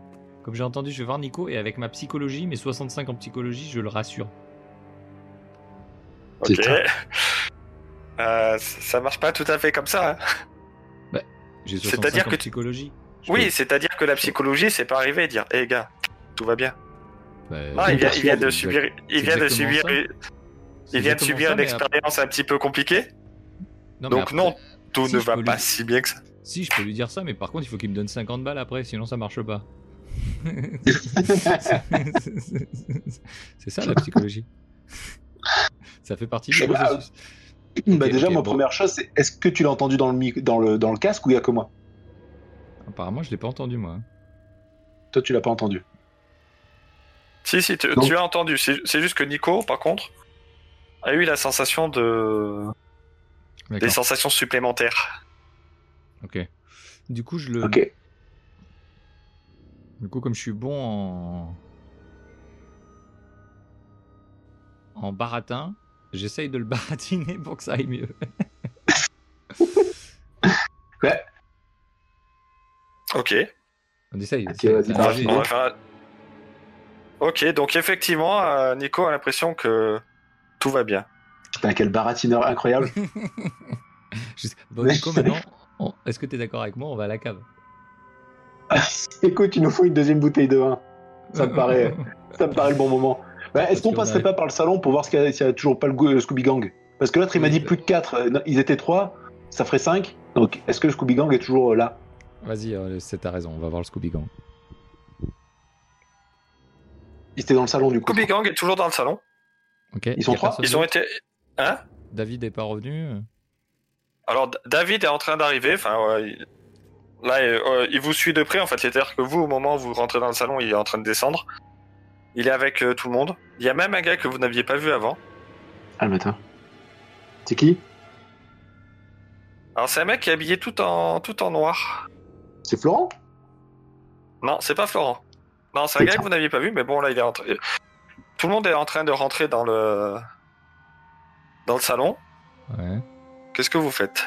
D: comme j'ai entendu, je vais voir Nico et avec ma psychologie, mes 65 en psychologie, je le rassure.
A: Ok.
B: C'est ça.
A: Euh, ça marche pas tout à fait comme ça. hein.
D: J'ai
A: C'est-à-dire
D: 65 en
A: que tu-
D: psychologie. Je
A: Oui, c'est-à-dire que la psychologie, c'est pas arrivé et dire, hé gars, tout va bien.
D: peux- bah,
A: Non, Ah, il vient, il vient de
D: c'est
A: subir, il
D: c'est
A: vient de
D: exactement
A: subir
D: ça. c'est
A: Il vient de
D: exactement
A: subir
D: ça,
A: une
D: mais après-
A: expérience un petit peu compliquée,
D: Non, mais
A: donc
D: après-
A: non, tout
D: si,
A: ne
D: je
A: va
D: peux
A: pas
D: lui-
A: si bien que ça.
D: Si, je peux lui dire ça, mais par contre, il faut qu'il me donne 50 balles après, sinon ça marche pas. c'est ça la psychologie. ça fait partie du
B: Je sais pas.
D: processus.
B: bah,
D: Ok,
B: déjà,
D: ok,
B: ma
D: bon.
B: première chose, c'est est-ce que tu l'as entendu dans le, mic- dans, le, dans le casque ou il y a que moi
D: Apparemment, je l'ai pas entendu moi. hein.
B: Toi, tu l'as pas entendu.
A: Si, si, tu,
B: Donc-
A: tu as entendu. C'est c'est juste que Nico, par contre, a eu la sensation de. des
D: D'accord.
A: sensations supplémentaires.
D: Ok. Du coup, je le.
B: Ok.
D: Du coup, comme je suis bon en. En baratin, j'essaye de le baratiner pour que ça aille mieux.
A: Ok.
D: On essaye.
B: Ok,
D: c'est-
B: vas-y,
D: c'est un
A: On va-
B: vas-y.
D: jeu.
A: on va faire un- Ok, donc effectivement, euh, Nico a l'impression que tout va bien.
B: Putain, quel baratineur incroyable.
D: Je sais- Bon, Nico, maintenant, on- est-ce que tu es d'accord avec moi On va à la cave.
B: Écoute, il nous faut une deuxième bouteille de vin. Ça me paraît, ça me paraît le bon moment. Bah, Est-ce qu'on
D: qu'on
B: passerait
D: arrive.
B: pas par le salon pour voir s'il y a- s'il y a toujours pas le go- le Scooby Gang Parce que l'autre, il m'a
D: Oui,
B: dit
D: bah.
B: plus de 4. Ils étaient 3, ça ferait 5. Donc, est-ce que le Scooby Gang est toujours euh, là
D: Vas-y, euh, c'est ta raison, on va voir le Scooby Gang.
B: Ils étaient dans le salon du coup.
A: Scooby Gang est toujours dans le salon.
D: Ok.
B: Ils sont
D: Y a
B: trois
D: personne
A: Ils ont
D: d'autre
A: été. Hein
D: David est pas revenu. euh.
A: Alors D- David est en train d'arriver. Enfin, ouais, il- là, euh, euh, il vous suit de près en fait. C'est-à-dire que vous, au moment où vous rentrez dans le salon, il est en train de descendre. Il est avec euh, tout le monde. Il y a même un gars que vous n'aviez pas vu avant.
B: Ah, le matin. C'est qui
A: Alors c'est un mec qui est habillé tout en tout en noir.
B: C'est Florent
A: Non, c'est pas Florent. Non, c'est un
B: C'est
A: gars
B: ça.
A: que vous n'aviez pas vu. Mais bon, là, il est en train- Tout le monde est en train de rentrer dans le dans le salon.
D: Ouais.
A: Qu'est-ce que vous faites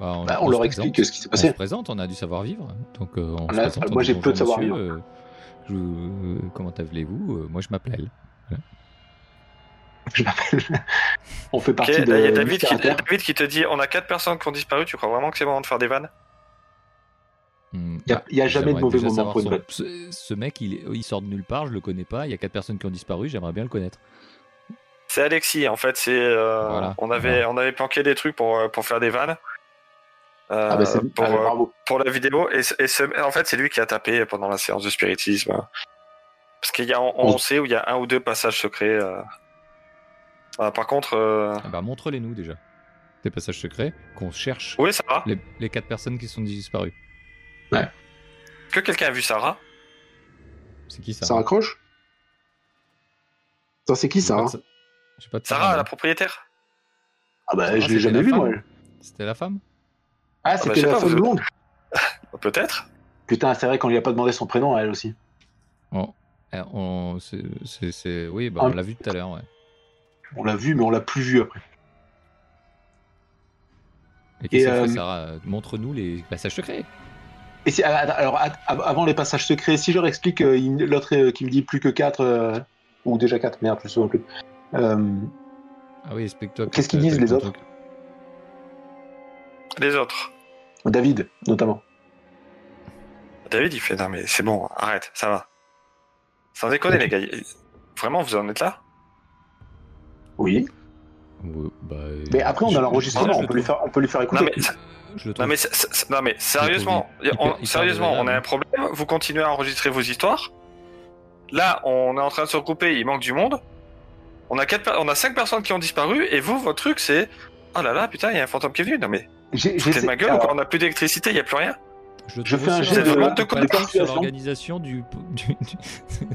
D: Bah, on,
B: Bah,
D: on
B: On leur
D: se
B: explique
D: présente.
B: ce qui s'est
D: On se
B: passé.
D: présente, on a du savoir-vivre. Donc, euh, on se
B: Là,
D: présente,
B: moi,
D: on dit
B: j'ai peu de
D: bonjour,
B: savoir-vivre.
D: monsieur, euh, je vous- euh, comment t'appelez-vous Euh, Moi, je m'appelle.
B: Je m'appelle. On fait
A: Ok,
B: partie de.
A: là, il y a
B: du
A: David qui,
B: caractère.
D: Ah,
A: David qui te dit on a quatre personnes qui ont disparu. Tu crois vraiment que c'est le moment de faire des vannes
D: Hmm,
B: Il y a-
D: bah,
B: il y a jamais de
D: j'aimerais
B: mauvais
D: déjà
B: moment
D: savoir
B: pour une
D: son-
B: vanne.
D: Ce, ce mec, il, est- il sort de nulle part, je le connais pas. Il y a quatre personnes qui ont disparu, j'aimerais bien le connaître.
A: C'est Alexis, en fait, c'est euh,
D: Voilà.
A: on avait on avait planqué des trucs pour euh, pour faire des vannes euh,
B: Ah, bah, c'est
A: pour
B: ah, bah,
A: euh,
B: bravo.
A: pour la vidéo et, ce- et ce- en fait c'est lui qui a tapé pendant la séance de spiritisme parce qu'il y a on, on
B: On-
A: sait où il y a un ou deux passages secrets. euh. Ah, par contre, euh,
D: Ah bah, montre-les-nous déjà. Des passages secrets qu'on cherche
A: où est Sarah
D: les, les quatre personnes qui sont disparues.
A: Est-ce Que quelqu'un a vu Sarah
D: C'est qui ça
B: Ça raccroche Attends, c'est qui
D: J'ai
B: ça
D: pas
B: hein
D: de sa- j'ai pas de
A: Sarah,
D: Sarah,
A: la
D: moi.
A: propriétaire.
B: Ah, bah,
D: Sarah,
B: je l'ai
D: c'était
B: jamais
D: la
B: vu,
D: femme.
B: moi.
D: C'était la femme
B: Ah,
A: bah, je
B: c'était
A: sais
B: la
A: pas,
B: femme
A: vous-
B: blonde
A: Peut-être.
B: Putain, c'est vrai qu'on lui a pas demandé son prénom à elle aussi.
D: Eh, on, c'est, c'est- c'est- Oui, bah, on
B: Ah.
D: l'a vu tout à l'heure. Ouais.
B: On l'a vu, mais on l'a plus vu après.
D: Et qu'est-ce
B: Et,
D: qu'elle fait,
B: euh,
D: Sarah Euh, Montre-nous les passages secrets.
B: Et si, ah, attends, alors, att- av- avant les passages secrets, si je leur explique, euh, il- l'autre euh, qui me dit plus que 4, ou déjà 4, merde, je ne souviens plus. Euh,
D: Ah oui, explique-toi.
B: Qu'est-ce
D: quand
B: qu'ils
D: t'as
B: disent,
D: eu
B: les
D: ton
B: autres
D: truc.
A: Les autres.
B: David, notamment.
A: David, il fait non mais c'est bon, arrête, ça va. Sans déconner les gars, vraiment vous en êtes là
B: Oui.
D: Ouais, bah, euh,
B: Mais après, on
D: je-
B: a
A: non,
B: l'enregistrement,
A: je
B: on, peut lui faire- on peut lui faire écouter.
A: Non mais
D: Euh, Je le
A: Non
D: trouve.
A: mais, c'est- c'est- non mais sérieusement,
D: trouvé hyper-
A: on,
D: hyper
A: sérieusement, on a
D: désagréable.
A: un problème. Vous continuez à enregistrer vos histoires. Là, on est en train de se regrouper. Il manque du monde. On a quatre, per- on a cinq personnes qui ont disparu. Et vous, votre truc, c'est oh là là, putain, il y a un fantôme qui est venu. Non mais
B: J'ai-
A: c'est
B: j'essaie-
A: ma gueule. ou
B: alors,
A: quoi on a plus d'électricité, il y a plus rien.
D: Je, le
B: je
D: trouve
B: fais un
D: aussi
A: jet de-
D: vraiment
A: de
D: pas top sur
B: persuasion.
D: l'organisation du, du, du- du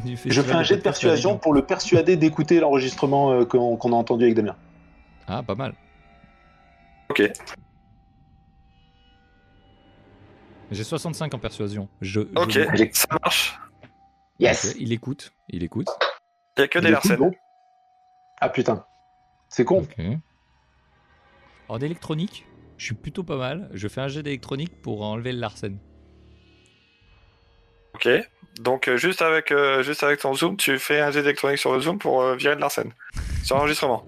B: je
D: festival
B: fais un jet de
D: podcast
B: persuasion
D: Validan.
B: pour le persuader d'écouter l'enregistrement euh, qu'on qu'on a entendu avec Damien.
D: Ah, pas mal.
A: Ok.
D: J'ai 65 en persuasion. Je, je-
A: Ok,
B: J'ai-
A: ça marche.
D: Ok, Il écoute. Il écoute.
A: Il y a que
B: Il
A: des
B: écoute,
A: larcènes.
B: donc Ah putain. C'est con.
D: Ok. En électronique, je suis plutôt pas mal. Je fais un jet d'électronique pour enlever le Larsen.
A: Ok. Donc euh, juste avec euh, juste avec ton zoom, tu fais un jet d'électronique sur le zoom pour euh, virer de l'arsène. Sur l'enregistrement.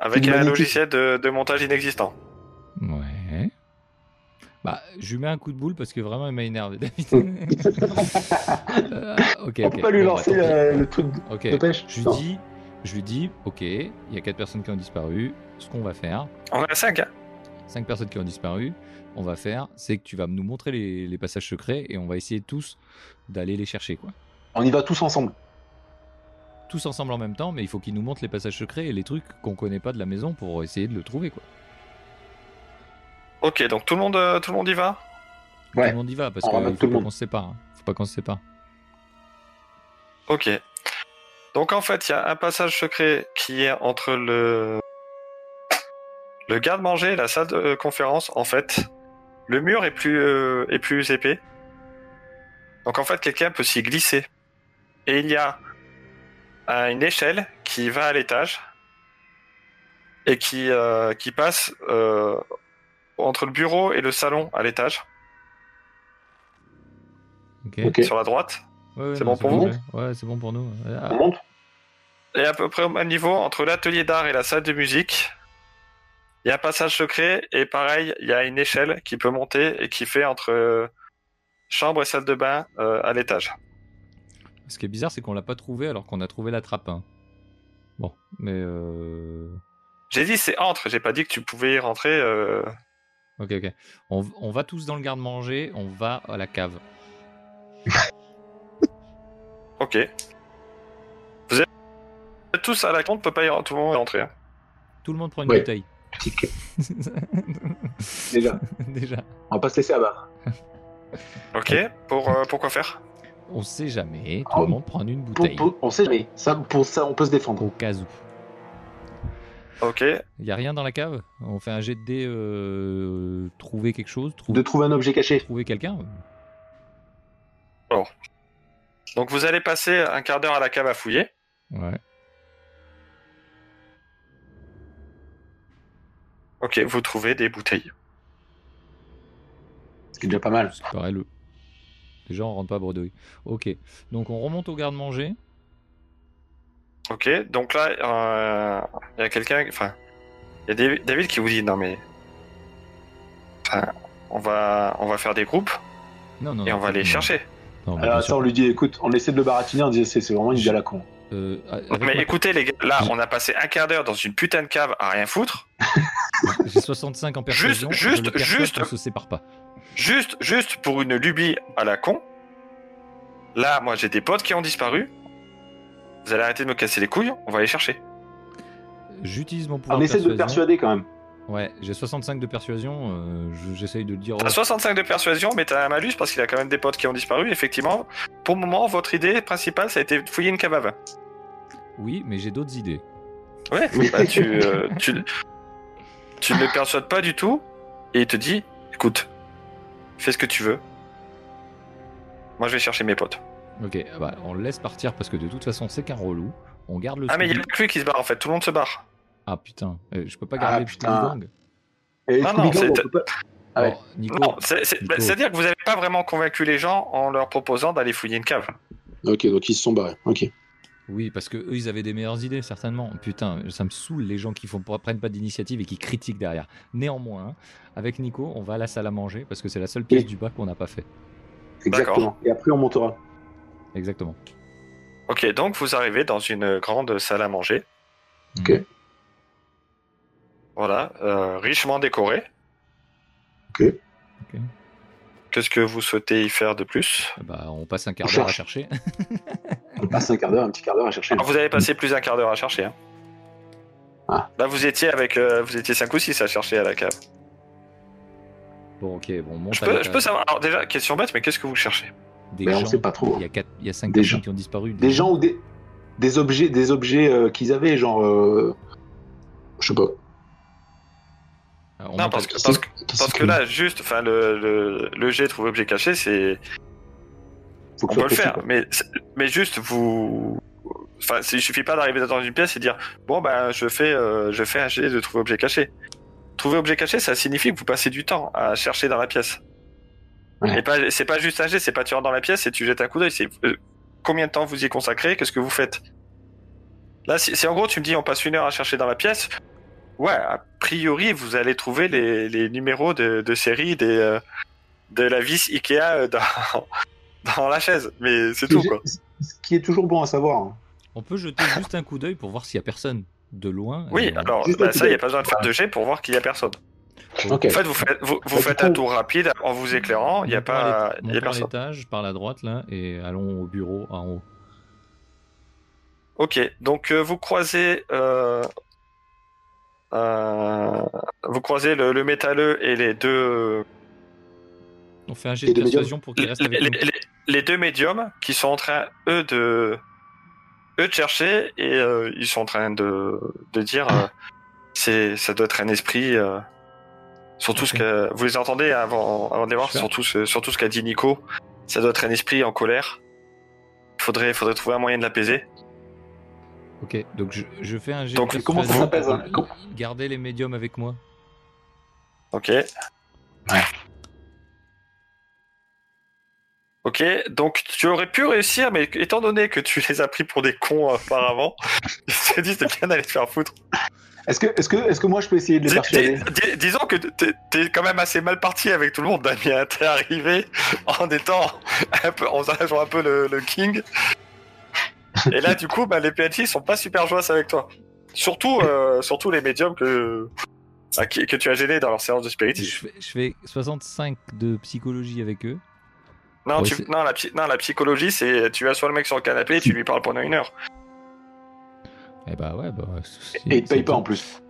A: Avec
B: Il
A: un
B: manipule.
A: logiciel de- de montage inexistant.
D: Ouais. Bah, je lui mets un coup de boule parce que vraiment il m'a énervé, David. Euh, ok,
B: on
D: ok.
B: peut pas lui
D: Bon,
B: lancer
D: bah, tant
B: euh, le truc de-
D: pis. Ok.
B: de pêche.
D: Je lui
B: Non.
D: dis, je lui dis, ok, il y a quatre personnes qui ont disparu. Ce qu'on va faire,
A: On a 5 hein
D: cinq personnes qui ont disparu, on va faire, c'est que tu vas nous montrer les, les passages secrets et on va essayer tous d'aller les chercher, quoi.
B: On y va tous ensemble.
D: Tous ensemble en même temps, mais il faut qu'ils nous montrent les passages secrets et les trucs qu'on connaît pas de la maison pour essayer de le trouver, quoi.
A: Ok, donc tout le monde, euh, tout le monde y va
B: Ouais.
D: Tout le monde y va parce
B: On
D: qu'il
B: ramène
D: faut
B: tout le
D: pas
B: monde.
D: qu'on se sépare. hein. Faut pas qu'on se sépare.
A: Ok. Donc en fait, il y a un passage secret qui est entre le le garde-manger et la salle de euh, conférence. En fait, le mur est plus euh, est plus épais. Donc en fait, quelqu'un peut s'y glisser. Et il y a un- une échelle qui va à l'étage et qui euh, qui passe euh, entre le bureau et le salon à l'étage.
D: Ok.
B: Ok.
A: sur la droite.
D: Ouais, ouais,
A: C'est
D: non,
A: bon pour vous
D: ouais. Ouais, c'est bon pour nous. Ah,
B: On monte
A: Et à peu près au même niveau, entre l'atelier d'art et la salle de musique, il y a un passage secret et pareil, il y a une échelle qui peut monter et qui fait entre euh, chambre et salle de bain euh, à l'étage.
D: Ce qui est bizarre, c'est qu'on l'a pas trouvé alors qu'on a trouvé la trappe. hein. Bon, mais euh,
A: J'ai dit c'est entre, j'ai pas dit que tu pouvais y rentrer. euh,
D: ok, ok. On, v- on va tous dans le garde-manger, on va à la cave.
A: Ok. Vous êtes tous à la compte, peut pas y rentrer, tout le monde est rentré. hein.
D: Tout le monde prend une
B: Ouais.
D: bouteille.
B: Tic. Déjà.
D: Déjà.
B: On va pas se laisser abattre.
A: Ok, pour, euh, pour quoi faire
D: On sait jamais. Tout
B: Ah
D: le
B: oui.
D: monde prend une
B: Pour-
D: bouteille.
B: pour- on sait jamais. Ça, pour ça, on peut se défendre.
D: Au cas où.
A: Ok,
D: Il y a rien dans la cave On fait un jet de dés, euh, trouver quelque chose,
B: De
D: trouver,
B: trouver un objet caché.
D: trouver quelqu'un
A: donc vous allez passer un quart d'heure à la cave à fouiller.
D: Ouais.
A: Ok, vous trouvez des bouteilles.
B: Ce qui est déjà pas mal.
D: Ça paraît le. Déjà, on rentre pas à bredouille. Ok. Donc, on remonte au garde-manger.
A: Ok, donc là, il y a quelqu'un, enfin, il y a David- David qui vous dit non mais, enfin, on va, on va faire des groupes
D: Non, non.
A: et
D: non,
A: on va
D: non,
A: les
D: non.
A: chercher.
D: Non, mais Ah, bien
B: Alors ça,
D: sûr.
B: on lui dit, écoute, on essaie de le baratiner, on dit, c'est c'est vraiment une idée à la con.
D: Euh, avec
A: mais
D: ma-
A: écoutez les gars, là, on a passé un quart d'heure dans une putain de cave à rien foutre.
D: J'ai 65 en persuasion. je
A: juste,
D: le persuade
A: juste.
D: qu'on se sépare pas.
A: Juste, juste pour une lubie à la con. Là, moi, j'ai des potes qui ont disparu. Vous allez arrêter de me casser les couilles. On va les chercher.
D: J'utilise mon pouvoir
B: On essaie de le
D: persuasion.
B: persuader quand même.
D: Ouais, j'ai 65 de persuasion. euh, je- J'essaye de le dire.
A: T'as 65 de persuasion, mais t'as un malus parce qu'il a quand même des potes qui ont disparu. Effectivement, pour le moment, votre idée principale, ça a été de fouiller une cave à vin.
D: Oui, mais j'ai d'autres idées.
A: Ouais. Bah, tu, euh, tu, tu ne le persuades pas du tout. Et il te dit, écoute, fais ce que tu veux. Moi, je vais chercher mes potes.
D: Ok, bah, on le laisse partir parce que de toute façon, c'est qu'un relou. On garde le
A: Ah, mais il y a
D: Scooby.
A: que lui qui se barre, en fait. Tout le monde se barre.
D: Ah putain, euh, je peux pas
B: Ah,
D: garder le
B: putain.
D: Scooby-Gang.
B: Et
A: Non,
B: Scooby-Gang,
A: non, c'est-
B: on peut pas- Ah ouais.
D: Bon, Nico,
A: Non, c'est- c'est-
D: Nico.
A: c'est-à-dire que vous n'avez pas vraiment convaincu les gens en leur proposant d'aller fouiller une cave.
B: Ok, donc ils se sont barrés. Ok.
D: Oui, parce que eux, ils avaient des meilleures idées, certainement. Putain, ça me saoule les gens qui font, prennent pas d'initiative et qui critiquent derrière. Néanmoins, avec Nico, on va à la salle à manger parce que c'est la seule pièce
B: Oui.
D: du bac qu'on n'a pas fait.
B: Exactement. Et après, on montera.
D: Exactement.
A: Ok, donc vous arrivez dans une grande salle à manger.
B: Ok.
D: Mm.
A: Voilà, euh, richement décorée.
B: Ok.
D: Ok.
A: Qu'est-ce que vous souhaitez y faire de plus
D: Bah, on passe un quart
B: On
D: d'heure à
B: cherche.
D: chercher.
B: On passe un quart d'heure, un petit quart d'heure à chercher.
D: Ah,
A: Alors, Vous avez passé plus d'un quart d'heure à chercher. hein.
B: Ah.
A: Là, vous étiez avec, euh, vous étiez 5 ou 6 à chercher à la cave.
D: Bon, ok, bon, on monte
A: Je
D: à
A: peux,
D: la
A: je peux
D: cave.
A: savoir. Alors déjà, question bête, mais qu'est-ce que vous cherchez
D: Des
B: Mais on
D: gens.
B: sait pas trop.
D: Il y a quatre, il y a cinq
B: Des
D: personnes
B: gens.
D: qui ont disparu.
B: Des gens ou des, des objets, des objets euh, qu'ils avaient, genre. euh, Je sais pas.
D: Ah, on
A: Non,
D: monte
A: parce
D: à-
A: que, parce que,
B: Qu'est-ce
A: parce que là, juste, enfin, le, le, le jet trouve objet caché, c'est,
B: faut que
A: On
B: ce
A: peut le
B: soit précis,
A: faire,
B: quoi.
A: mais, c'est- mais juste vous. Enfin, c'est- il suffit pas d'arriver dans une pièce et dire Bon, ben, je fais, euh, je fais un jet de trouver objet caché. Trouver objet caché, ça signifie que vous passez du temps à chercher dans la pièce.
B: Ouais.
A: Et pas, c'est pas juste un jet, c'est pas tu rentres dans la pièce et tu jettes un coup d'œil. C'est euh, combien de temps vous y consacrez, qu'est-ce que vous faites. Là, si, si en gros tu me dis on passe une heure à chercher dans la pièce, ouais, a priori vous allez trouver les, les numéros de, de série des, euh, de la vis Ikea euh, dans, dans la chaise, mais c'est tout quoi.
B: Ce qui est toujours bon à savoir. hein.
D: On peut jeter juste un coup d'œil pour voir s'il y a personne de loin.
A: Oui,
D: et-
A: alors
B: Juste
A: bah,
B: un coup
A: ça, il n'y a
B: d'œil.
A: pas besoin de faire de jet pour voir qu'il y a personne.
B: Ok.
A: En fait, vous faites, vous, vous
B: Bah,
A: faites
B: du
A: un
B: coup-
A: tour rapide en vous éclairant, il n'y a
D: Montons à
A: pas
D: l'éta-
A: y a
D: montons à
A: personne.
D: l'étage par la droite là et allons au bureau en haut.
A: Ok, donc euh, vous croisez, euh, euh, vous croisez le, le métalleux et les deux,
D: On fait un jet
B: Et
D: de
B: de médium.
D: persuasion pour qu'il
A: les,
D: reste avec
A: les-
D: nous.
A: les- les deux médiums qui sont en train eux de, eux de chercher et euh, ils sont en train de, de dire, euh, c'est, ça doit être un esprit. euh, surtout ce
D: Ok.
A: que vous les entendez hein, avant, avant de les voir,
D: Super.
A: surtout ce, surtout ce qu'a dit Nico. Ça doit être un esprit en colère. Faudrait, faudrait trouver un moyen de l'apaiser.
D: Ok, donc je, je fais un jet
A: Donc,
D: de
B: comment ça
D: persuasion
B: s'appelle,
D: pour
B: hein
D: Garder les médiums avec moi.
A: Ok. Ouais. Ok, donc tu aurais pu réussir, mais étant donné que tu les as pris pour des cons auparavant, je te dis c'est bien d'aller te faire foutre.
B: Est-ce que, est-ce que, est-ce que moi je peux essayer de les
A: Dis-
B: persuader
A: dis- dis- disons que t'es t'es quand même assez mal parti avec tout le monde, Damien. T'es arrivé en étant un peu, en jouant un peu le, le king. Et là, du coup, bah, les PNJ sont pas super joyeux avec toi. Surtout, euh, surtout les médiums que, à qui- que tu as gênés dans leur séance de
D: Je
A: spiritisme.
D: fais, je fais 65 de psychologie avec eux.
A: Non,
D: Ouais,
A: tu-
D: c'est-
A: non, la, psy- non, la psychologie, c'est tu assois le mec sur le canapé et tu lui parles pendant une heure.
D: Eh bah ouais, bah. c'est-
B: Et ils te
D: c'est
B: payent pas
D: tout.
B: en plus.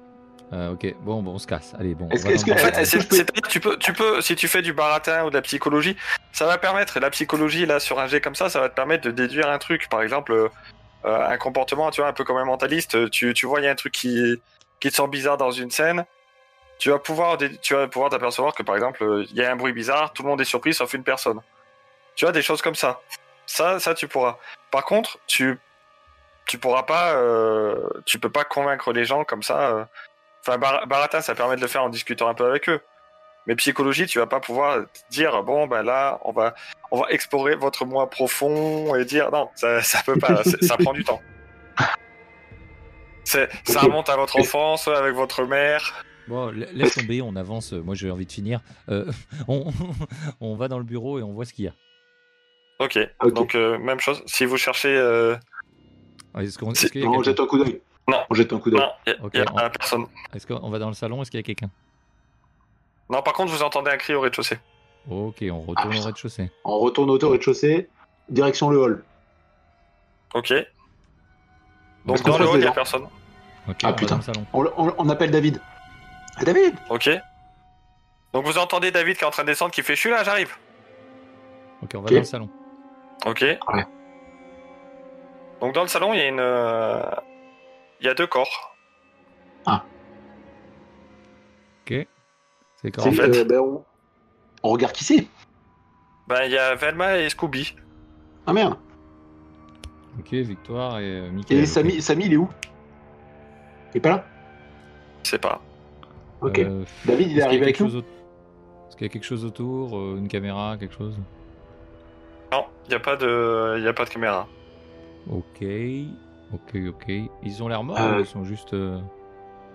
D: Euh, ok, bon, bon, on se casse. Allez, bon. on
B: Est-ce
D: va
B: que- est-ce
D: dans le
B: que-
D: bar.
A: En fait,
B: Est-ce
A: c'est-
B: je peux-
A: c'est-à-dire, tu peux, tu peux, si tu fais du baratin ou de la psychologie, ça va permettre, la psychologie, là, sur un jet comme ça, ça va te permettre de déduire un truc. Par exemple, euh, euh, un comportement, tu vois, un peu comme un mentaliste, tu, tu vois, il y a un truc qui, qui te sent bizarre dans une scène. Tu vas pouvoir, dé- tu vas pouvoir t'apercevoir que, par exemple, euh, il y a un bruit bizarre, tout le monde est surpris sauf une personne. Tu vois, des choses comme ça. Ça, ça, tu pourras. Par contre, tu, tu pourras pas, euh, tu peux pas convaincre les gens comme ça. euh. Enfin, bar- baratin, ça permet de le faire en discutant un peu avec eux. Mais psychologie, tu vas pas pouvoir dire bon ben là on va on va explorer votre moi profond et dire non ça ça peut pas c'est- ça prend du temps. C'est ça
B: Ok.
A: remonte à votre enfance avec votre mère.
D: Bon, la- laisse tomber, on avance. Moi, j'ai envie de finir. Euh, on, on va dans le bureau et on voit ce qu'il y a.
A: Ok.
B: Ok.
A: Donc euh, même chose. Si vous cherchez euh,
D: Est-ce qu'on
A: Si-
D: est-ce qu'il y a
B: On
D: quelqu'un
B: jette un coup d'œil.
A: Non.
B: On jette un coup d'œil.
A: non y a-
D: Ok,
A: y a
D: on-
A: personne.
D: Est-ce qu'on va dans le salon Est-ce qu'il y a quelqu'un
A: Non par contre vous entendez un cri au rez-de-chaussée.
D: Ok, on retourne au
B: putain.
D: rez-de-chaussée.
B: On retourne au rez-de-chaussée, direction le hall.
A: Ok. Donc
B: Est-ce qu'on
A: dans le
B: croise
A: hall y
B: des
A: a
B: gens
A: personne.
D: Ok,
B: Ah,
D: on va
B: putain.
D: dans le salon.
B: On, on- on appelle David. Ah, David
A: Ok. Donc vous entendez David qui est en train de descendre qui fait je suis là j'arrive.
D: Ok, on va
B: Ok.
D: dans le salon.
A: Ok. Donc dans le salon, il y a une, euh, il y a deux corps.
D: C'est
A: En
D: correct.
A: fait.
B: euh, ben, on... on regarde qui c'est
A: Ben il y a Velma et Scooby.
B: Ah merde.
D: Ok, Victoire et euh,
B: Et
D: Mickaël, ok.
B: Samy, Samy, il est où Il est pas là
A: Je sais pas.
B: Ok.
D: Euh,
B: David, il est
D: est-ce qu'il y a
B: arrivé avec
D: quelque
B: nous
D: chose au- Est-ce qu'il y a quelque chose autour euh, Une caméra Quelque chose
A: Non, il y a pas de, il y a pas de caméra.
D: Ok. Ok, ok. Ils ont l'air morts
B: Euh,
D: ou ils sont juste. euh,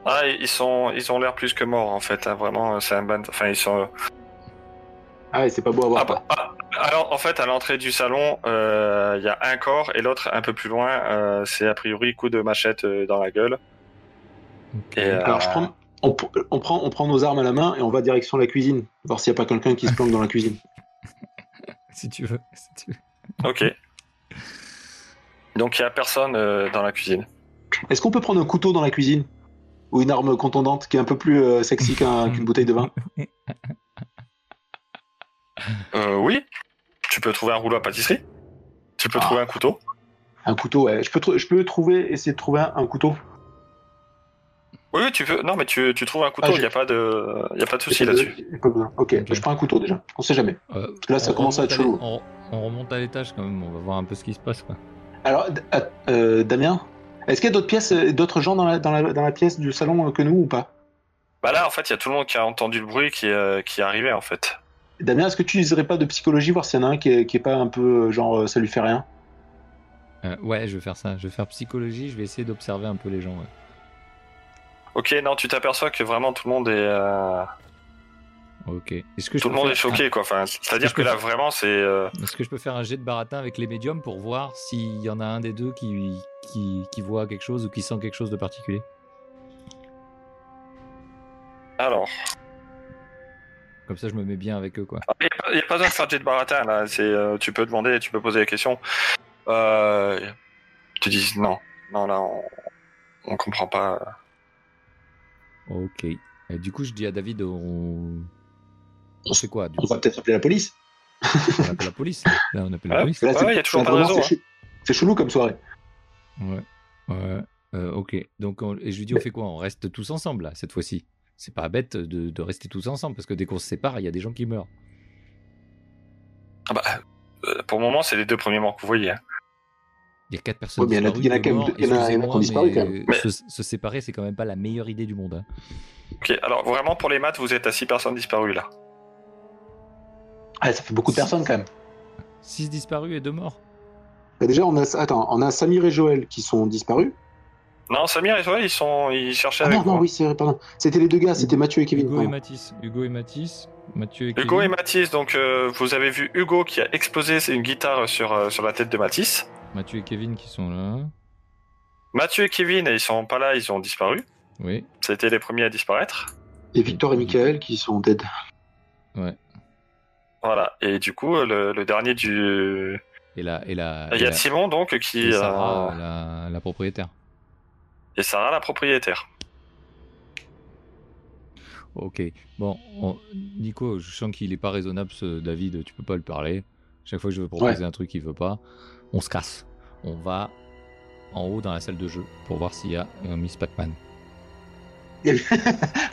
A: Ah, ils sont, ils ont l'air plus que morts en fait. hein, Vraiment, c'est un band. Enfin, ils sont. euh,
B: Ah ouais, c'est pas beau à voir.
A: ah, bah, ah, alors en fait, à l'entrée du salon, euh, il y a un corps et l'autre un peu plus loin, euh, c'est a priori coup de machette euh, dans la gueule.
D: ok.
A: Et, euh,
B: Alors je prends... On, pr- on prend, on prend nos armes à la main et on va direction la cuisine, voir s'il n'y a pas quelqu'un qui se planque dans la cuisine.
D: Si tu veux. Si tu veux.
A: Ok. Donc il y a personne euh, dans la cuisine.
B: Est-ce qu'on peut prendre un couteau dans la cuisine Ou une arme contondante qui est un peu plus euh, sexy qu'un- qu'une bouteille de vin
A: Euh, oui. Tu peux trouver un rouleau à pâtisserie. Tu peux
B: Ah.
A: trouver un couteau.
B: Un couteau, ouais. Je peux, trou- je peux trouver, essayer de trouver un, un couteau.
A: Oui, oui, tu peux. Non, mais tu, tu trouves un couteau.
B: Ah,
A: Il
B: j'ai-
A: n'y a pas de, il y a pas de souci
B: J'ai pas
A: là-dessus.
B: besoin- j'ai pas besoin. ok,
D: Ok.
B: je prends un couteau déjà. On sait jamais.
D: Euh,
B: que là, ça
D: on
B: commence à
D: remonte
B: être
D: l'é-
B: chelou.
D: On, on remonte à l'étage quand même, on va voir un peu ce qui se passe. Quoi.
B: Alors, D- euh, euh, Damien, est-ce qu'il y a d'autres pièces, euh, d'autres gens dans la, dans, la, dans la pièce du salon euh, que nous ou pas
A: Bah là, en fait, il y a tout le monde qui a entendu le bruit qui, euh, qui arrivait en fait.
B: Damien, est-ce que tu n'utiliserais pas de psychologie, voir s'il y en a un qui est, qui est pas un peu euh, genre euh, ça lui fait rien
D: Euh, ouais, je vais faire ça. Je vais faire psychologie, je vais essayer d'observer un peu les gens. ouais.
A: Ok, non, tu t'aperçois que vraiment tout le monde est, euh,
D: Ok. Est-ce que je
A: tout le
D: peux
A: monde est
D: faire
A: choqué quoi. Enfin,
D: Je
A: c'est-à-dire que
D: peux
A: là,
D: faire-
A: vraiment, c'est. euh,
D: un- Est-ce que je peux faire un jet de baratin avec les médiums pour voir s'il y en a un des deux qui, qui, qui voit quelque chose ou qui sent quelque chose de particulier
A: Alors,
D: Comme ça, je me mets bien avec eux, quoi.
A: il n'y a, pas besoin de faire de jet de baratin là. C'est, euh, tu peux demander, tu peux poser la question. Euh... Ils te disent non, non, là, on, on comprend pas.
D: Ok. Et du coup, je dis à David, on, on
B: On
D: fait quoi du
B: On
D: coup
B: va peut-être appeler la police.
D: On appelle la police. Là, on appelle la
A: Ouais.
D: police.
B: Là,
A: Ah
B: Bah, c'est-
A: ouais, il y a toujours
B: c'est
A: pas de
B: vraiment-
A: réseau,
B: C'est chou- c'est chelou comme soirée.
D: Ouais. Ouais. Euh, ok. Donc, on- et je lui dis, on fait quoi On reste tous ensemble, là, cette fois-ci. C'est pas bête de, de rester tous ensemble, parce que dès qu'on se sépare, il y a des gens qui meurent.
A: Ah bah, euh, pour le moment, c'est les deux premiers morts que vous voyez. hein.
D: Il y a quatre personnes
B: Ouais, mais il y en a-
D: disparues,
B: il y en a
D: deux
B: quand même-
D: morts.
B: il y en a- il y en a qui ont
D: Excusez-moi,
B: disparu, quand
D: mais
A: même.
D: Se, se séparer, c'est quand même pas la meilleure idée du monde. hein.
A: Ok, alors vraiment pour les maths, vous êtes à six personnes disparues là.
B: Ah, ça fait beaucoup de personnes quand même.
D: 6 disparus et 2 morts.
B: Bah, déjà, on a, attends, on a Samir et Joël qui sont disparus.
A: Non, Samir et Joël, ils sont, ils cherchaient
B: Ah
A: avec
B: non, non,
A: moi.
B: oui, c'est vrai, pardon. C'était les deux gars, c'était Mathieu et Kevin.
D: Hugo et
B: pardon.
D: Matisse. Hugo et Matisse. Mathieu et
A: hein. Hugo
D: Kevin.
A: et Matisse, donc euh, vous avez vu Hugo qui a explosé une guitare sur, euh, sur la tête de Matisse.
D: Mathieu et Kevin qui sont là.
A: Mathieu et Kevin, ils sont pas là, ils ont disparu.
D: Oui.
A: C'était les premiers à disparaître.
B: Et Victor et Michael qui sont dead.
A: Voilà. Et du coup, le, le dernier du.
D: Et la, et la,
A: Ah, Il
D: et
A: y a
D: la-
A: Simon, donc, qui.
D: et
A: euh,
D: Sarah, la, la propriétaire.
A: Et Sarah, la propriétaire.
D: Ok. Bon, on- Nico, je sens qu'il est pas raisonnable, ce David. Tu peux pas le parler. Chaque fois que je veux proposer un truc, il veut pas. On se casse. On va en haut dans la salle de jeu pour voir s'il y a un Miss Pac-Man.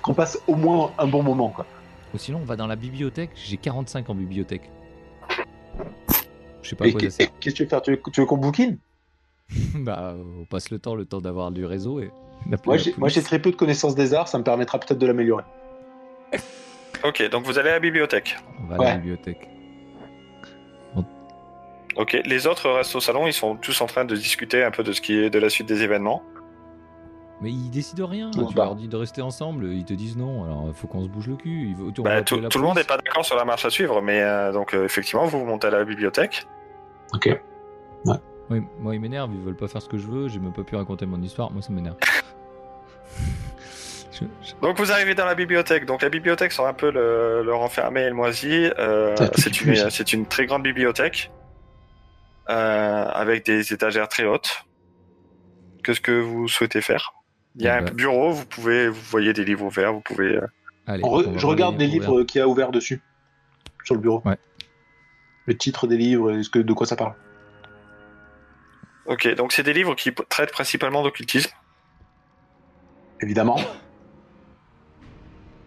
B: Qu'on passe au moins un bon moment, quoi.
D: Ou sinon, on va dans la bibliothèque. J'ai 45 en bibliothèque. Je sais pas à
B: Et
D: quoi
B: qu'est-
D: ça sert.
B: et qu'est-ce que tu veux faire Tu veux, tu veux qu'on bouquine
D: bah, on passe le temps, le temps d'avoir du réseau et. d'appeler
B: Moi,
D: la
B: j'ai-
D: police.
B: Moi, j'ai très peu de connaissances des arts, ça me permettra peut-être de l'améliorer.
A: Ok, donc vous allez à la bibliothèque.
D: On va à la
B: Ouais.
D: bibliothèque.
A: Ok. Les autres restent au salon, ils sont tous en train de discuter un peu de ce qui est de la suite des événements.
D: Mais ils décident rien.
B: Bon,
D: tu
B: bah.
D: leur dis de rester ensemble, ils te disent non. Alors, faut qu'on se bouge le cul. Il faut- on
A: Bah,
D: va appeler
A: tout,
D: la
A: tout le monde n'est pas
D: police.
A: d'accord sur la marche à suivre, mais euh, donc euh, effectivement, vous montez à la bibliothèque.
D: Oui, moi, ils m'énervent. Ils veulent pas faire ce que je veux. J'ai même pas pu raconter mon histoire. Moi, ça m'énerve. Je- je-
A: Donc vous arrivez dans la bibliothèque. Donc la bibliothèque sont un peu le, le renfermé et le moisi. Euh,
B: Ah, tout
A: c'est
B: pue,
A: une,
B: ça.
A: c'est une très grande bibliothèque euh, avec des étagères très hautes. Qu'est-ce que vous souhaitez faire Il y a
D: Ah
A: un
D: bah.
A: bureau. Vous pouvez, vous voyez des livres ouverts. Vous pouvez. euh,
D: Allez,
B: On re-
D: on va
B: je regarde les
D: regarder
B: livres qu'il y a ouverts dessus, sur le bureau.
D: Ouais.
B: Le titre des livres, est-ce que, de quoi ça parle
A: Ok. Donc c'est des livres qui p- traitent principalement d'occultisme.
B: Évidemment.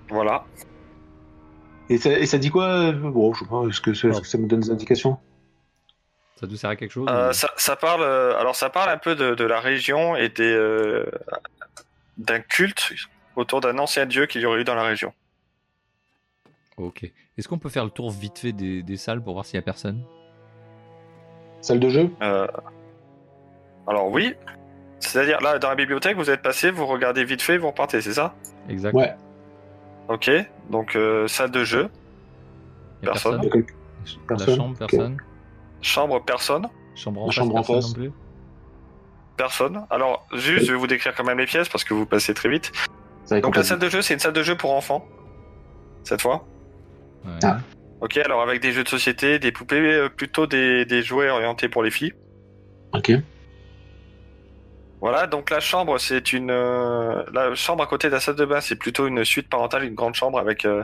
A: Voilà.
B: Et ça, et ça dit quoi euh, Bon, je sais pas, est-ce que, ça- est-ce que ça me donne des indications
D: Ça nous sert à quelque chose
A: Euh,
D: ou-
A: ça, ça parle, euh, alors ça parle un peu de, de la région et des, euh, d'un culte autour d'un ancien dieu qu'il y aurait eu dans la région.
D: Ok. Est-ce qu'on peut faire le tour vite fait des, des salles pour voir s'il y a personne
B: Salle de jeu
A: Euh, alors oui, c'est-à-dire là dans la bibliothèque, vous êtes passé, vous regardez vite fait, vous repartez, c'est ça
D: Exact.
B: Ouais.
A: Ok, donc euh, salle de jeu,
D: Y a
A: personne.
B: Il y a quelqu'un-
D: La
B: Personne.
D: chambre,
B: Ok.
D: personne.
A: chambre, personne,
D: Chambre en
B: La
D: face,
B: chambre en
D: personne
B: face.
D: non plus.
A: personne. Alors juste, je vais vous décrire quand même les pièces parce que vous passez très vite.
B: Ça va être
A: Donc la
B: compliqué.
A: salle de jeu, c'est une salle de jeu pour enfants, cette fois.
D: Ouais.
B: Ah.
A: Ok, alors avec des jeux de société, des poupées, euh, plutôt des, des jouets orientés pour les filles.
B: Ok.
A: Voilà, donc la chambre, c'est une euh, la chambre à côté de la salle de bain, c'est plutôt une suite parentale, une grande chambre avec euh,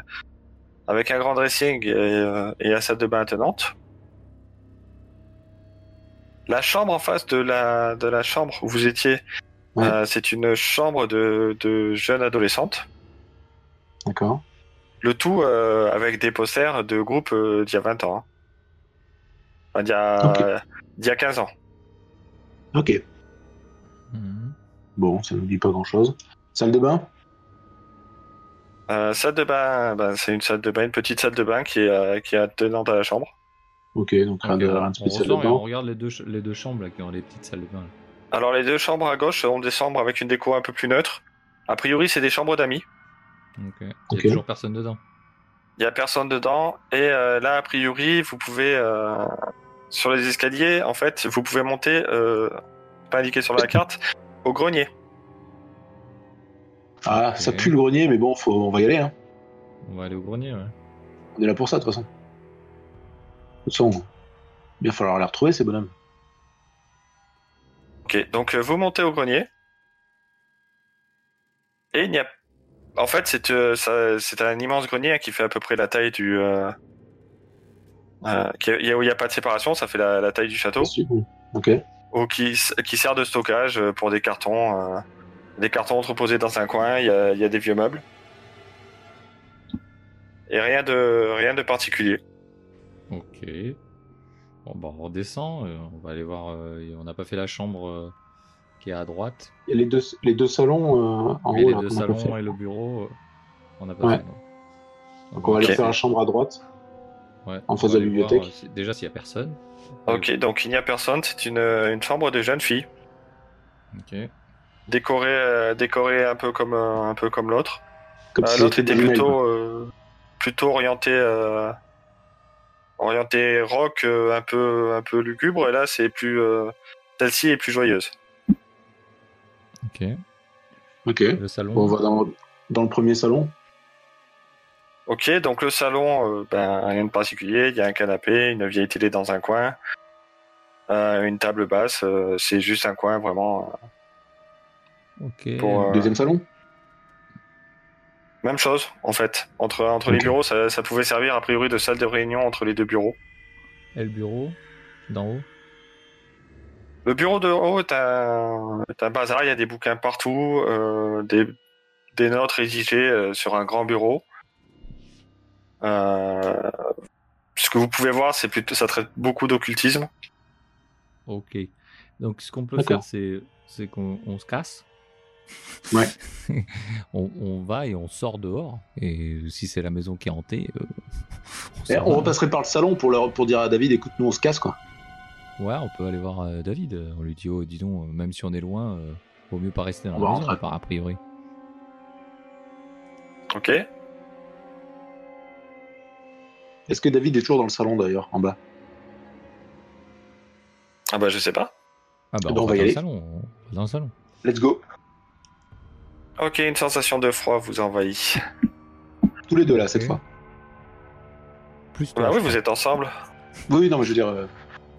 A: avec un grand dressing et, euh, et la salle de bain attenante. La chambre en face de la de la chambre où vous étiez,
B: Ouais.
A: euh, c'est une chambre de de jeunes adolescentes.
B: D'accord.
A: Le tout euh, avec des posters de groupes euh, d'il y a 20 ans, hein. Enfin, d'il y a
B: Ok.
A: d'il y a 15 ans.
B: Ok.
D: Mhm.
B: Bon, ça nous dit pas grand-chose. Salle de bain
A: Euh, salle de bain, ben, c'est une salle de bain, une petite salle de bain qui est, euh, qui est attenante à la chambre.
B: Ok, donc rien de,
D: Ok,
B: rien de
D: on
B: spécial
D: ressort et on
B: dedans.
D: regarde les deux, ch- les deux chambres là, qui ont les petites salles de bain. là.
A: Alors les deux chambres à gauche ont des chambres avec une déco un peu plus neutre. A priori, c'est des chambres d'amis.
D: Ok. Il y a
B: Ok.
D: toujours personne dedans.
A: Il y a personne dedans. Et euh, là, a priori, vous pouvez euh, sur les escaliers, en fait, vous pouvez monter, euh, pas indiqué sur la carte, au grenier.
B: Ah, ça pue le grenier, mais bon, faut, on va y aller. Hein.
D: On va aller au grenier. Ouais.
B: On est là pour ça, de toute façon. De toute façon, il va falloir les retrouver, ces bonhommes.
A: Ok, donc euh, vous montez au grenier. Et il n'y a, en fait, c'est euh, ça- c'est un immense grenier hein, qui fait à peu près la taille du. euh, euh, qui- il y a- où il n'y a pas de séparation, ça fait la, la taille du
D: Oh.
A: château.
B: Bien sûr. Ok.
A: ou qui, s- qui sert de stockage euh, pour des cartons, euh, des cartons entreposés dans un coin. Il y a, il y a des vieux meubles et rien de rien de particulier.
D: Ok. Bon, bah, on redescend. euh, on va aller voir. euh, et on n'a pas fait la chambre euh, qui est à droite.
B: Et les deux, les deux salons euh, en
D: mais
B: haut,
D: les
B: là,
D: deux
B: qu'on a pas
D: salons
B: fait.
D: et le bureau, euh, on n'a pas
B: Ouais.
D: fait. non.
B: Donc on va aller
A: Ok.
B: faire la chambre à droite.
D: Ouais.
B: En
D: on
B: face de
D: va
B: la
D: aller voir,
B: bibliothèque.
D: euh, si- déjà, s'il y a personne.
A: Ok, donc il n'y a personne, c'est une, une chambre de jeune fille,
D: Ok.
A: décorée, euh, décorée un peu comme, euh, un, un peu comme l'autre.
B: Comme
A: Euh,
B: si
A: l'autre
B: c'était
A: était
B: des emails, quoi.
A: plutôt, euh, plutôt orienté, euh, orienté rock, euh, un, peu, un peu lugubre, et là, c'est plus. euh, Celle-ci est plus joyeuse.
D: Ok.
B: Ok.
D: Le salon.
B: Bon, on va dans, dans le premier salon.
A: Ok, donc le salon, euh, ben, rien de particulier. Il y a un canapé, une vieille télé dans un coin, euh, une table basse. euh, c'est juste un coin vraiment. euh,
D: Ok.
A: pour, euh,
B: Deuxième salon.
A: Même chose, en fait. Entre, entre les
B: Ok.
A: bureaux, ça, ça pouvait servir a priori de salle de réunion entre les deux bureaux.
D: Et le bureau d'en haut.
A: Le bureau de haut est un, est un bazar. Il y a des bouquins partout, euh, des, des notes rédigées euh, sur un grand bureau. Euh, ce que vous pouvez voir, c'est plutôt, ça traite beaucoup d'occultisme.
D: Ok. Donc, ce qu'on peut
B: D'accord.
D: faire, c'est, c'est qu'on on se casse.
B: Ouais.
D: on, on va et on sort dehors. Et si c'est la maison qui est hantée, euh, on,
B: Eh,
D: s'en
B: on
D: va.
B: repasserait par le salon pour, leur, pour dire à David, écoute, nous on se casse quoi.
D: Ouais, on peut aller voir euh, David. On lui dit, oh, dis donc, euh, même si on est loin, euh, vaut mieux pas rester dans
B: On
D: la
B: va
D: maison,
B: rentrer.
D: par a priori.
A: Ok.
B: Est-ce que David est toujours dans le salon d'ailleurs, en bas
A: Ah bah je sais pas.
D: Ah bah,
B: Eh ben,
D: on,
B: on va
D: va
B: y
D: dans le
B: aller.
D: salon. On va dans le salon.
B: Let's go.
A: Ok, une sensation de froid vous envahit.
B: Tous les deux là cette
D: Ok.
B: fois.
D: Plus
A: Bah
D: toi,
A: oui,
D: je
A: vous êtes ensemble.
B: Oui, oui, non, mais je veux dire, euh,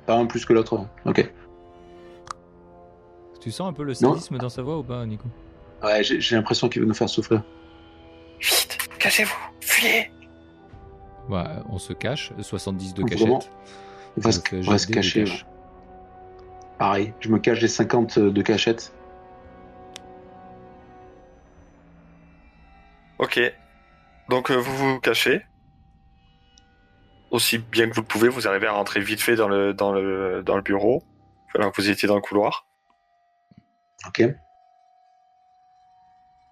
B: pas un plus que l'autre. hein. Ok.
D: Tu sens un peu le sadisme dans sa voix ou pas, Nico
B: Ouais, j'ai j'ai l'impression qu'il veut nous faire souffrir.
A: Vite, cachez-vous, fuyez.
D: bah, On se cache, 70 de
B: Faut
D: cachette.
B: vraiment- On va, se,
D: Donc, euh,
B: on
D: jet
B: va
D: de
B: se
D: dés de
B: cacher.
D: cache.
B: ouais. Pareil, je me cache des 50 de cachette.
A: Ok. Donc euh, vous vous cachez. Aussi bien que vous le pouvez, vous arrivez à rentrer vite fait dans le dans le dans le bureau alors que vous étiez dans le couloir.
B: Ok.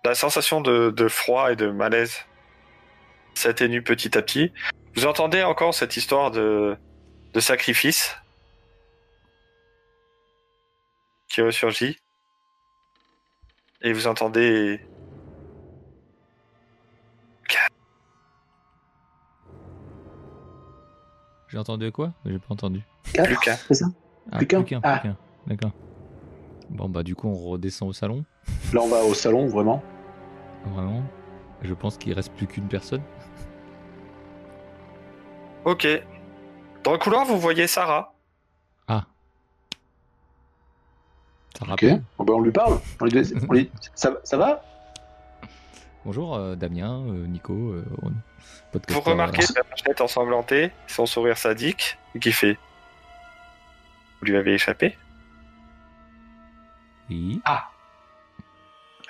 A: La sensation de, de froid et de malaise s'atténue petit à petit. Vous entendez encore cette histoire de de sacrifice qui ressurgit et vous entendez
D: J'ai entendu quoi J'ai pas entendu.
B: Quatre,
A: plus qu'un.
B: c'est ça
D: Ah,
B: Plus qu'un
D: plus
B: Ah.
D: qu'un. D'accord. Bon, bah, du coup, on redescend au salon.
B: Là, on va au salon, vraiment.
D: Vraiment. Je pense qu'il reste plus qu'une personne.
A: Ok. Dans le couloir, vous voyez Sarah.
D: Ah. Ça
B: Ok.
D: rappelle.
B: Bon, ben, on lui parle. On lui dit- on lui- ça, ça va
D: Bonjour, euh, Damien, euh, Nico. euh, on-
A: Vous
D: podcasteur,
A: remarquez
D: euh,
A: sa machette ensanglantée, son sourire sadique, qui fait. Vous lui avez échappé
D: Oui.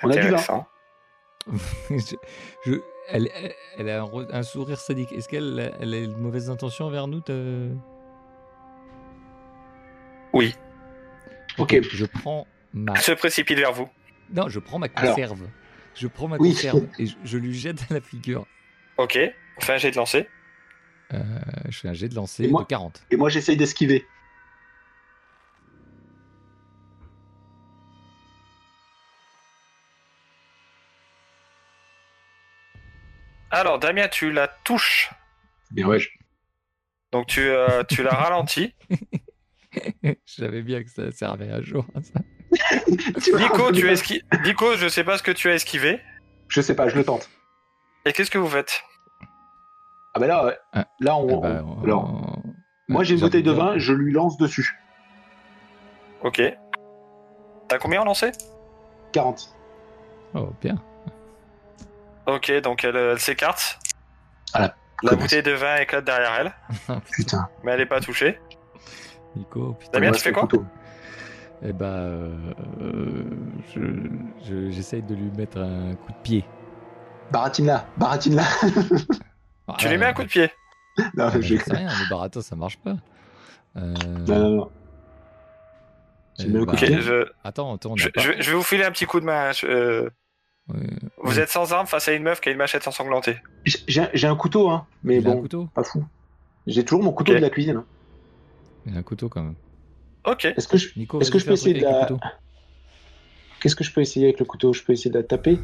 B: On a du vin.
A: Intéressant.
D: Je- je- elle, elle- elle a un, re- un sourire sadique. Est-ce qu'elle a- elle a de mauvaises intentions envers nous t'as-
A: Oui.
B: Ok.
D: Je prends ma.
C: Ah.
A: Elle se précipite vers vous.
D: Non, je prends ma
B: Alors.
D: conserve. Je prends ma
B: Oui.
D: conserve et je, je lui jette à la figure.
A: Ok. Enfin, j'ai de lancer.
D: Euh, je fais un jet de lancer
B: Et moi
D: de 40.
B: Et moi, j'essaye d'esquiver.
A: Alors, Damien, tu la touches.
B: Bien, ouais. je-
A: Donc, tu, euh, tu la ralentis.
D: Je savais bien que ça servait un jour. hein, ça.
A: Nico, tu esqui- Nico, je sais pas ce que tu as esquivé.
B: Je sais pas, je le tente.
A: Et qu'est-ce que vous faites
B: Ah, ben là, ouais.
D: Ah.
B: là, on.
D: Eh ben,
B: on-
D: on-
B: alors,
D: on-
B: moi, j'ai une
D: envie
B: bouteille de
D: dire-
B: vin, je lui lance dessus.
A: Ok. T'as combien en lancé
B: 40.
D: Oh, bien.
A: Ok, donc elle, elle s'écarte.
B: Ah, la
A: la
B: connasse.
A: bouteille de vin éclate derrière elle,
B: Putain.
A: mais elle n'est pas touchée.
D: Nico, putain.
A: Damien,
B: Ouais,
A: tu fais
B: c'est
A: quoi
B: plutôt-
D: Eh ben, euh, euh, je- je- j'essaye de lui mettre un coup de pied.
B: Baratine-la, baratine-la.
A: Tu lui mets un coup de pied.
B: Non,
D: Ah,
B: je- Bah,
D: je euh, sais rien, le baratin ça marche pas. Euh,
B: non, non, non.
D: euh,
B: tu mets le coup
A: Ok,
B: de pied
A: je,
D: Attends, attends, on a
A: Je,
D: pas-
A: je vais- je vais vous filer un petit coup de main. je- euh,
D: Euh,
A: vous
D: Oui.
A: êtes sans arme face à une meuf qui a une machette ensanglantée.
B: J'ai- J'ai un- j'ai un couteau, hein, mais
D: il a un
B: bon,
D: couteau
B: pas fou. J'ai toujours mon couteau
A: Ok.
B: de la cuisine. hein.
D: Il y a un couteau quand même.
A: Ok.
B: Est-ce que je...
D: Nico,
B: Est-ce que
D: vas-y,
B: je peux
D: fais un
B: essayer
D: truc
B: de
D: avec
B: la-
D: le couteau.
B: qu'est-ce que je peux essayer avec le couteau Je peux essayer de la taper.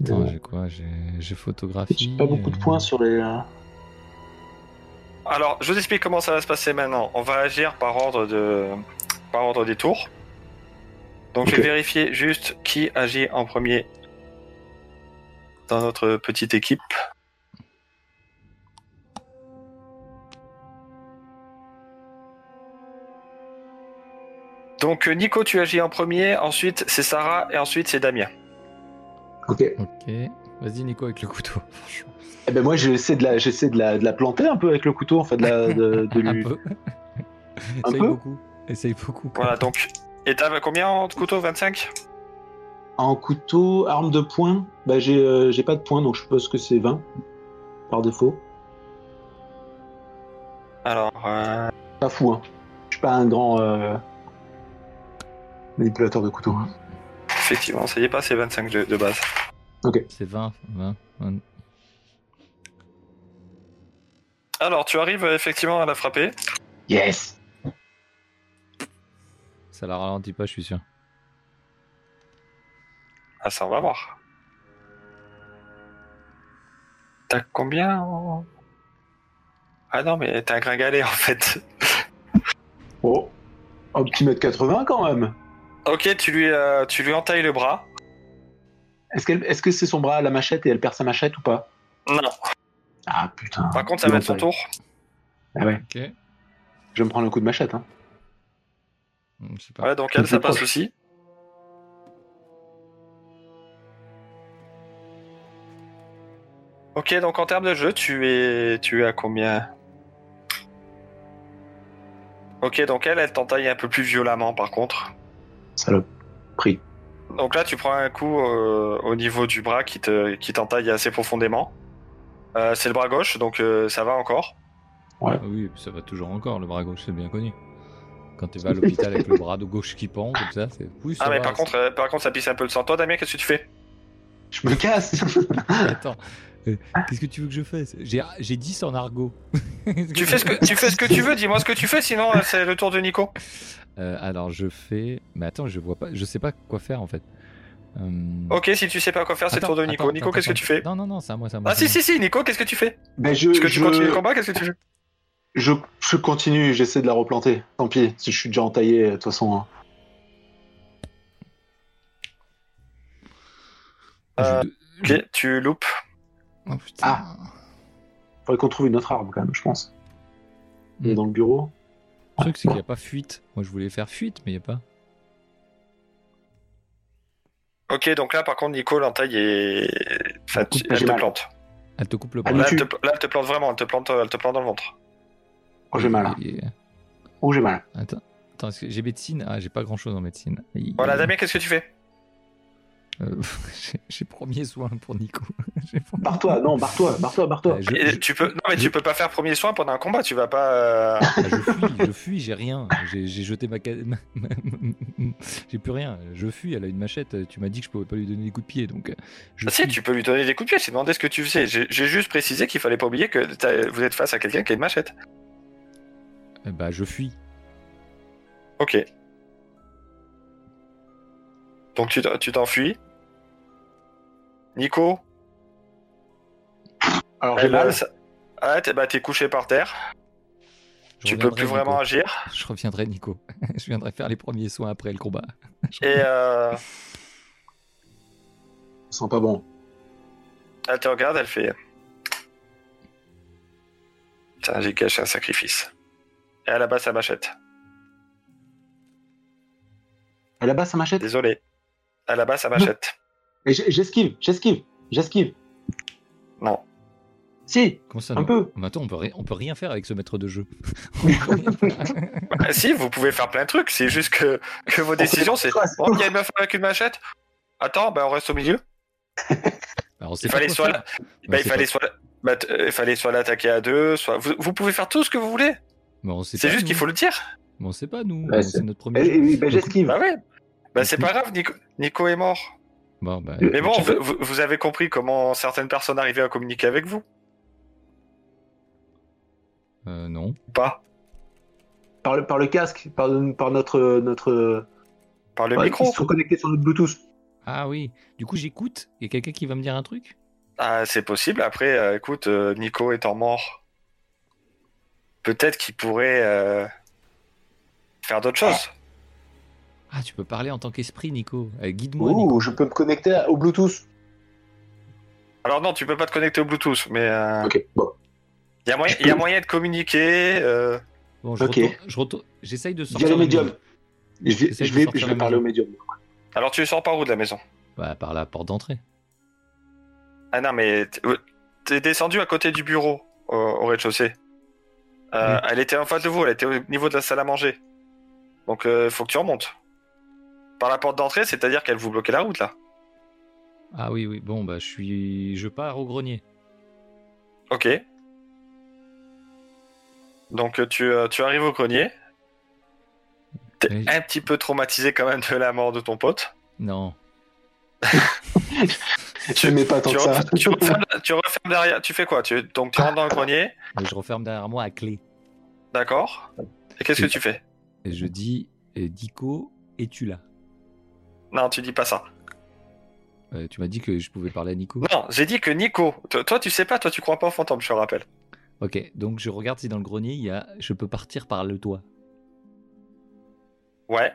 D: Attends,
B: Euh,
D: j'ai quoi J'ai j'ai photographie.
B: J'ai pas beaucoup de
D: euh,
B: points sur les.
A: Alors, je vous explique comment ça va se passer maintenant. On va agir par ordre de par ordre des tours. Donc, je
B: Ok.
A: vais vérifier juste qui agit en premier dans notre petite équipe. Donc, euh, Nico, tu agis en premier, ensuite c'est Sarah et ensuite c'est Damien.
B: Ok.
D: Ok. Vas-y, Nico, avec le couteau. franchement.
B: Eh ben moi j'essaie de la j'essaie de la, de la planter un peu avec le couteau en fait de, la, de, de
D: Un
B: lui.
D: peu.
B: Un
D: Essaye
B: peu
D: beaucoup. Essaye beaucoup. quoi.
A: Voilà, donc. Et t'as combien en couteau 25
B: En couteau, arme de poing, bah j'ai euh, j'ai pas de poing donc je suppose que c'est 20 par défaut.
A: Alors, euh,
B: Pas fou hein. Je suis pas un grand euh, manipulateur de couteau. hein.
A: effectivement, ça y est pas, c'est 25 de- de base.
D: C'est 20. 20. 20.
A: Alors, tu arrives euh, effectivement à la frapper.
B: Yes.
D: Ça la ralentit pas, je suis sûr.
A: Ah, ça, on va voir. T'as combien en- Ah non, mais t'as un gringalet en fait.
B: Oh. Un petit mètre 80 quand même.
A: ok, tu lui, euh, tu lui entailles le bras.
B: Est-ce qu'elle est-ce que c'est son bras à la machette et elle perd sa machette ou pas
A: Non.
B: Ah putain.
A: Par contre, ça va être son tour.
B: Ah ouais.
D: Ok.
B: Je vais me prendre le coup de machette hein.
D: Je sais pas.
A: Voilà, donc elle,
B: Plus
A: ça passe
B: proche.
A: aussi. Ok, donc en termes de jeu, tu es, tu es à combien Ok, donc elle, elle t'entaille un peu plus violemment par contre.
B: Salope. Pris.
A: Donc là, tu prends un coup euh, au niveau du bras qui te qui t'entaille assez profondément. Euh, c'est le bras gauche, donc euh, ça va encore.
D: Ah Oui, et puis ça va toujours encore, le bras gauche, c'est bien connu. Quand tu vas à l'hôpital avec le bras de gauche qui pend, comme ça, c'est. Oui, ça
A: ah mais
D: va,
A: par
D: c'est-
A: contre, euh, par contre, ça pisse un peu le sang. Toi, Damien, qu'est-ce que tu fais
B: Je me casse.
D: Attends, euh, qu'est-ce que tu veux que je fasse J'ai j'ai 10 en argot.
A: Tu fais ce que tu fais ce que tu veux. Dis-moi ce que tu fais, sinon euh, c'est le tour de Nico.
D: Euh, alors je fais. Mais attends, je vois pas, je sais pas quoi faire en fait. Euh,
A: Ok, si tu sais pas quoi faire, c'est le
D: attends,
A: tour de Nico.
D: attends,
A: Nico,
D: attends,
A: qu'est-ce que
D: attends.
A: tu fais
D: Non, non, non, c'est à moi, c'est à moi.
A: Ah
D: c'est à
A: si si si, Nico, qu'est-ce que tu fais
B: ben je
A: Est-ce que tu
B: je-
A: continues le combat Qu'est-ce que tu fais
B: Je, je continue, j'essaie de la replanter. Tant pis, si je suis déjà entaillé, de toute façon. hein.
D: moi.
A: Euh,
D: Je-
A: Ok, tu loupes.
D: Oh putain.
B: Ah. Faudrait qu'on trouve une autre arme quand même, je pense.
D: Mm.
B: Dans le bureau.
D: Le truc, c'est qu'il n'y a pas fuite. Moi, je voulais faire fuite, mais il n'y a pas.
A: Ok, donc là, par contre, Nico, l'entaille est. Enfin, tu-
B: J'ai
A: elle te
B: mal.
A: plante.
D: Elle te coupe le
B: Ah,
D: bras.
B: mais
A: Là,
B: tu-
A: elle te, là, elle te plante vraiment. Elle te plante, elle te plante dans le ventre.
B: Oh, j'ai mal. hein.
D: Et-
B: Oh, j'ai mal.
D: Attends, attends, est-ce que j'ai médecine. Ah, j'ai pas grand chose en médecine. Il-
A: Voilà, Damien, qu'est-ce que tu fais
D: Euh, j'ai- j'ai premier soin pour Nico. J'ai premier-
B: Barre-toi, non, barre-toi, barre-toi, barre-toi.
D: Euh, je,
A: Et
D: je-
A: tu peux non mais
D: je-
A: tu peux pas faire premier soin pendant un combat tu vas pas euh,
D: Ah, je fuis, je fuis, j'ai rien. J'ai j'ai jeté ma. ca- ma- ma- ma- j'ai plus rien. Je fuis, elle a une machette. Tu m'as dit que je pouvais pas lui donner des coups de pied, donc. euh, Je
A: Ah, si
D: fuis.
A: tu peux lui donner des coups de pied j'ai demandé ce que tu faisais j'ai j'ai juste précisé qu'il fallait pas oublier que t'as- vous êtes face à quelqu'un qui a une machette
D: Eh Bah, je fuis.
A: ok donc tu t'en- tu t'enfuis Nico
B: Alors,
A: eh
B: j'ai
A: ben,
B: mal.
A: ça- ah t'es bah, t'es couché par terre
D: Je
A: tu peux
D: reviendrai,
A: plus vraiment
D: Nico.
A: agir
D: Je reviendrai, Nico. je viendrai faire les premiers soins après le combat.
A: et euh,
B: Je sens pas bon.
A: elle te regarde elle fait Putain, j'ai gâché un sacrifice et elle abat sa machette
B: Elle abat sa machette.
A: désolé elle abat sa machette
B: Et j'- J'esquive, j'esquive, j'esquive.
A: Non.
B: Si,
D: Comment ça
B: un
D: non
B: peu.
D: Mais attends, on peut, ri- on peut rien faire avec ce maître de jeu. On peut rien faire.
A: Ah, si, vous pouvez faire plein de trucs, c'est juste que, que vos décisions, c'est. Bon, il y a une meuf avec une machette Attends, bah on reste au milieu.
D: Alors, on sait
A: Il
D: pas
A: fallait
D: quoi
A: soit,
D: faire. On
A: bah, il
D: sait
A: fallait
D: pas-
A: soit, bah, t- euh, il fallait soit l'attaquer à deux, soit. Vous, vous pouvez faire tout ce que vous voulez.
D: Mais on sait
A: C'est
D: pas,
A: juste
D: nous.
A: qu'il faut le dire.
D: Mais on sait pas, nous.
B: Ouais,
D: c'est notre premier.
B: Eh,
D: jeu.
B: eh, ben, j'esquive.
A: Bah ouais. Bah
D: Du
A: c'est
D: coup-
A: pas grave, Nico, Nico est mort.
D: Bon, bah,
A: Mais bon,
B: Tu
A: vous, vous- vous avez compris comment certaines personnes arrivaient à communiquer avec vous.
D: Euh, non.
A: ou pas
B: Par le, par le casque, par, par notre. notre
A: Par le
B: par-
A: micro
B: Bah, Ils sont connectés sur notre Bluetooth.
D: Ah oui. Du coup, j'écoute. Il y a quelqu'un qui va me dire un truc
A: Ah, c'est possible. Après, euh, écoute, euh, Nico étant mort, peut-être qu'il pourrait euh, faire d'autres choses.
D: Ah, tu peux parler en tant qu'esprit, Nico. Euh, Guide-moi, Nico.
B: Ouh, je peux me connecter à- au Bluetooth.
A: Alors non, tu peux pas te connecter au Bluetooth, mais euh,
B: Ok, bon.
A: il y a moyen-
B: Je peux.
A: il y a moyen de communiquer. euh,
D: Bon, je
B: Ok.
D: retourne- je retourne- J'essaye de sortir.
B: Via le
D: le
B: médium.
D: guide.
B: Je vais,
D: J'essaie
B: je
D: de
B: vais,
D: sortir
B: je
D: la
B: vais parler au médium.
A: Alors tu sors par où de la maison
D: Bah, par la porte d'entrée.
A: Ah non, mais t- euh, t'es descendu à côté du bureau au, au rez-de-chaussée. Euh,
D: Oui.
A: Elle était en face de vous, elle était au niveau de la salle à manger. Donc euh, faut que tu remontes. Par la porte d'entrée, c'est-à-dire qu'elle vous bloquait la route là.
D: Ah oui, oui. Bon, bah, je suis. Je pars au grenier.
A: Ok. Donc euh, tu, euh, tu arrives au grenier. T'es
D: Oui.
A: un petit peu traumatisé quand même de la mort de ton pote.
D: Non.
B: Je mets pas tant
A: Tu,
B: que ça.
A: ref- tu refermes, tu refermes derrière. Tu fais quoi tu, Donc tu rentres dans le grenier.
D: Et Euh, je referme derrière moi à clé.
A: D'accord. Et qu'est-ce que tu fais
D: Et je dis eh, Dico, es-tu là
A: Non, tu dis pas ça.
D: Euh, Tu m'as dit que je pouvais parler à Nico.
A: Non, j'ai dit que Nico. to- Toi, tu sais pas, toi, tu crois pas aux fantômes, je te rappelle.
D: Ok, donc je regarde si dans le grenier, il y a... je peux partir par le toit.
A: Ouais.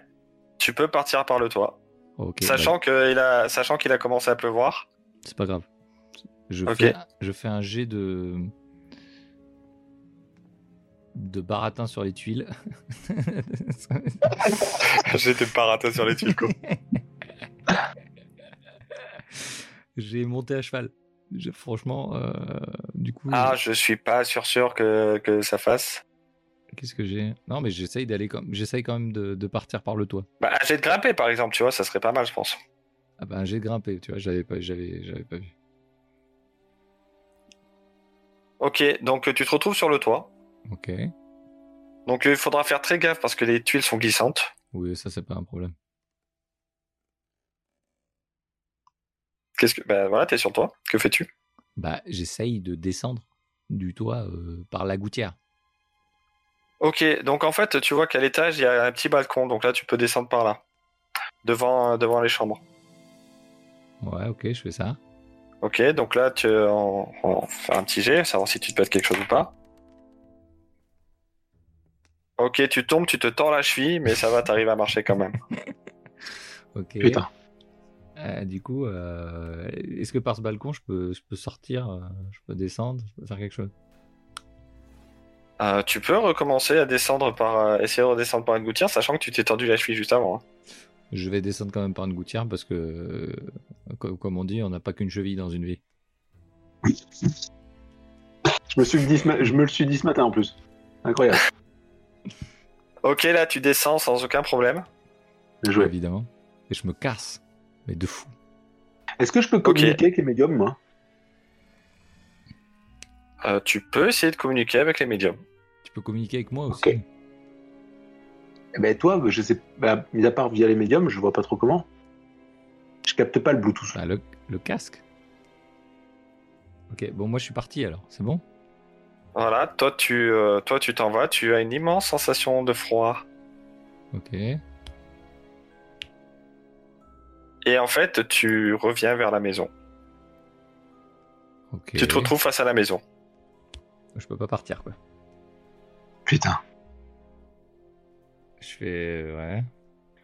A: Tu peux partir par le toit.
D: Ok, bah,
A: sachant que il a, sachant qu'il a commencé à pleuvoir.
D: c'est pas grave. Je,
A: Ok.
D: fais... je fais un jet de. de baratin sur les tuiles.
A: J'étais pas raté sur les tuiles, quoi.
D: J'ai monté à cheval. Je- Franchement, euh, du coup,
A: Ah, je suis pas sûr sûr que, que ça fasse.
D: qu'est-ce que j'ai Non, mais j'essaye d'aller comme. J'essaye quand même de, de partir par le toit.
A: Bah, un jet de grimper, par exemple, tu vois, ça serait pas mal, je pense.
D: Ah bah, j'ai grimpé, tu vois, j'avais pas, j'avais, j'avais pas vu.
A: Ok, donc euh, tu te retrouves sur le toit.
D: Ok.
A: Donc euh, il faudra faire très gaffe parce que les tuiles sont glissantes.
D: Oui, ça, c'est pas un problème.
A: Qu'est-ce que. Bah voilà, t'es sur toi. Que fais-tu
D: Bah, j'essaye de descendre du toit euh, par la gouttière.
A: Ok, donc en fait, tu vois qu'à l'étage, il y a un petit balcon. Donc là, tu peux descendre par là. Devant, euh, devant les chambres.
D: Ouais, ok, je fais ça.
A: Ok, donc là, tu, euh, on, on va faire un petit jet, savoir si tu te pètes quelque chose ou pas. Ok, tu tombes, tu te tords la cheville, mais ça va, t'arrives à marcher quand même.
D: Ok.
B: Putain.
D: Euh, du coup, euh, est-ce que par ce balcon, je peux, je peux sortir, euh, je peux descendre, je peux faire quelque chose
A: Euh, tu peux recommencer à descendre par. euh, essayer de redescendre par une gouttière, sachant que tu t'es tordu la cheville juste avant. hein.
D: Je vais descendre quand même par une gouttière parce que, euh, co- comme on dit, on n'a pas qu'une cheville dans une vie.
B: Je me, suis dit ce ma- je me le suis dit ce matin en plus. Incroyable.
A: Ok, là tu descends sans aucun problème.
B: Bien joué.
D: Évidemment. Et je me casse. Mais de fou.
B: Est-ce que je peux communiquer avec les médiums, moi
A: Euh, tu peux essayer de communiquer avec les médiums.
D: Tu peux communiquer avec moi aussi.
B: Ok. Eh ben toi, je sais, bah, mis à part via les médiums, je vois pas trop comment. Je capte pas le Bluetooth.
D: Bah, le, le casque. Ok, bon, moi je suis parti alors, c'est bon
A: Voilà, toi tu euh, toi tu t'en vas, tu as une immense sensation de froid.
D: Ok.
A: Et en fait, tu reviens vers la maison.
D: Ok.
A: Tu te retrouves face à la maison.
D: Je peux pas partir quoi.
B: Putain.
D: Je fais. Ouais.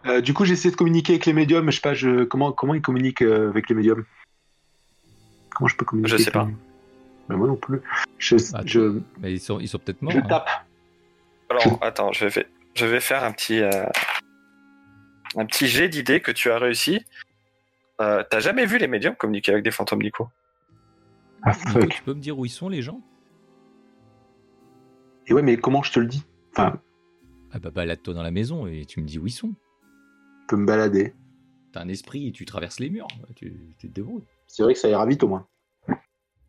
B: Euh, du coup, j'essaie de communiquer avec les médiums. Je sais pas, je, comment, comment ils communiquent euh, avec les médiums Comment je peux communiquer
A: Je sais
B: avec les
A: pas.
B: médiums Bah, moi non plus. Je,
D: Attends.
B: je,
D: Mais ils sont, ils sont peut-être morts.
B: je
D: hein.
B: tape.
A: Alors, attends, je vais, je vais faire un petit, euh, un petit jet d'idées que tu as réussi. Euh, T'as jamais vu les médiums communiquer avec des fantômes, Nico
B: Ah,
D: Nico,
B: fuck.
D: tu peux me dire où ils sont les gens
B: Et ouais, mais comment je te le dis Enfin,
D: Ah bah balade-toi dans la maison et tu me dis où ils sont.
B: je peux me balader.
D: T'as un esprit et tu traverses les murs. Bah, Tu, tu te débrouilles.
B: C'est vrai que ça ira vite au moins.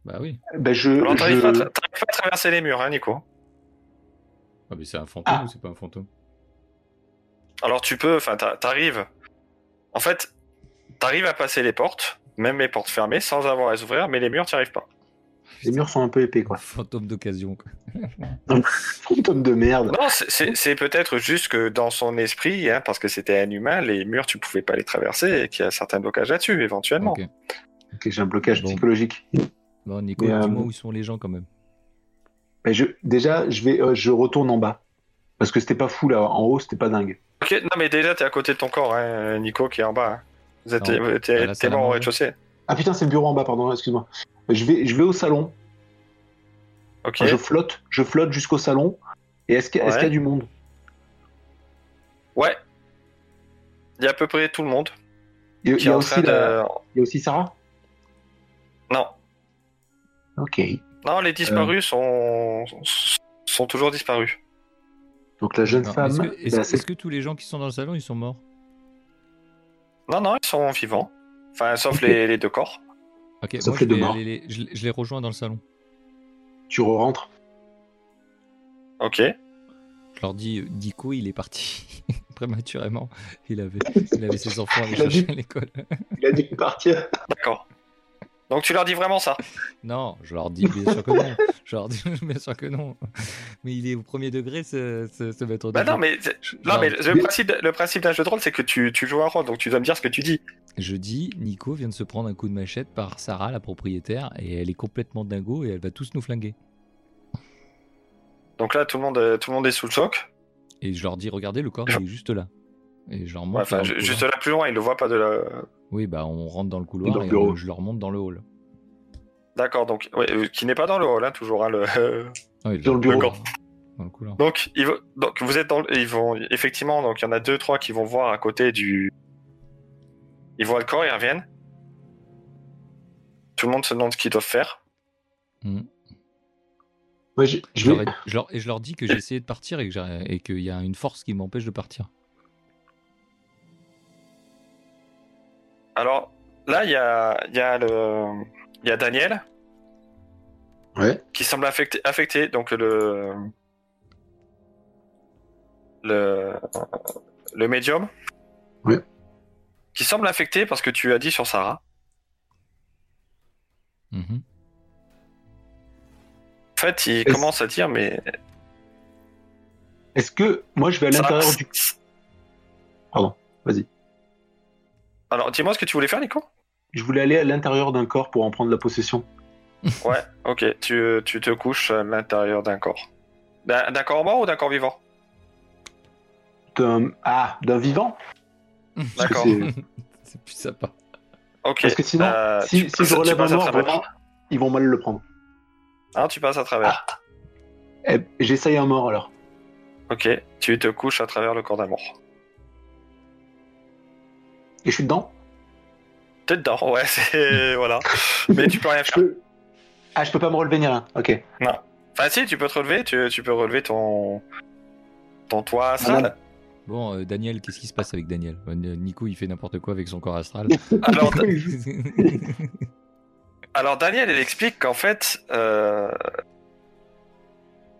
D: Bah oui.
B: Bah, je.
A: Alors, t'arrives
B: je-
A: pas, à tra- t'arrives pas à traverser les murs, hein, Nico
D: Ah mais c'est un fantôme
B: Ah.
D: ou c'est pas un fantôme
A: Alors, tu peux, enfin, t'a- t'arrives. En fait, t'arrives à passer les portes, même les portes fermées, sans avoir à s'ouvrir, mais les murs, t'y arrives pas.
B: Les murs sont un peu épais, quoi.
D: Fantôme d'occasion. quoi.
B: Fantôme de merde.
A: Non, c'est- c'est c'est peut-être juste que dans son esprit, hein, parce que c'était un humain, les murs, tu pouvais pas les traverser et qu'il y a certains blocages là-dessus, éventuellement.
D: Ok.
B: Ok, j'ai un blocage
D: Bon.
B: psychologique.
D: Bon, Nico,
B: Mais, euh,
D: dis-moi où sont les gens quand même.
B: Mais Bah, je, déjà, je vais, euh, je retourne en bas parce que c'était pas fou là. En haut, c'était pas dingue.
A: Ok, non, mais déjà, t'es à côté de ton corps, hein, Nico, qui est en bas. hein. Vous êtes-
D: Non,
A: T'es
D: à
A: t'es
D: la salle à
A: mort au
D: manger.
A: rez-de-chaussée.
B: Ah putain, c'est le bureau en bas, pardon. Excuse-moi. Je vais, je vais au salon.
A: Ok.
B: Enfin, Je flotte, je flotte jusqu'au salon. Et est-ce qu'il y, a- est-ce
A: Ouais.
B: qu'il y a du monde
A: Ouais. Il y a à peu près tout le monde
B: Il y a, il
A: qui
B: y
A: est
B: a
A: en
B: aussi
A: train de.
B: la- il y a aussi Sarah.
A: Non.
B: Ok.
A: Non, les disparus sont... sont toujours disparus.
B: Donc la jeune
D: D'accord.
B: femme.
D: Est-ce que, est-ce-
B: la- c'est-
D: est-ce que tous les gens qui sont dans le salon, ils sont morts
A: Non, non, ils sont vivants. Enfin, sauf les, les deux corps.
D: Ok,
B: Sauf
D: moi, je,
B: les deux
D: vais
B: morts.
D: aller les- je, je les rejoins dans le salon.
B: Tu re-rentres.
A: Ok.
D: Je leur dis, euh, Nico, il est parti prématurément. Il avait, il avait ses enfants à aller
B: Il a dit-
D: chercher à l'école.
B: Il a dû partir.
A: D'accord. Donc tu leur dis vraiment ça
D: Non, je leur dis bien sûr que non. Je leur dis bien sûr que non. Mais il est au premier degré, ce, ce, ce maître de
A: Bah
D: jeu.
A: non, mais,
D: Je-
A: non,
D: non,
A: mais le principe, le principe d'un jeu de rôle, c'est que tu, tu joues un rôle, donc tu dois me dire ce que tu dis.
D: Je dis, Nico vient de se prendre un coup de machette par Sarah, la propriétaire, et elle est complètement dingo et elle va tous nous flinguer.
A: Donc là, tout le monde, euh, tout le monde est sous le choc.
D: Et je leur dis, regardez, le corps, il est juste là. Et je leur montre.
A: Ouais, enfin,
D: dans le
A: ju-
D: couloir.
A: juste là plus loin, ils le voient pas de la.
D: Oui, bah on rentre dans le couloir
B: Dans le
D: et
B: bureau.
D: on- je leur monte dans le hall.
A: D'accord, donc ouais, euh, qui n'est pas dans le hall, hein, toujours. hein, le...
D: Ah oui,
B: Dans le bureau.
D: Dans le couloir.
A: donc, ils vont- donc vous êtes dans, le- ils vont effectivement. Donc il y en a deux, trois qui vont voir à côté du. Ils voient le corps, ils reviennent. Tout le monde se demande ce qu'ils doivent faire.
D: Hmm.
B: Moi, je, je
D: Je
B: vais-
D: leur ai- je leur- et je leur dis que j'ai essayé de partir et que j'ai- et qu'il y a une force qui m'empêche de partir.
A: Alors là, il y a, il y a le, il y a Daniel
B: Ouais.
A: qui semble affecté, affecté donc le, le, le médium.
B: Ouais.
A: Qui semble affecté parce que tu as dit sur Sarah.
D: Mhm.
A: En fait, il
B: Est-ce-
A: commence à dire, mais
B: Est-ce que moi, je vais à l'intérieur
A: Sarah-
B: du. Pardon, vas-y.
A: Alors, dis-moi ce que tu voulais faire, Nico.
B: Je voulais aller à l'intérieur d'un corps pour en prendre la possession.
A: Ouais, ok. Tu, tu te couches à l'intérieur d'un corps. D'un d'un corps mort ou d'un corps vivant
B: D'un... Ah, d'un vivant. Parce que
A: D'accord.
B: c'est-
D: C'est plus sympa.
A: Ok.
B: Parce que sinon,
A: euh,
B: si,
A: tu
B: si
A: passes-
B: je
A: tu
B: relève un
A: passes à
B: mort,
A: travers.
B: vraiment, ils vont mal le prendre.
A: Hein, tu passes à travers.
B: Eh, j'essaye un mort alors. Ah.
A: Ok. Tu te couches à travers le corps d'un mort.
B: Et je suis dedans
A: T'es dedans, ouais, c'est. voilà. Mais tu peux rien
B: je
A: faire.
B: peux... Ah, je peux pas me relever ni rien. Ok.
A: Enfin, si, tu peux te relever, tu, tu peux relever ton. ton toit
B: Madame.
A: astral.
D: Bon, euh, Daniel, qu'est-ce qui se passe avec Daniel Euh, Nico, il fait n'importe quoi avec son corps astral.
A: Alors,
D: Mhm.
A: Alors Daniel, elle explique qu'en fait, euh,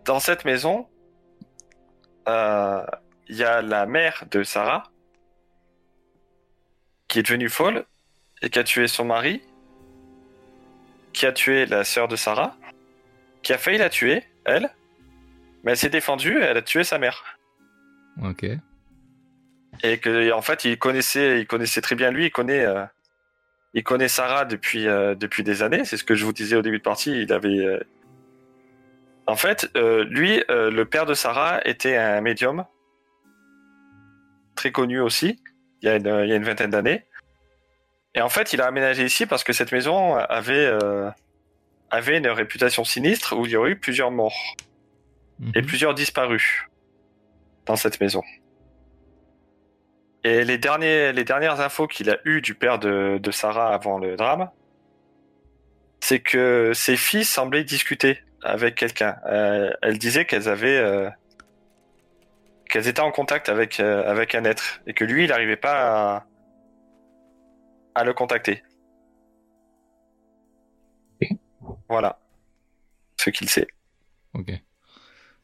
A: dans cette maison, euh, il y a la mère de Sarah qui est devenue folle et qui a tué son mari, qui a tué la sœur de Sarah, qui a failli la tuer, elle, mais elle s'est défendue et elle a tué sa mère.
D: ok.
A: Et que en fait, il connaissait, il connaissait très bien lui, il connaît, euh, il connaît Sarah depuis euh, depuis des années. C'est ce que je vous disais au début de partie. Il avait, euh, en fait, euh, lui, euh, le père de Sarah était un médium très connu aussi. Il y a une, il y a une vingtaine d'années. Et en fait, il a aménagé ici parce que cette maison avait euh, avait une réputation sinistre où il y aurait eu plusieurs morts
C: Mhm.
A: et plusieurs disparus dans cette maison. Et les, derniers, les dernières infos qu'il a eues du père de, de Sarah avant le drame, c'est que ses filles semblaient discuter avec quelqu'un. Euh, elles disaient qu'elles avaient... euh, qu'elles étaient en contact avec, euh, avec un être et que lui, il n'arrivait pas à, à le contacter. Voilà ce qu'il sait.
D: Ok.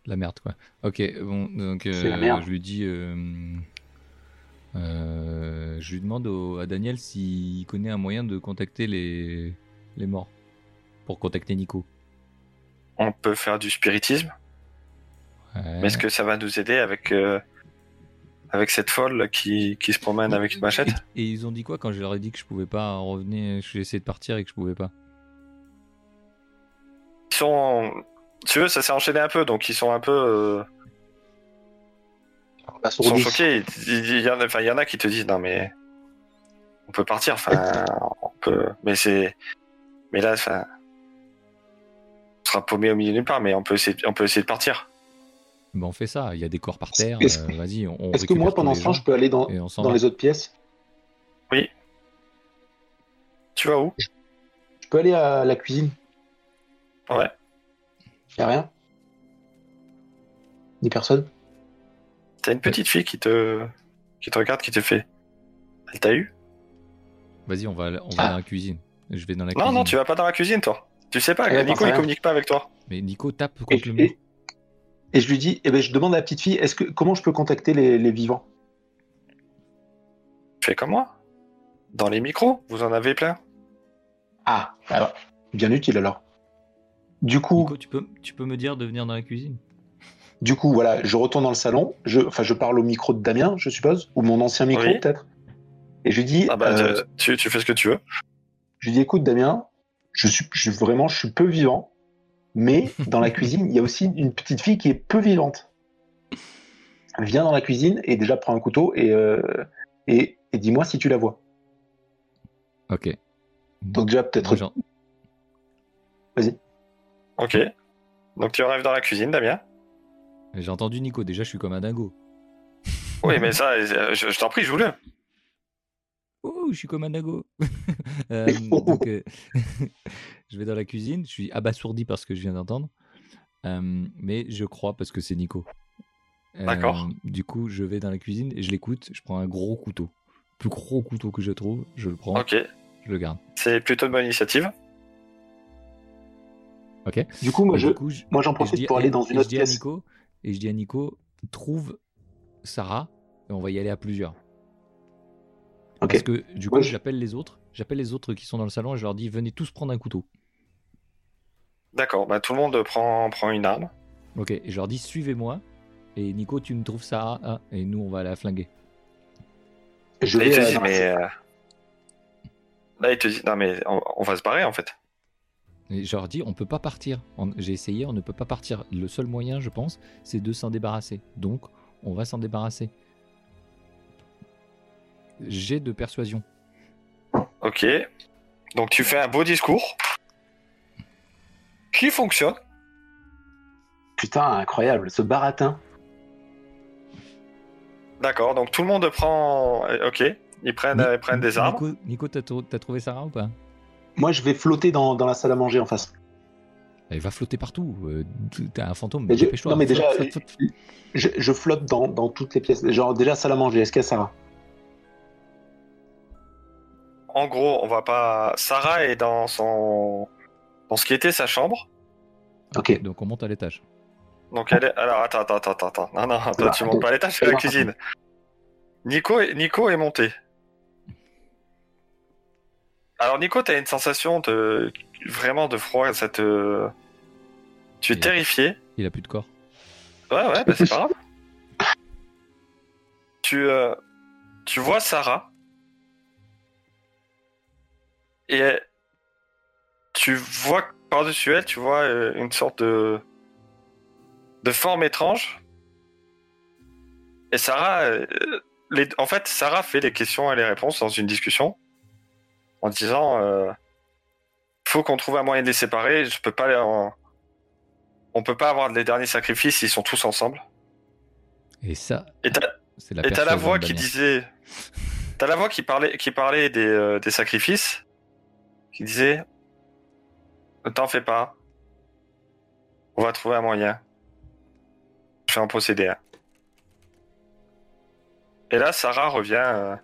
D: La merde, quoi. Ok, bon, donc
B: C'est la
D: euh,
B: merde.
D: je lui dis. euh, euh, je lui demande au- à Daniel s'il connaît un moyen de contacter les, les morts. Pour contacter Nico.
A: on peut faire du spiritisme.
D: Ouais.
A: Mais est-ce que ça va nous aider avec, euh, avec cette folle qui, qui se promène avec une machette
D: Et, et ils ont dit quoi quand je leur ai dit que je pouvais pas revenir, que j'ai essayé de partir et que je pouvais pas
A: Ils sont. Tu veux, ça s'est enchaîné un peu, donc ils sont un peu. euh, ils sont
B: Assourdis.
A: choqués. Il- Il il y, en a- enfin, il y en a qui te disent non mais on peut partir. Enfin, on peut. Mais c'est. Mais là, enfin, on sera paumé au milieu de nulle part. Mais on peut essayer. On peut essayer de partir.
D: Ben on fait ça, il y a des corps par terre,
B: Est-ce-
D: euh, vas-y, on, on
B: Est-ce que moi,
D: récupère tous
B: pendant
D: les
B: ce temps,
D: gens
B: je peux aller dans,
D: hein. et on s'en
B: dans
D: va.
B: les autres pièces
A: Tu vas où
B: Je peux aller à la cuisine
A: Ouais.
B: Y a rien Ni personne
A: T'as une petite fille qui te qui te regarde, qui te fait. Elle t'a eu
D: Vas-y, on va, on va
B: Ah.
D: dans la cuisine. Je vais dans la
A: Non,
D: cuisine.
A: non, tu vas pas dans la cuisine, toi. Tu sais pas.
B: Elle
A: Nico,
B: parle
A: il
B: rien.
A: communique pas avec toi.
D: Mais Nico tape
B: et,
D: contre
B: je-
D: le mur.
B: et- et je lui dis, eh ben, je demande à la petite fille, est-ce que comment je peux contacter les, les vivants
A: Tu fais comme moi. Dans les micros, vous en avez plein.
B: Ah, alors, bien utile alors. Du coup,
D: Nico, tu peux, tu peux me dire de venir dans la cuisine
B: du coup, voilà, je retourne dans le salon. Je, enfin, je parle au micro de Damien, je suppose, ou mon ancien micro
A: Oui.
B: peut-être. Et je lui dis,
A: Ah bah,
B: euh,
A: tu, tu fais ce que tu veux.
B: Je lui dis, écoute, Damien, je suis, je, vraiment, je suis peu vivant, mais dans la cuisine, il y a aussi une petite fille qui est peu vivante. Viens dans la cuisine et déjà prends un couteau et, euh, et, et dis-moi si tu la vois.
D: Ok.
B: Donc, déjà, peut-être.
D: Moi, j'en-
A: Ok. Donc tu arrives dans la cuisine, Damien.
D: J'ai entendu Nico, déjà je suis comme un dingo.
A: Oui, mais ça, euh, je, je t'en prie, joue-le.
D: Oh, je suis comme un dingo. Euh,
A: oh.
D: donc, euh, je vais dans la cuisine, je suis abasourdi par ce que je viens d'entendre. Euh, mais je crois parce que c'est Nico. Euh,
A: D'accord.
D: Du coup, je vais dans la cuisine et je l'écoute. Je prends un gros couteau. Le plus gros couteau que je trouve, je le prends,
A: Ok,
D: je le garde.
A: c'est plutôt une bonne initiative.
B: Du coup, moi,
D: Et
B: je,
D: du coup, je-
B: moi, j'en
D: Et je dis-
B: profite pour aller dans
D: et
B: une
D: je
B: autre
D: dis à
B: pièce.
D: Nico, et je dis à Nico, trouve Sarah et on va y aller à plusieurs.
B: Ok.
D: Parce que du coup,
B: Moi, je-
D: j'appelle les autres, j'appelle les autres qui sont dans le salon et je leur dis venez tous prendre un couteau.
A: D'accord, bah, tout le monde prend, prend une arme.
D: Ok. Et je leur dis suivez-moi. Et Nico, tu me trouves Sarah hein, et nous on va la flinguer.
B: Je
A: Là, il
B: vais,
A: te
B: euh,
A: dit,
B: dans la-
A: mais. euh, Là, il te dit, non, mais on, on va se barrer en fait.
D: Et je leur dis on peut pas partir. On- J'ai essayé, on ne peut pas partir. Le seul moyen, je pense, c'est de s'en débarrasser. Donc on va s'en débarrasser. J'ai de persuasion.
A: Ok. Donc tu fais un beau discours qui fonctionne.
B: Putain, incroyable, ce baratin.
A: D'accord, donc tout le monde prend. euh, Ok, ils prennent,
D: Ni-
A: euh, ils prennent des armes.
D: Nico, Nico, t'as trou- t'as trouvé Sarah ou pas
B: Moi, je vais flotter dans, dans la salle à manger en face.
D: Elle va flotter partout. euh, t- T'as un fantôme.
B: Mais je-
D: Dépêche-toi.
B: non, mais
D: Flotte,
B: déjà, euh,
D: flotte, flotte, flotte.
B: Je, je flotte dans, dans toutes les pièces. Genre, déjà, salle à manger, est-ce qu'il y a Sarah
A: En gros, on va pas. Sarah est dans son. Dans ce qui était sa chambre.
B: Ok.
D: Ok, Donc on monte à l'étage.
A: Donc elle est... Alors attends, attends, attends, attends. Non, non, toi
B: Bah,
A: tu montes pas à l'étage, c'est la cuisine. Nico est, Nico est monté. Alors Nico, t'as une sensation de... Vraiment de froid, ça te... Tu es
D: Il a-
A: terrifié.
D: Il a plus de corps.
A: Ouais, ouais, bah c'est pas grave. Tu, euh, tu vois Sarah. Et elle- tu vois que par-dessus elle, tu vois euh, une sorte de, de forme étrange. Et Sarah, euh, les- en fait, Sarah fait les questions et les réponses dans une discussion en disant euh, faut qu'on trouve un moyen de les séparer. Je peux pas. les- en- On peut pas avoir les derniers sacrifices. Ils sont tous ensemble.
D: Et ça,
A: Et t'as-
D: c'est la
A: et t'as la
D: persuasion
A: voix
D: de
A: qui
D: Damien.
A: disait. T'as la voix qui parlait, qui parlait des, euh, des sacrifices. Qui disait. Ne t'en fais pas. On va trouver un moyen. Je vais en posséder un. Et là, Sarah revient. euh,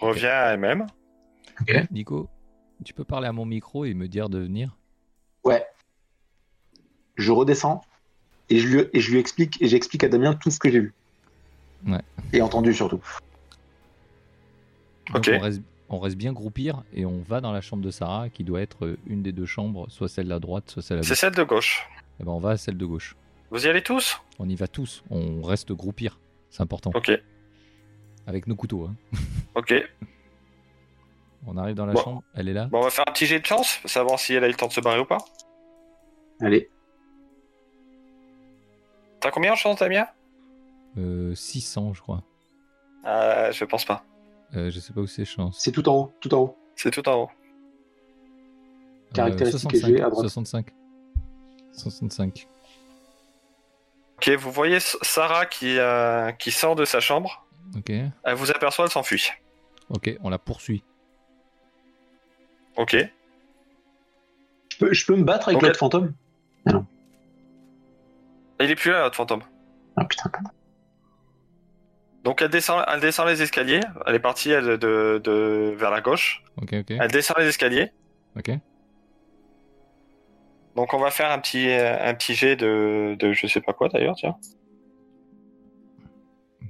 A: Revient à elle-même.
D: Nico, tu peux parler à mon micro et me dire de venir
B: je redescends et je lui, et je lui explique et j'explique à Damien tout ce que j'ai vu.
D: Ouais.
B: Et entendu surtout.
D: Donc,
A: Ok.
D: on, reste, on reste bien groupir et on va dans la chambre de Sarah qui doit être euh, une des deux chambres, soit celle de la droite, soit celle de la
A: C'est
D: gauche.
A: celle de gauche.
D: Et ben on va à celle de gauche.
A: Vous y allez tous
D: On y va tous, on reste groupir, c'est important.
A: Ok,
D: Avec nos couteaux. hein.
A: ok.
D: On arrive dans la
A: Bon.
D: chambre, elle est là.
A: Bon, on va faire un petit jet de chance, pour savoir si elle a eu le temps de se barrer ou pas.
B: Allez.
A: T'as combien en chance, Damien
D: Euh, 600 je crois.
A: euh, Je pense pas.
D: Euh, je sais pas où c'est chance.
B: C'est tout en haut, tout en haut.
A: C'est tout en haut.
D: Euh,
B: Caractéristique et
D: 65,
B: G à droite.
D: 65. 65.
A: Ok, vous voyez S- Sarah qui, euh, qui sort de sa chambre.
D: Ok.
A: Elle vous aperçoit, elle s'enfuit.
D: Ok, on la poursuit.
A: Ok.
B: Je peux, je peux me battre avec
A: Ok.
B: l'autre fantôme
A: Il est plus là, votre fantôme.
B: Ah putain.
A: Donc elle descend, elle descend les escaliers. Elle est partie elle, de, de, vers la gauche.
D: Ok, ok.
A: Elle descend les escaliers.
D: Ok.
A: Donc on va faire un petit, euh, un petit jet de, de je sais pas quoi d'ailleurs, tiens.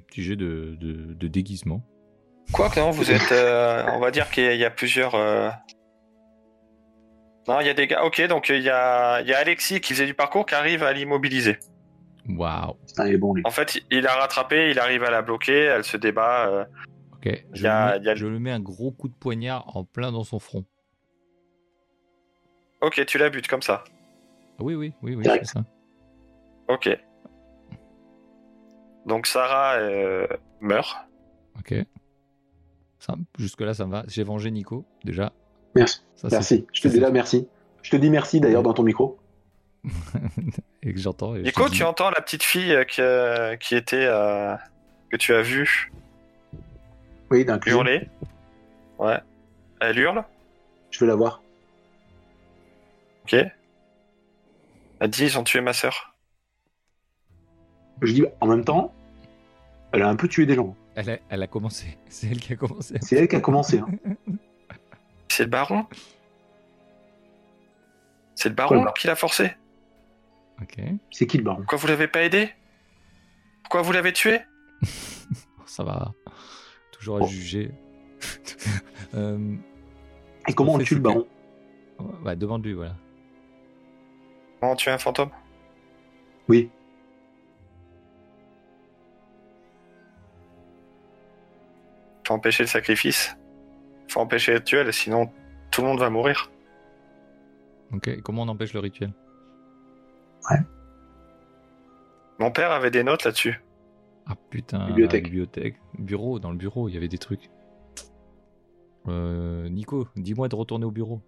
D: Petit jet de, de, de déguisement.
A: Quoi que non, vous êtes... euh, on va dire qu'il y a- il y a plusieurs... euh, Non, il y a des gars... Ok, donc il y a, il y a Alexis qui faisait du parcours qui arrive à l'immobiliser.
D: Waouh.
B: Putain, Ah, il est bon lui.
A: En fait, il l'a rattrapé, il arrive à la bloquer, elle se débat. euh,
D: Ok. Je,
A: Il y a-
D: lui
A: il
D: mets,
A: y a-
D: je lui mets un gros coup de poignard en plein dans son front.
A: Ok, tu la butes comme ça.
D: Ah Oui, oui, oui, oui,
B: Direct.
D: c'est ça.
A: Ok. Donc Sarah euh, meurt.
D: Ok. Ça- Jusque-là, ça me va. J'ai vengé Nico, déjà.
B: Merci.
D: Ça, c'est-
B: Merci. Je te
D: ça,
B: dis
D: c'est-
B: là merci. Je te dis merci d'ailleurs dans ton micro.
D: Et que j'entends. et je
A: Nico,
D: te dis-
A: tu entends la petite fille euh, que- qui était euh, que tu as vue
B: Oui, d'un coup.
A: hurler. Ouais. Elle hurle.
B: Je vais la voir.
A: Ok. Elle dit ils ont tué ma sœur.
B: Je dis en même temps, elle a un peu tué des gens.
D: elle, a, elle a commencé. C'est elle qui a commencé.
B: C'est elle qui a commencé. hein.
A: C'est le baron. C'est le
B: Ouais,
A: baron
B: bah.
A: qui l'a forcé.
D: Ok.
B: C'est qui le baron
A: Pourquoi vous l'avez pas aidé Pourquoi vous l'avez tué
D: Ça va. Toujours à
B: Bon.
D: juger. euh,
B: Et comment
D: qu'on
B: on
D: fait,
B: tue le
D: c'est que-
B: baron
D: bah, demande-lui, voilà.
A: Comment on tue un fantôme
B: Oui.
A: Faut empêcher le sacrifice. Faut empêcher le duel, sinon tout le monde va mourir.
D: Ok. et Comment on empêche le rituel
A: Mon père avait des notes là-dessus.
D: Ah putain,
B: Bibliothèque.
D: la bibliothèque. Bureau, dans le bureau, il y avait des trucs. Euh, Nico, dis-moi de retourner au bureau.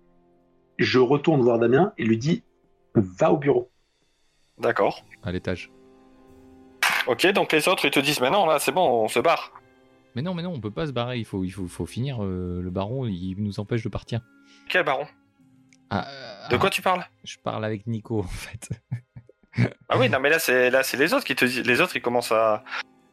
B: Je retourne voir Damien et lui dis va au bureau.
A: D'accord.
D: À l'étage.
A: Ok, donc les autres, ils te disent, mais non, là, c'est bon, on se barre.
D: Mais non, mais non, on peut pas se barrer, il faut, il faut, faut finir. euh, le baron, il nous empêche de partir.
A: Quel baron
D: Ah,
A: De
D: ah,
A: quoi tu parles
D: Je parle avec Nico, en fait.
A: Ah oui, non, mais là, c'est là, c'est les autres qui te disent. Les autres, ils commencent à,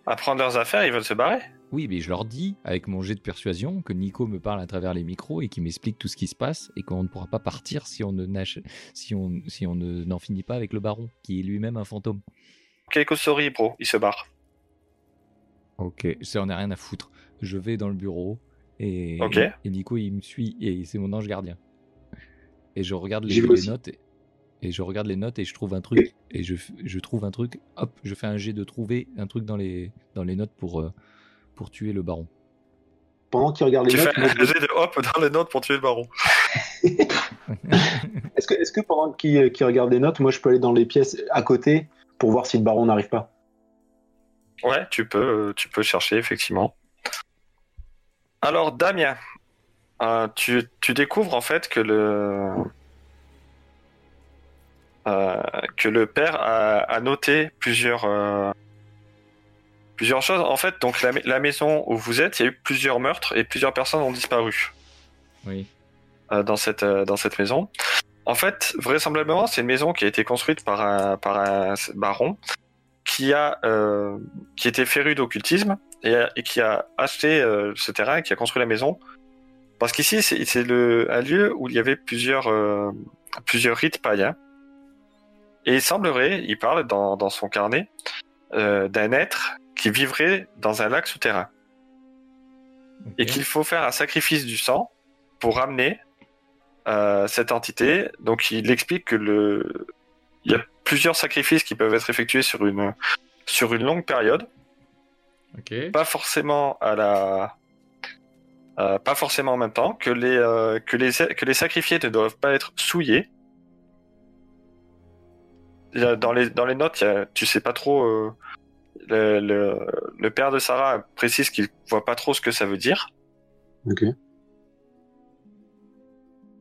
A: à prendre leurs affaires, ils veulent se barrer.
D: Oui, mais je leur dis, avec mon jet de persuasion, que Nico me parle à travers les micros et qu'il m'explique tout ce qui se passe et qu'on ne pourra pas partir si on ne n'ach- si on, si on ne- n'en finit pas avec le baron, qui est lui-même un fantôme.
A: Quelque sorry, bro, ils se barrent.
D: Ok, ça on a rien à foutre. Je vais dans le bureau et,
A: Ok.
D: et Nico il me suit et c'est mon ange gardien. Et je regarde les,
B: J'y vais
D: les
B: aussi.
D: notes et, et je regarde les notes et je trouve un truc et je, f- je trouve un truc. Hop, je fais un jet de trouver un truc dans les dans les notes pour euh, pour tuer le baron.
B: Pendant qu'il regarde les
A: tu
B: notes,
A: fais
B: moi,
A: un
B: je-
A: jet de hop dans les notes pour tuer le baron.
B: est-ce que, est-ce que pendant qu'il euh, qu'il regarde les notes, moi je peux aller dans les pièces à côté pour voir si le baron n'arrive pas
A: Ouais, tu peux, euh, tu peux chercher, effectivement. Alors, Damien, euh, tu, tu découvres en fait que le. euh, que le père a, a noté plusieurs. euh, plusieurs choses. En fait, donc la, ma- la maison où vous êtes, il y a eu plusieurs meurtres et plusieurs personnes ont disparu
D: Oui.
A: euh, dans, cette, euh, dans cette maison. En fait, vraisemblablement, c'est une maison qui a été construite par un, par un baron qui, a, euh, qui était féru d'occultisme et, a- et qui a acheté euh, ce terrain et qui a construit la maison. Parce qu'ici, c'est c'est le- un lieu où il y avait plusieurs, euh, plusieurs rites païens. Et il semblerait, il parle dans, dans son carnet, euh, d'un être qui vivrait dans un lac souterrain. et qu'il faut faire un sacrifice du sang pour ramener euh, cette entité. Donc il explique que le il y a plusieurs sacrifices qui peuvent être effectués sur une sur une longue période,
D: Ok.
A: pas forcément à la euh, pas forcément en même temps que les euh, que les que les sacrifiés ne doivent pas être souillés. Il y a- Dans les dans les notes, il y a- tu sais pas trop. euh, le, le, le père de Sarah précise qu'il voit pas trop ce que ça veut dire.
B: Ok.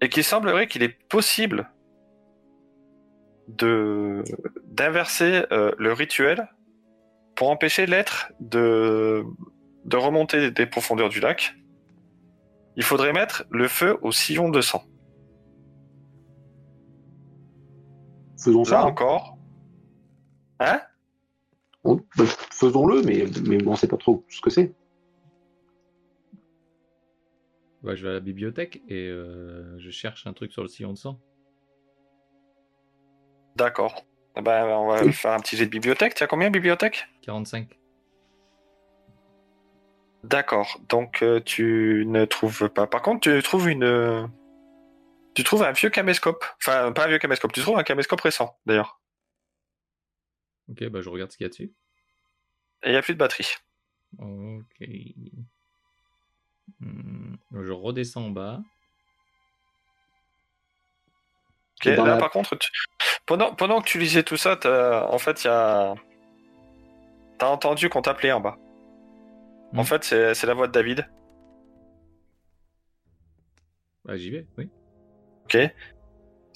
A: et qu'il semblerait qu'il est possible de d'inverser euh, le rituel pour empêcher l'être de de remonter des profondeurs du lac. Il faudrait mettre le feu au sillon de sang.
B: Faisons
A: Là
B: ça. hein.
A: encore. Hein
B: On- bah, Faisons-le, mais, mais on sait pas trop ce que c'est.
D: Bah, je vais à la bibliothèque et euh, je cherche un truc sur le sillon de sang.
A: D'accord. Eh Ben, on va faire un petit jet de bibliothèque. Tiens, combien bibliothèque
D: 45.
A: D'accord. Donc euh, tu ne trouves pas. Par contre, tu trouves une. euh, Tu trouves un vieux caméscope. Enfin, pas un vieux caméscope. Tu trouves un caméscope récent, d'ailleurs.
D: Ok, bah, je regarde ce qu'il y a dessus.
A: Et il n'y a plus de batterie.
D: Ok. Hmm, Je redescends en bas.
A: Ok,
B: Et dans
A: Là,
B: la-
A: par contre, tu- pendant, pendant que tu lisais tout ça, t'as- en fait, il y a. T'as entendu qu'on t'appelait en bas. En
D: Hmm.
A: fait, c'est c'est la voix de David.
D: Ah, j'y vais, oui.
A: Ok.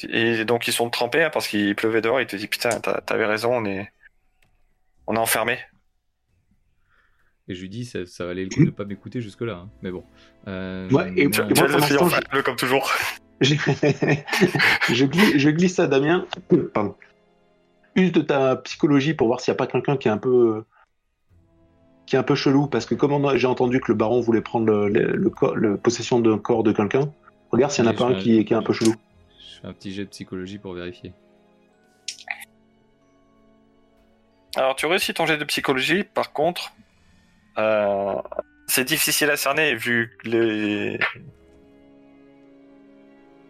A: Et donc, ils sont trempés hein, parce qu'il pleuvait dehors. Il te dit Putain, t'as- t'avais raison, on est. On est enfermé.
D: Et je lui dis, ça, ça valait le coup de pas m'écouter jusque-là. hein. Mais bon. Euh,
B: Ouais, et
D: non,
B: tu- moi,
D: je-
B: pour l'instant,
A: comme toujours.
B: J'ai- je, glisse, je glisse ça, Damien. Pardon. Use de ta psychologie pour voir s'il n'y a pas quelqu'un qui est un peu qui est un peu chelou, parce que comme on a- j'ai entendu que le baron voulait prendre le, le- le corps- le possession d'un corps de quelqu'un, regarde s'il n'y en a
D: Oui,
B: pas un
D: je-
B: qui, est- qui est un peu chelou.
D: je fais un petit jet de psychologie pour vérifier.
A: Alors, tu réussis ton jet de psychologie, par contre. euh, c'est difficile à cerner vu que les.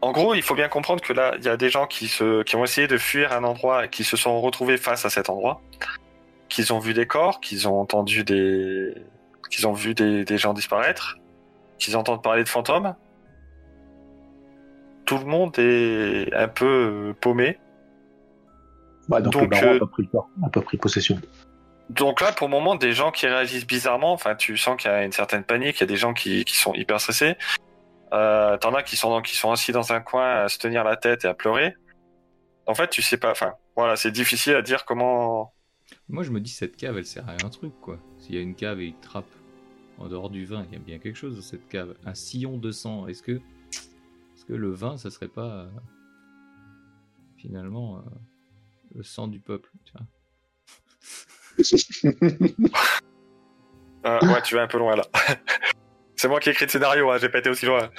A: En gros, il faut bien comprendre que là, il y a des gens qui, se... qui ont essayé de fuir un endroit et qui se sont retrouvés face à cet endroit. Qu'ils ont vu des corps, qu'ils ont entendu des. qu'ils ont vu des, des gens disparaître, qu'ils entendent parler de fantômes. Tout le monde est un peu euh, paumé.
B: Bah, donc, le
A: Donc,
B: baron n'a
A: euh,
B: pas pris le corps, n'a pas pris possession.
A: Donc là, pour le moment, des gens qui réagissent bizarrement. Enfin, tu sens qu'il y a une certaine panique. Il y a des gens qui, qui sont hyper stressés. Euh, T'en as qui sont qui sont assis dans un coin à se tenir la tête et à pleurer. En fait, tu sais pas. Enfin, voilà, c'est difficile à dire comment.
D: Moi, je me dis, cette cave, elle sert à un truc, quoi. S'il y a une cave et une trappe en dehors du vin, il y a bien quelque chose dans cette cave. Un sillon de sang, est-ce que... Est-ce que le vin, ça serait pas... euh, Finalement, euh, le sang du peuple, tu vois
A: Euh, ouais, tu vas un peu loin là. c'est moi qui ai écrit le scénario. Hein, J'ai pas été aussi loin.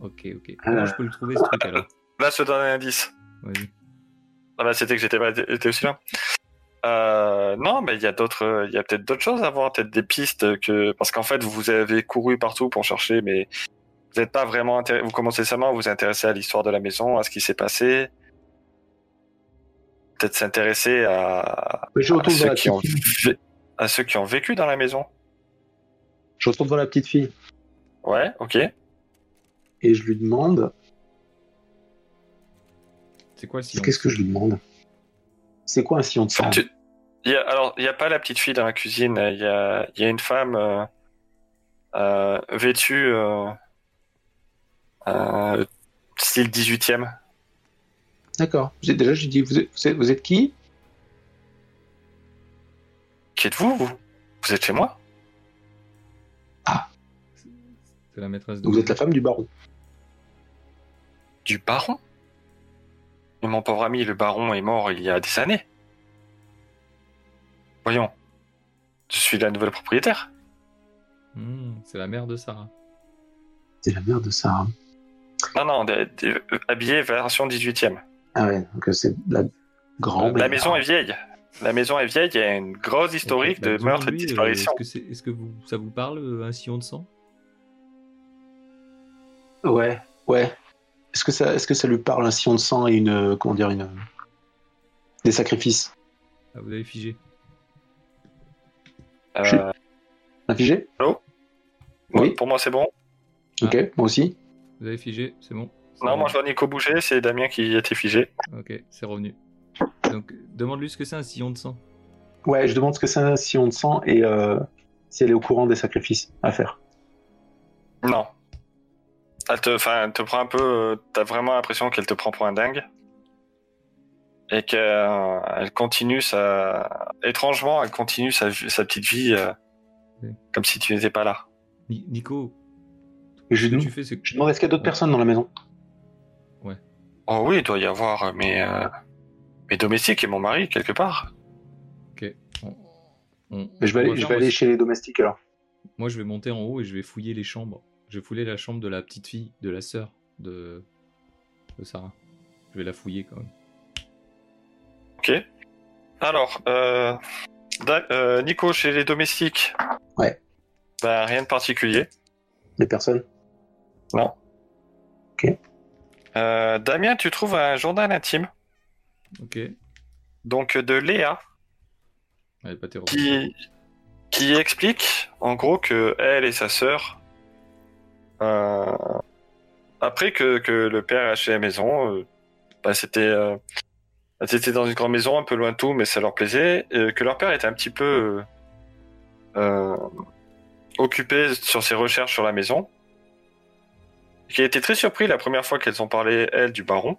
D: Ok, ok. Comment
B: Euh,
D: je peux le trouver, ce truc, alors
A: Là, je te donne un indice.
D: Vas-y.
A: Ah bah, c'était que j'étais pas été aussi loin. Euh, non, mais il y a d'autres, euh, il y a peut-être d'autres choses à voir, peut-être des pistes que, parce qu'en fait, vous avez couru partout pour chercher, mais vous n'êtes pas vraiment intéressé, vous commencez seulement à vous intéresser à l'histoire de la maison, à ce qui s'est passé. Peut-être s'intéresser à,
B: Mais je
A: à
B: retourne, vers
A: ceux
B: la
A: qui
B: petite
A: ont,
B: fille.
A: vé- à ceux qui ont vécu dans la maison.
B: je retourne voir la petite fille
A: Ouais, ok.
B: et je lui demande
D: C'est quoi le sillon
B: qu'est-ce que je lui demande C'est quoi un sillon de sang
A: Tu- il y a- alors, il n'y a pas la petite fille dans la cuisine. Il y a, il y a une femme euh, euh, vêtue euh, euh, style 18e.
B: D'accord. J'ai- Déjà, je lui dis vous êtes, vous êtes- vous êtes qui
A: Qui êtes-vous vous, Vous êtes chez moi
D: C'est la maîtresse de...
B: Vous êtes la femme du baron.
A: Du baron Mais mon pauvre ami, le baron est mort il y a des années. Voyons. Je suis la nouvelle propriétaire.
D: Hmm, c'est la mère de Sarah.
B: C'est la mère de Sarah.
A: Non, non, de- de- habillée version 18e.
B: Ah ouais, donc euh, c'est la grand-mère.
A: La maison est vieille. La maison est vieille, il y a une grosse historique
D: Ok, bah,
A: de meurtres ben, et de
D: demandez-lui, euh,
A: disparitions.
D: Est-ce que, c'est- est-ce que vous, ça vous parle, euh, un sillon de sang
B: Ouais, ouais. Est-ce que ça, est-ce que ça lui parle un sillon de sang et une, euh, comment dire, une, euh, des sacrifices
D: Ah, vous avez figé.
B: Chut.
A: Euh,
B: Infligé
A: ouais,
B: Oui.
A: Pour moi, c'est bon.
B: Ok, moi aussi.
D: Vous avez figé, c'est bon. C'est
A: Non, moi,
D: revenu.
A: je vois Nico bouger. C'est Damien qui était figé.
D: Ok, c'est revenu. Donc, demande-lui ce que c'est un sillon de sang.
B: Ouais, je demande ce que c'est un sillon de sang et euh, si elle est au courant des sacrifices à faire.
A: Non. Elle te, enfin, elle te prend un peu. euh, T'as vraiment l'impression qu'elle te prend pour un dingue. Et qu'elle euh, elle continue sa. Étrangement, elle continue sa, sa petite vie euh,
D: Oui.
A: comme si tu n'étais pas là.
D: Ni- Nico,
B: Et
D: ce
B: je,
D: que
B: lui
D: tu
B: demande-
D: fais, c'est que.
B: je demande est-ce qu'il y a d'autres personnes dans la maison
A: Oh oui, il doit y avoir euh, mes, euh, mes domestiques et mon mari quelque part.
D: on- on-
B: Mais je vais
D: on va
B: aller, je
D: faire,
B: vais
D: moi,
B: aller chez les domestiques alors.
D: Moi, je vais monter en haut et je vais fouiller les chambres. Je vais fouiller la chambre de la petite fille, de la sœur de, de Sarah. Je vais la fouiller quand même.
A: Ok. Alors, euh, Da- euh, Nico chez les domestiques.
B: Ouais.
A: Bah, rien de particulier.
B: Les personnes
A: Euh, Damien, tu trouves un journal intime,
D: Ok. Elle
A: donc euh, de Léa,
D: est pas terrorisée.
A: qui, qui explique en gros que elle et sa sœur, euh, après que, que le père a acheté la maison, euh, bah, c'était euh, elles étaient dans une grande maison un peu loin de tout, mais ça leur plaisait, euh, que leur père était un petit peu euh, euh, occupé sur ses recherches sur la maison, qui a été très surpris la première fois qu'elles ont parlé, elle, du baron.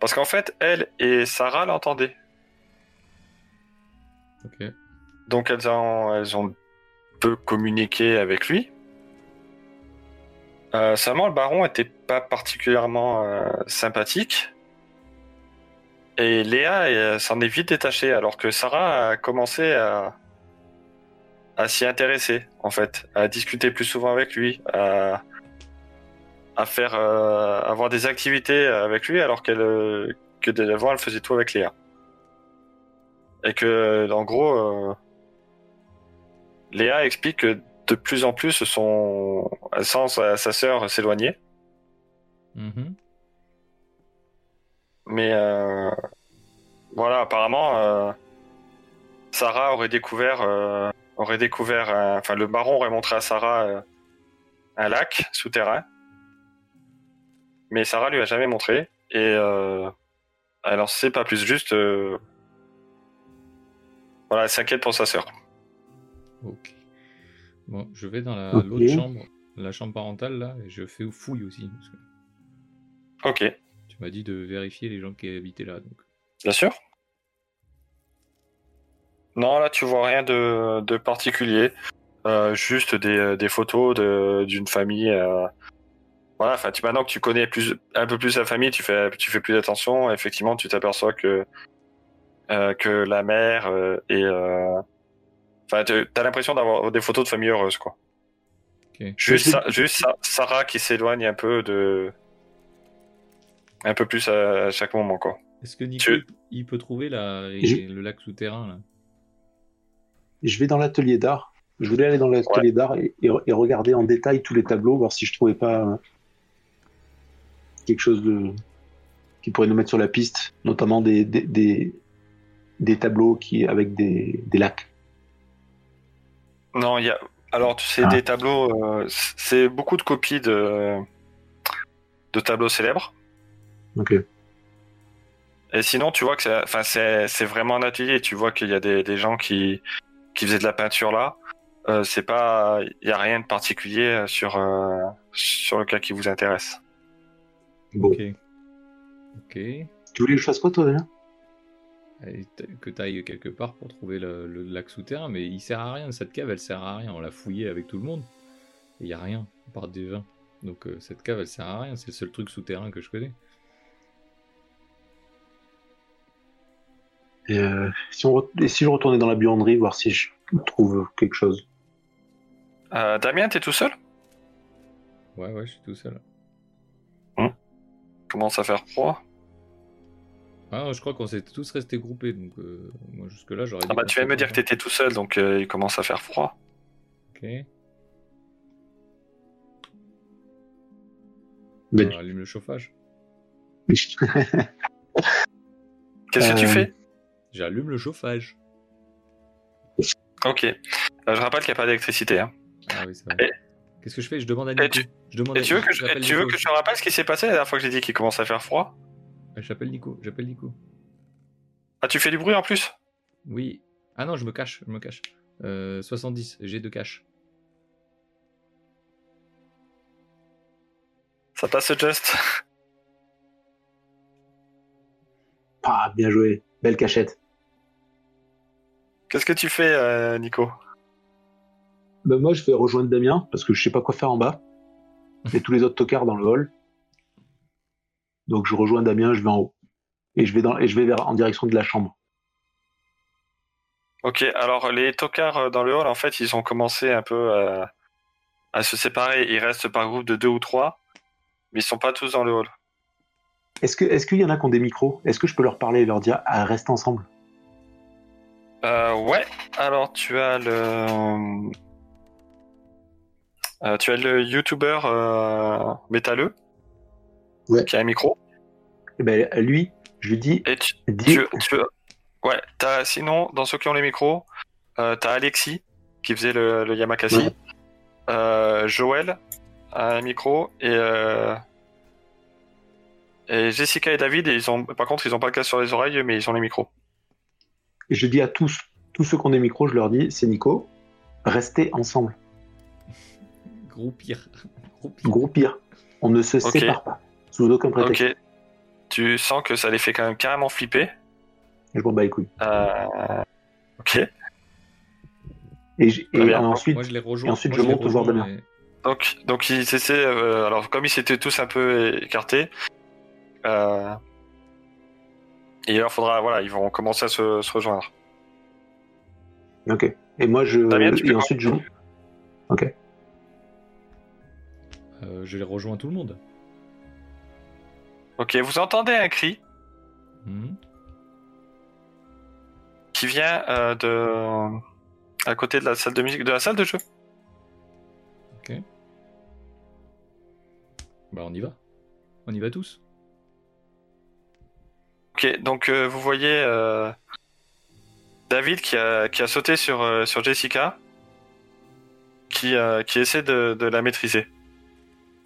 A: Parce qu'en fait, elle et Sarah l'entendaient.
D: Ok.
A: Donc elles ont, elles ont peu communiqué avec lui. Euh, seulement le baron était pas particulièrement euh, sympathique. Et Léa euh, s'en est vite détachée alors que Sarah a commencé à, à s'y intéresser en fait, à discuter plus souvent avec lui, à, à faire euh, avoir des activités avec lui alors qu'elle euh, que d'avant elle faisait tout avec Léa. Et que en gros euh, Léa explique que de plus en plus son elle sent sa, sa sœur s'éloigner,
D: Mhm.
A: mais euh, voilà apparemment euh, Sarah aurait découvert euh, aurait découvert un- enfin le baron aurait montré à Sarah euh, un lac souterrain, mais Sarah lui a jamais montré et euh, elle en sait pas plus juste euh, voilà elle s'inquiète pour sa sœur.
D: Ok. Bon, je vais dans la-
B: Ok.
D: l'autre chambre, la chambre parentale là, et je fais fouille aussi. Parce que
A: Ok,
D: tu m'as dit de vérifier les gens qui habitaient là. Donc.
A: bien sûr. Non, là, tu vois rien de, de particulier. Euh, juste des, euh, des photos de- d'une famille. euh, Voilà, enfin, tu- maintenant que tu connais plus, un peu plus la famille, tu fais, tu fais plus attention. Effectivement, tu t'aperçois que, euh, que la mère euh, et. euh, Enfin, tu as l'impression d'avoir des photos de famille heureuse, quoi.
D: Ok.
A: Juste,
B: Mais je-
A: Sa- juste Sa- Sarah qui s'éloigne un peu de. Un peu plus à à chaque moment, quoi.
D: Est-ce que Nico,
A: Tu-
D: il peut trouver la, les-
B: J'ai-
D: le lac souterrain là
B: Je vais dans l'atelier d'art. Je voulais aller dans l'atelier d'art et, et- et regarder en détail tous les tableaux, voir si je trouvais pas euh, quelque chose de qui pourrait nous mettre sur la piste, notamment des, des, des, des tableaux qui avec des, des lacs.
A: Non, il y a. Alors, tu sais,
B: Ah.
A: des tableaux, euh, c- c'est beaucoup de copies de, de tableaux célèbres.
B: Ok.
A: Et sinon, tu vois que c'est, enfin, c'est, c'est vraiment un atelier. Tu vois qu'il y a des, des gens qui, qui faisaient de la peinture là. Euh, c'est pas, il y a rien de particulier sur, euh, sur le cas qui vous intéresse.
B: Bon.
D: Ok. Ok.
B: Tu voulais que je fasse quoi toi déjà
D: Et t- que tu ailles quelque part pour trouver le, le lac souterrain, mais il sert à rien. Cette cave, elle sert à rien. On l'a fouillée avec tout le monde. Il n'y a rien, à part des vins. Donc euh, cette cave, elle sert à rien. C'est le seul truc souterrain que je connais.
B: et, euh, si on re- et si je retournais dans la buanderie, voir si je trouve quelque chose.
A: Euh, Damien, t'es tout seul
D: Ouais, ouais, je suis tout seul.
A: Commence à faire froid.
D: Ah, je crois qu'on s'est tous restés groupés, donc euh, moi jusque-là j'aurais
A: Ah bah,
D: qu'on
A: tu viens de me
D: serait
A: dire que t'étais tout seul, donc euh, il commence à faire froid.
D: pas là. Ok.
B: Bah,
D: on allume le chauffage.
A: Qu'est-ce que tu
B: Euh,
A: fais
D: J'allume le chauffage.
A: Ok. Euh, je rappelle qu'il n'y a pas d'électricité. hein.
D: Ah oui, c'est vrai. Qu'est-ce que je fais Je demande à Nico.
A: Et tu-
D: Je demande
A: Et
D: à-
A: tu veux que je,
D: j'appelle
A: tu veux
D: Nico.
A: que je te rappelle ce qui s'est passé la dernière fois que j'ai dit qu'il commence à faire froid
D: J'appelle Nico. J'appelle Nico.
A: Ah, tu fais du bruit en plus
D: Oui. Ah non, je me cache, je me cache. Euh, 70, j'ai de cache.
A: Ça passe juste.
B: Ah, bien joué. Belle cachette.
A: Qu'est-ce que tu fais, euh, Nico
B: Bah, moi, je vais rejoindre Damien parce que je sais pas quoi faire en bas. Et tous les autres tocards dans le hall. Donc, je rejoins Damien, je vais en haut. Et je vais, dans, et je vais vers, en direction de la chambre.
A: Ok, alors les tocards euh, dans le hall, en fait, ils ont commencé un peu à, à se séparer. Ils restent par groupe de deux ou trois, mais ils sont pas tous dans le hall.
B: Est-ce que- est-ce qu'il y en a qui ont des micros Est-ce que je peux leur parler et leur dire ah, reste ensemble
A: Euh, ouais, alors tu as le. Euh, tu as le youtubeur euh, métalleux
B: Ouais.
A: qui a un micro.
B: Et ben, lui, je lui dis
A: Et tu,
B: dis
A: tu, tu- ouais, t'as- sinon, dans ceux qui ont les micros, euh, t'as Alexis qui faisait le, le Yamakasi,
B: Ouais.
A: euh, Joël a un micro et, euh, et Jessica et David. et ils ont, par contre, ils ont pas le casque sur les oreilles, mais ils ont les micros.
B: Et je dis à tous, tous ceux qui ont des micros, je leur dis, c'est Nico, restez ensemble,
D: Groupir. Groupir.
B: groupir. On ne se
A: Ok.
B: sépare pas, sous aucun prétexte.
A: Ok. Tu sens que ça les fait quand même carrément flipper.
B: Je m'en bats les couilles.
A: Euh, Ok.
B: Et, j- et
A: Très bien.
B: ensuite,
D: Moi, je les rejoins.
B: et ensuite,
D: Moi,
B: je
D: les
B: monte voir
D: rejoins,
B: Damien.
D: mais-
A: Donc, donc ils essaient. euh, alors, comme ils s'étaient tous un peu écartés, euh, il leur faudra. Voilà, ils vont commencer à se, se rejoindre.
B: ok. Et moi, je,
A: Damien, tu fais
B: et
A: quoi
B: ensuite, je,
D: euh, je les rejoins tout le monde.
A: Ok, vous entendez un cri
D: Mhm.
A: qui vient euh, de à côté de la salle de musique, de la salle de jeu.
D: Bah, on y va. On y va tous.
A: Ok, donc euh, vous voyez euh, David qui a, qui a sauté sur, euh, sur Jessica, qui, euh, qui essaie de, de la maîtriser.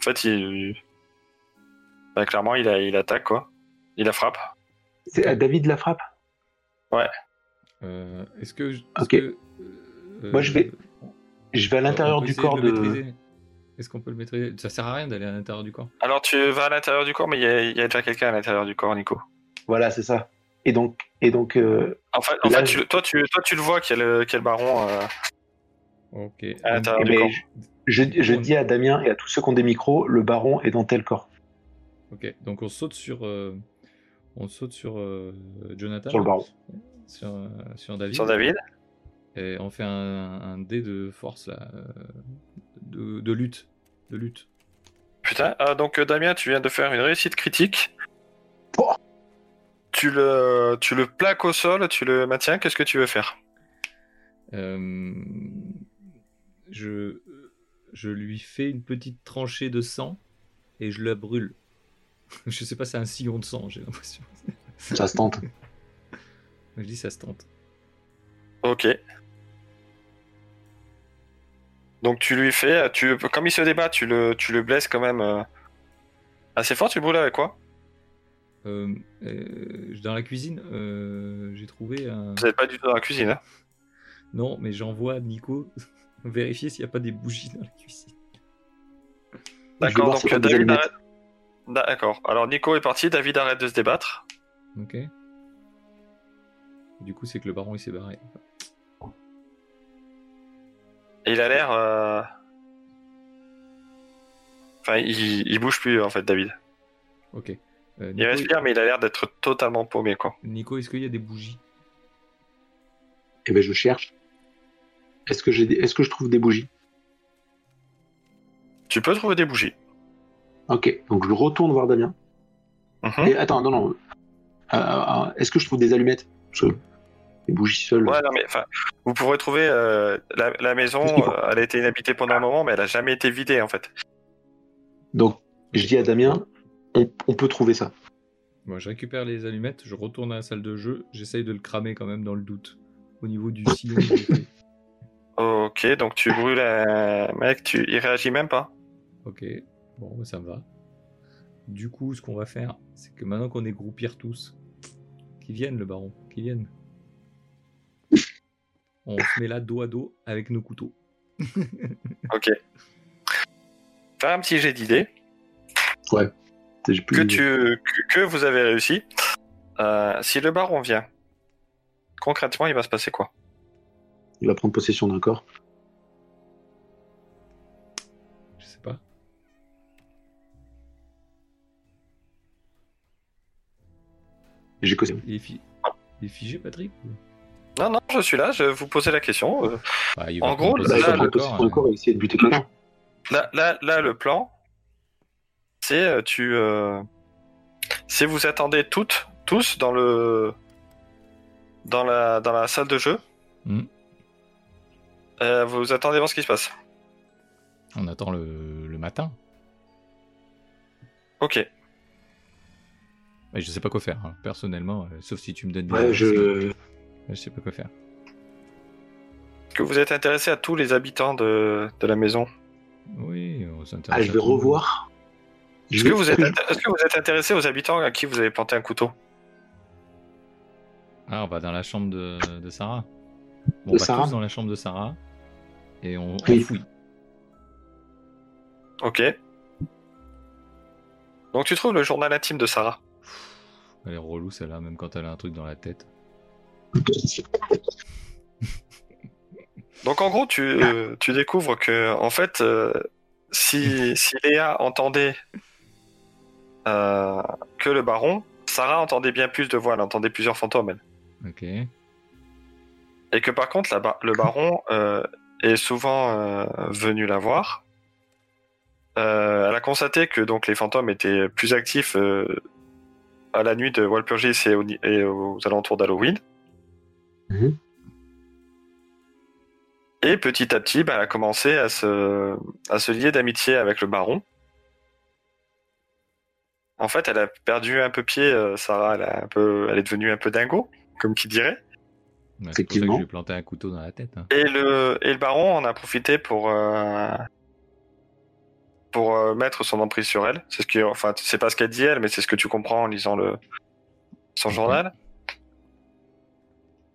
A: En fait, il, bah, clairement, il, a, il attaque quoi. Il la frappe.
B: c'est à David la frappe.
D: Euh, Est-ce que. je-
B: Ok.
D: est-ce que, euh,
B: Moi, je vais- Je vais à
D: on
B: l'intérieur
D: peut
B: du
D: essayer
B: corps
D: le
B: de.
D: maîtriser Est-ce qu'on peut le maîtriser Ça sert à rien d'aller à l'intérieur du corps.
A: Alors tu vas à l'intérieur du corps, mais il y a- il y, a déjà quelqu'un à l'intérieur du corps, Nico.
B: Voilà, c'est ça. Et donc, et donc, euh,
A: En fait, en
B: Là,
A: fait,
B: je-
A: tu- toi, tu, toi, tu le vois qu'il y a le, qu'il y a le baron euh,
D: Ok.
A: à l'intérieur
B: eh
A: du
B: ben,
A: corps.
B: je, je- je dis à Damien et à tous ceux qui ont des micros, le baron est dans tel corps,
D: Ok. Donc, on saute sur. euh, On saute sur euh, Jonathan.
B: sur le baron.
D: Sur, euh, sur David.
A: Sur David.
D: Et on fait un, un dé de force là. euh, De, de lutte. De lutte.
A: Putain. Ah, donc euh, Damien, tu viens de faire une réussite critique.
B: Oh.
A: Tu le, tu le plaques au sol, tu le maintiens. Qu'est-ce que tu veux faire
D: Euh, je, je lui fais une petite tranchée de sang et je la brûle. je sais pas, c'est un sillon de sang, j'ai l'impression.
B: Ça se tente.
D: je dis ça se tente.
A: Ok. Donc tu lui fais, euh, tu, comme il se débat, tu le, tu le blesses quand même euh, assez fort. Tu le brûles avec quoi
D: Euh, euh, dans la cuisine, euh, j'ai trouvé un.
A: Vous n'êtes pas du tout dans la cuisine. Hein
D: Non, mais j'envoie Nico vérifier s'il n'y a pas des bougies dans la cuisine.
B: Je vais
A: D'accord,
B: voir si
A: donc euh,
B: t'as des
A: David
B: allumettes.
A: arrête. D'accord. Alors Nico est parti, David arrête de se débattre.
D: Ok. Du coup, c'est que le baron il s'est barré.
A: Et il a l'air. euh, Enfin, il, il bouge plus en fait, David.
D: Ok. Euh,
A: Il
D: Nico,
A: respire, mais il a l'air d'être totalement paumé, quoi.
D: Nico, est-ce qu'il y a des bougies
B: Et ben, je cherche. Est-ce que j'ai, des- est-ce que je trouve des bougies
A: Tu peux trouver des bougies.
B: Ok. Donc, je retourne voir Damien.
A: Mhm.
B: Et attends, non, non. Euh, euh, Est-ce que je trouve des allumettes Parce que Les bougies seules.
A: Ouais, non, mais enfin, vous pourrez trouver euh, la, la maison.
B: Qu'est-ce qu'il faut
A: euh, elle a été inhabitée pendant un moment, mais elle a jamais été vidée en fait.
B: Donc, Je dis à Damien, on, on peut trouver ça.
D: Moi, je récupère les allumettes, je retourne à la salle de jeu, j'essaye de le cramer quand même dans le doute. Au niveau du sillon. que j'ai fait.
A: Ok, donc tu brûles un mec, tu... il réagit même pas.
D: ok, bon, bah, ça me va. Du coup, ce qu'on va faire, c'est que maintenant qu'on est groupir tous, qu'ils viennent, le baron, qu'ils viennent. On se met là dos à dos avec nos couteaux.
A: Faire un petit jet d'idée
B: J'ai plus
A: que,
B: d'idée.
A: tu... que- que vous avez réussi. Euh, si le baron vient, concrètement, il va se passer quoi
B: Il va prendre possession d'un corps.
D: Je sais pas.
B: J'ai Bah, causé.
D: Il est, fi- il est figé, Patrick ou-
A: Non, non, je suis là, je vous posais la question. euh,
D: Bah, il
A: En
D: prendre
A: gros,
B: Bah, il
D: possession
A: là,
B: va prendre
D: d'un corps,
B: possession d'un
D: euh,
B: corps et essayer de buter quelqu'un.
A: Là, là, là, le plan, c'est euh, tu. euh, si vous attendez toutes, tous dans le. Dans la, dans la salle de jeu,
D: Mhm.
A: euh, vous attendez voir ce qui se passe.
D: hein. On attend le, le matin.
A: Ok.
D: Mais je sais pas quoi faire, hein, personnellement, euh, sauf si tu me donnes des.
B: Ouais, Bah, je.
D: Je sais pas quoi faire.
A: Est-ce que vous êtes intéressé à tous les habitants de, de la maison
D: Oui, on s'intéresse.
B: Ah, je
D: à
B: vais
D: tout le monde.
B: revoir. Je
A: Est-ce que,
B: vais-
A: vous êtes inté- est-ce que vous êtes intéressé aux habitants à qui vous avez planté un couteau
D: Ah, on va dans la chambre de, de Sarah. Bon, on
B: De
D: va
B: Sarah
D: tous dans la chambre de Sarah. Et on, on
B: Oui.
D: fouille.
A: Ok. Donc tu trouves le journal intime de Sarah.
D: Elle est relou celle-là, même quand elle a un truc dans la tête.
A: Donc en gros, tu, euh, tu découvres que en fait, euh, si, si Léa entendait euh, que le baron, Sarah entendait bien plus de voix, elle entendait plusieurs fantômes. elle.
D: Ok. Bah,
A: Et que par contre, la ba- le baron euh, est souvent euh, venu la voir. Euh, elle a constaté que donc les fantômes étaient plus actifs euh, à la nuit de Walpurgis et, au ni- et aux alentours d'Halloween.
B: Mhm.
A: Et petit à petit, bah, elle a commencé à se, à se lier d'amitié avec le baron. En fait, elle a perdu un peu pied, euh, Sarah. Elle, a un peu, elle est devenue un peu dingo, comme qui dirait.
D: Bah, c'est pour ça que
B: Effectivement.
D: je vais planter un couteau dans la tête. hein.
A: Et le, et le baron en a profité pour, euh, pour euh, mettre son emprise sur elle. C'est ce qui, enfin, c'est pas ce qu'elle dit elle, mais c'est ce que tu comprends en lisant le, son
D: Mhm.
A: journal.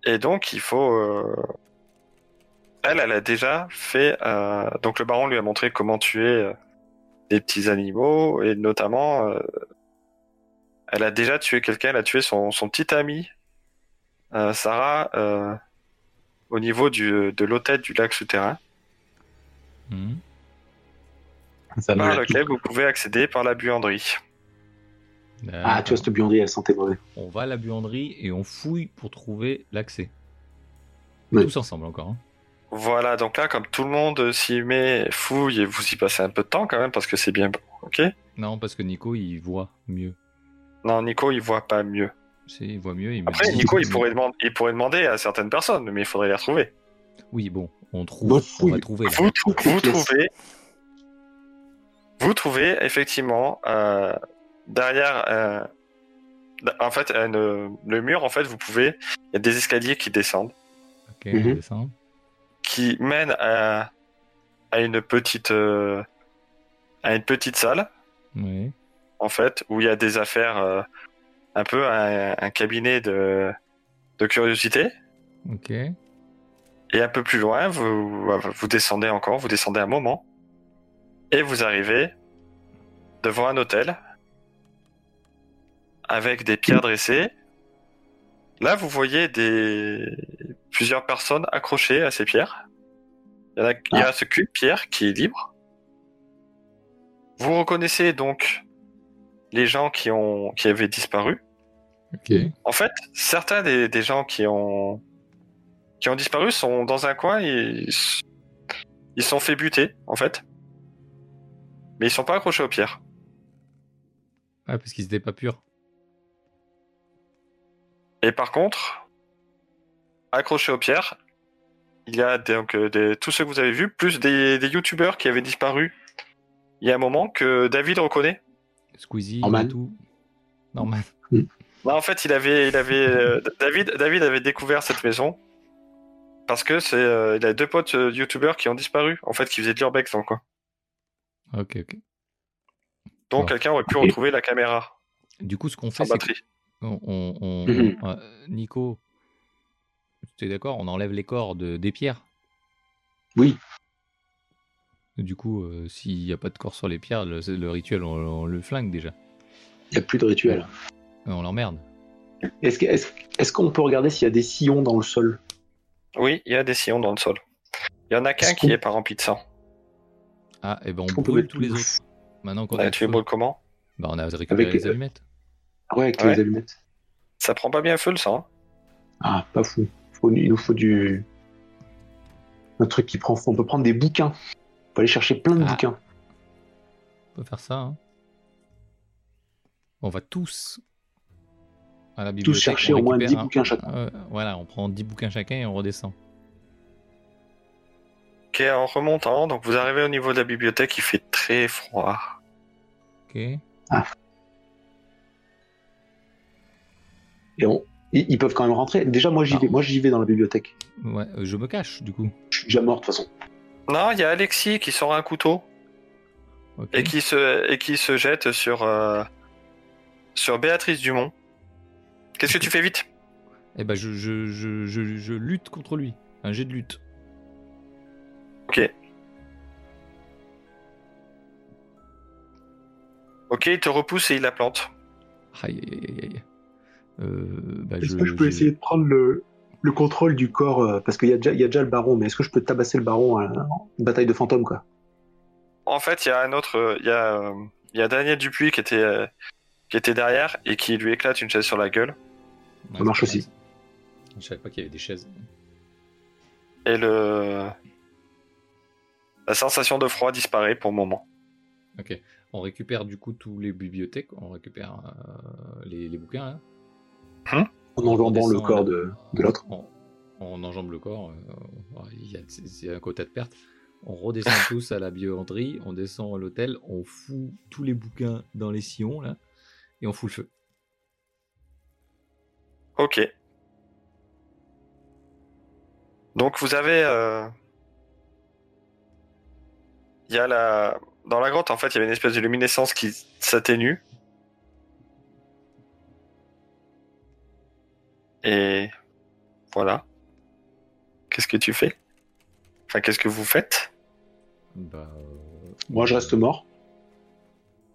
A: Et donc, il faut. euh, Elle, elle a déjà fait. euh, Donc, le baron lui a montré comment tuer euh, des petits animaux, et notamment, euh, elle a déjà tué quelqu'un, elle a tué son, son petit ami, euh, Sarah, euh, au niveau du, de l'hôtel du lac souterrain,
D: Mhm.
B: Ça
A: par
B: marche.
A: lequel vous pouvez accéder par la buanderie.
B: Ah, tu vois,
D: D'accord.
B: cette buanderie, elle sentait mauvais.
D: On va à la buanderie et on fouille pour trouver l'accès.
B: Oui.
D: Tous ensemble encore. hein.
A: Voilà, donc là, comme tout le monde s'y met, fouille, et vous y passez un peu de temps quand même, parce que c'est bien. Ok
D: Non, parce que Nico, il voit mieux.
A: Non, Nico, il voit pas mieux.
D: Si, il voit mieux. Il me
A: Après,
D: dit-
A: Nico, il pourrait, demander, il pourrait demander à certaines personnes, mais il faudrait les retrouver.
D: Oui, bon, on trouve.
B: Bon,
D: on va
B: Bah, fouille.
D: trouver. là.
A: Vous, trou-
B: toutes les
A: vous
B: pièces.
A: trouvez. Vous trouvez, effectivement, euh, derrière. euh, d- en fait, un, euh, le mur, en fait, vous pouvez. Il y a des escaliers qui descendent,
D: Ok,
B: Mhm.
D: on descend.
A: qui mènent à, à une petite. euh, à une petite salle.
D: Oui.
A: en fait, où il y a des affaires, euh, un peu un, un cabinet de, de curiosité.
D: Ok.
A: Et un peu plus loin, vous, vous descendez encore, vous descendez un moment, et vous arrivez devant un hôtel avec des pierres dressées. Là, vous voyez des plusieurs personnes accrochées à ces pierres. Il y, en a, il y a ce cul de pierre qui est libre. Vous reconnaissez donc les gens qui ont qui avaient disparu.
D: Ok.
A: En fait, certains des, des gens qui ont qui ont disparu sont dans un coin et ils s- ils se sont fait buter en fait, mais ils sont pas accrochés aux pierres.
D: Ah, parce qu'ils étaient pas purs.
A: Et par contre, accrochés aux pierres, il y a donc euh, des, tous ceux que vous avez vus, plus des, des youtubeurs qui avaient disparu. Il y a un moment que David reconnaît
D: Squeezie,
B: Norman.
D: et tout. Normal.
A: Bah, en fait, il avait, il avait, euh, David, David avait découvert cette maison parce que c'est, euh, il a deux potes euh, youtubeurs qui ont disparu, en fait, qui faisaient de l'urbex dans le coin.
D: Ok, ok.
A: Donc,
D: Ah.
A: quelqu'un aurait pu retrouver la caméra
D: Du coup, ce qu'on fait,
A: sans
D: c'est que-
A: batterie.
D: on, on- on-
B: Mhm.
D: euh, Nico, tu es d'accord On enlève les corps de, des pierres
B: Oui.
D: Du coup, euh, s'il n'y a pas de corps sur les pierres, le, le rituel, on, on le flingue déjà.
B: Il n'y a plus de rituel.
D: Euh, On l'emmerde.
B: Est-ce que- est-ce- est-ce qu'on peut regarder s'il y a des sillons dans le sol
A: Oui, il y a des sillons dans le sol. Il y en a qu'un
B: Est-ce
A: qui
B: qu'on-
A: est pas rempli de sang.
D: Ah, et ben
B: Est-ce
D: on
B: qu'on peut
D: brûle
B: mettre
D: tous les
B: une-
D: autres. Maintenant qu'on
A: On a
D: le
A: tué
D: feu,
A: Maul comment
D: bah, on a récupéré
B: Avec euh,
D: les
B: les-
D: allumettes.
B: Ah Ouais,
D: Ah
B: avec
A: Ouais.
B: les allumettes.
A: Ça prend pas bien feu le sang. hein.
B: Ah, pas fou. Faut- il nous faut du. Un truc qui prend feu. On peut prendre des bouquins. On peut aller chercher plein de
D: Ah.
B: bouquins.
D: On peut faire ça. hein. On va tous à la bibliothèque.
B: chercher
D: on
B: au moins
D: récupère
B: 10
D: un-
B: bouquins chacun.
D: Euh, voilà, on prend 10 bouquins chacun et on redescend.
A: Ok, en remontant, donc vous arrivez au niveau de la bibliothèque, il fait très froid.
D: Ok.
B: Et on... ils, ils peuvent quand même rentrer. Déjà, moi j'y
D: Ah.
B: vais. Moi j'y vais dans la bibliothèque.
D: Ouais, euh, je me cache du coup.
B: Je suis déjà mort de toute façon.
A: Non, il y a Alexis qui sort un couteau
D: Ok.
A: et qui se, et qui se jette sur, euh, sur Béatrice Dumont. Qu'est-ce que tu fais vite
D: Eh ben, je, je, je, je, je lutte contre lui. Un jet de lutte.
A: Ok, il te repousse et il la plante.
D: Aïe, aïe, aïe, aïe. Euh, bah,
B: Est-ce
D: je,
B: que je peux
D: j'ai-
B: essayer de prendre le, le contrôle du corps euh, Parce qu'il y, a déjà- il y a déjà le baron, mais est-ce que je peux tabasser le baron à une bataille de fantômes quoi
A: En fait, il y a un autre, euh, il y a, euh, il y a Daniel Dupuis qui était, euh, qui était derrière et qui lui éclate une chaise sur la gueule.
D: Ouais,
B: Ça marche
D: c'est pas
B: aussi.
D: mal,
C: Je savais pas qu'il y avait des chaises.
A: Et le, la sensation de froid disparaît pour le moment.
C: Ok. On récupère du coup tous les bibliothèques, on récupère euh, les, les bouquins.
D: hein.
C: là.
B: En enjambant le
C: descend, là.
B: corps de, de l'autre.
C: On, on enjambe le corps. euh, Il y, a- il y a un quota de perte. On redescend tous à la bioanderie, on descend à l'hôtel, on fout tous les bouquins dans les sillons là, et on fout le feu.
A: Ok. Donc vous avez. euh, Il y a la. Dans la grotte, en fait, il y avait une espèce de luminescence qui s'atténue. Et. Voilà. Qu'est-ce que tu fais Enfin, qu'est-ce que vous faites
C: Bah, euh,
B: Moi je reste mort.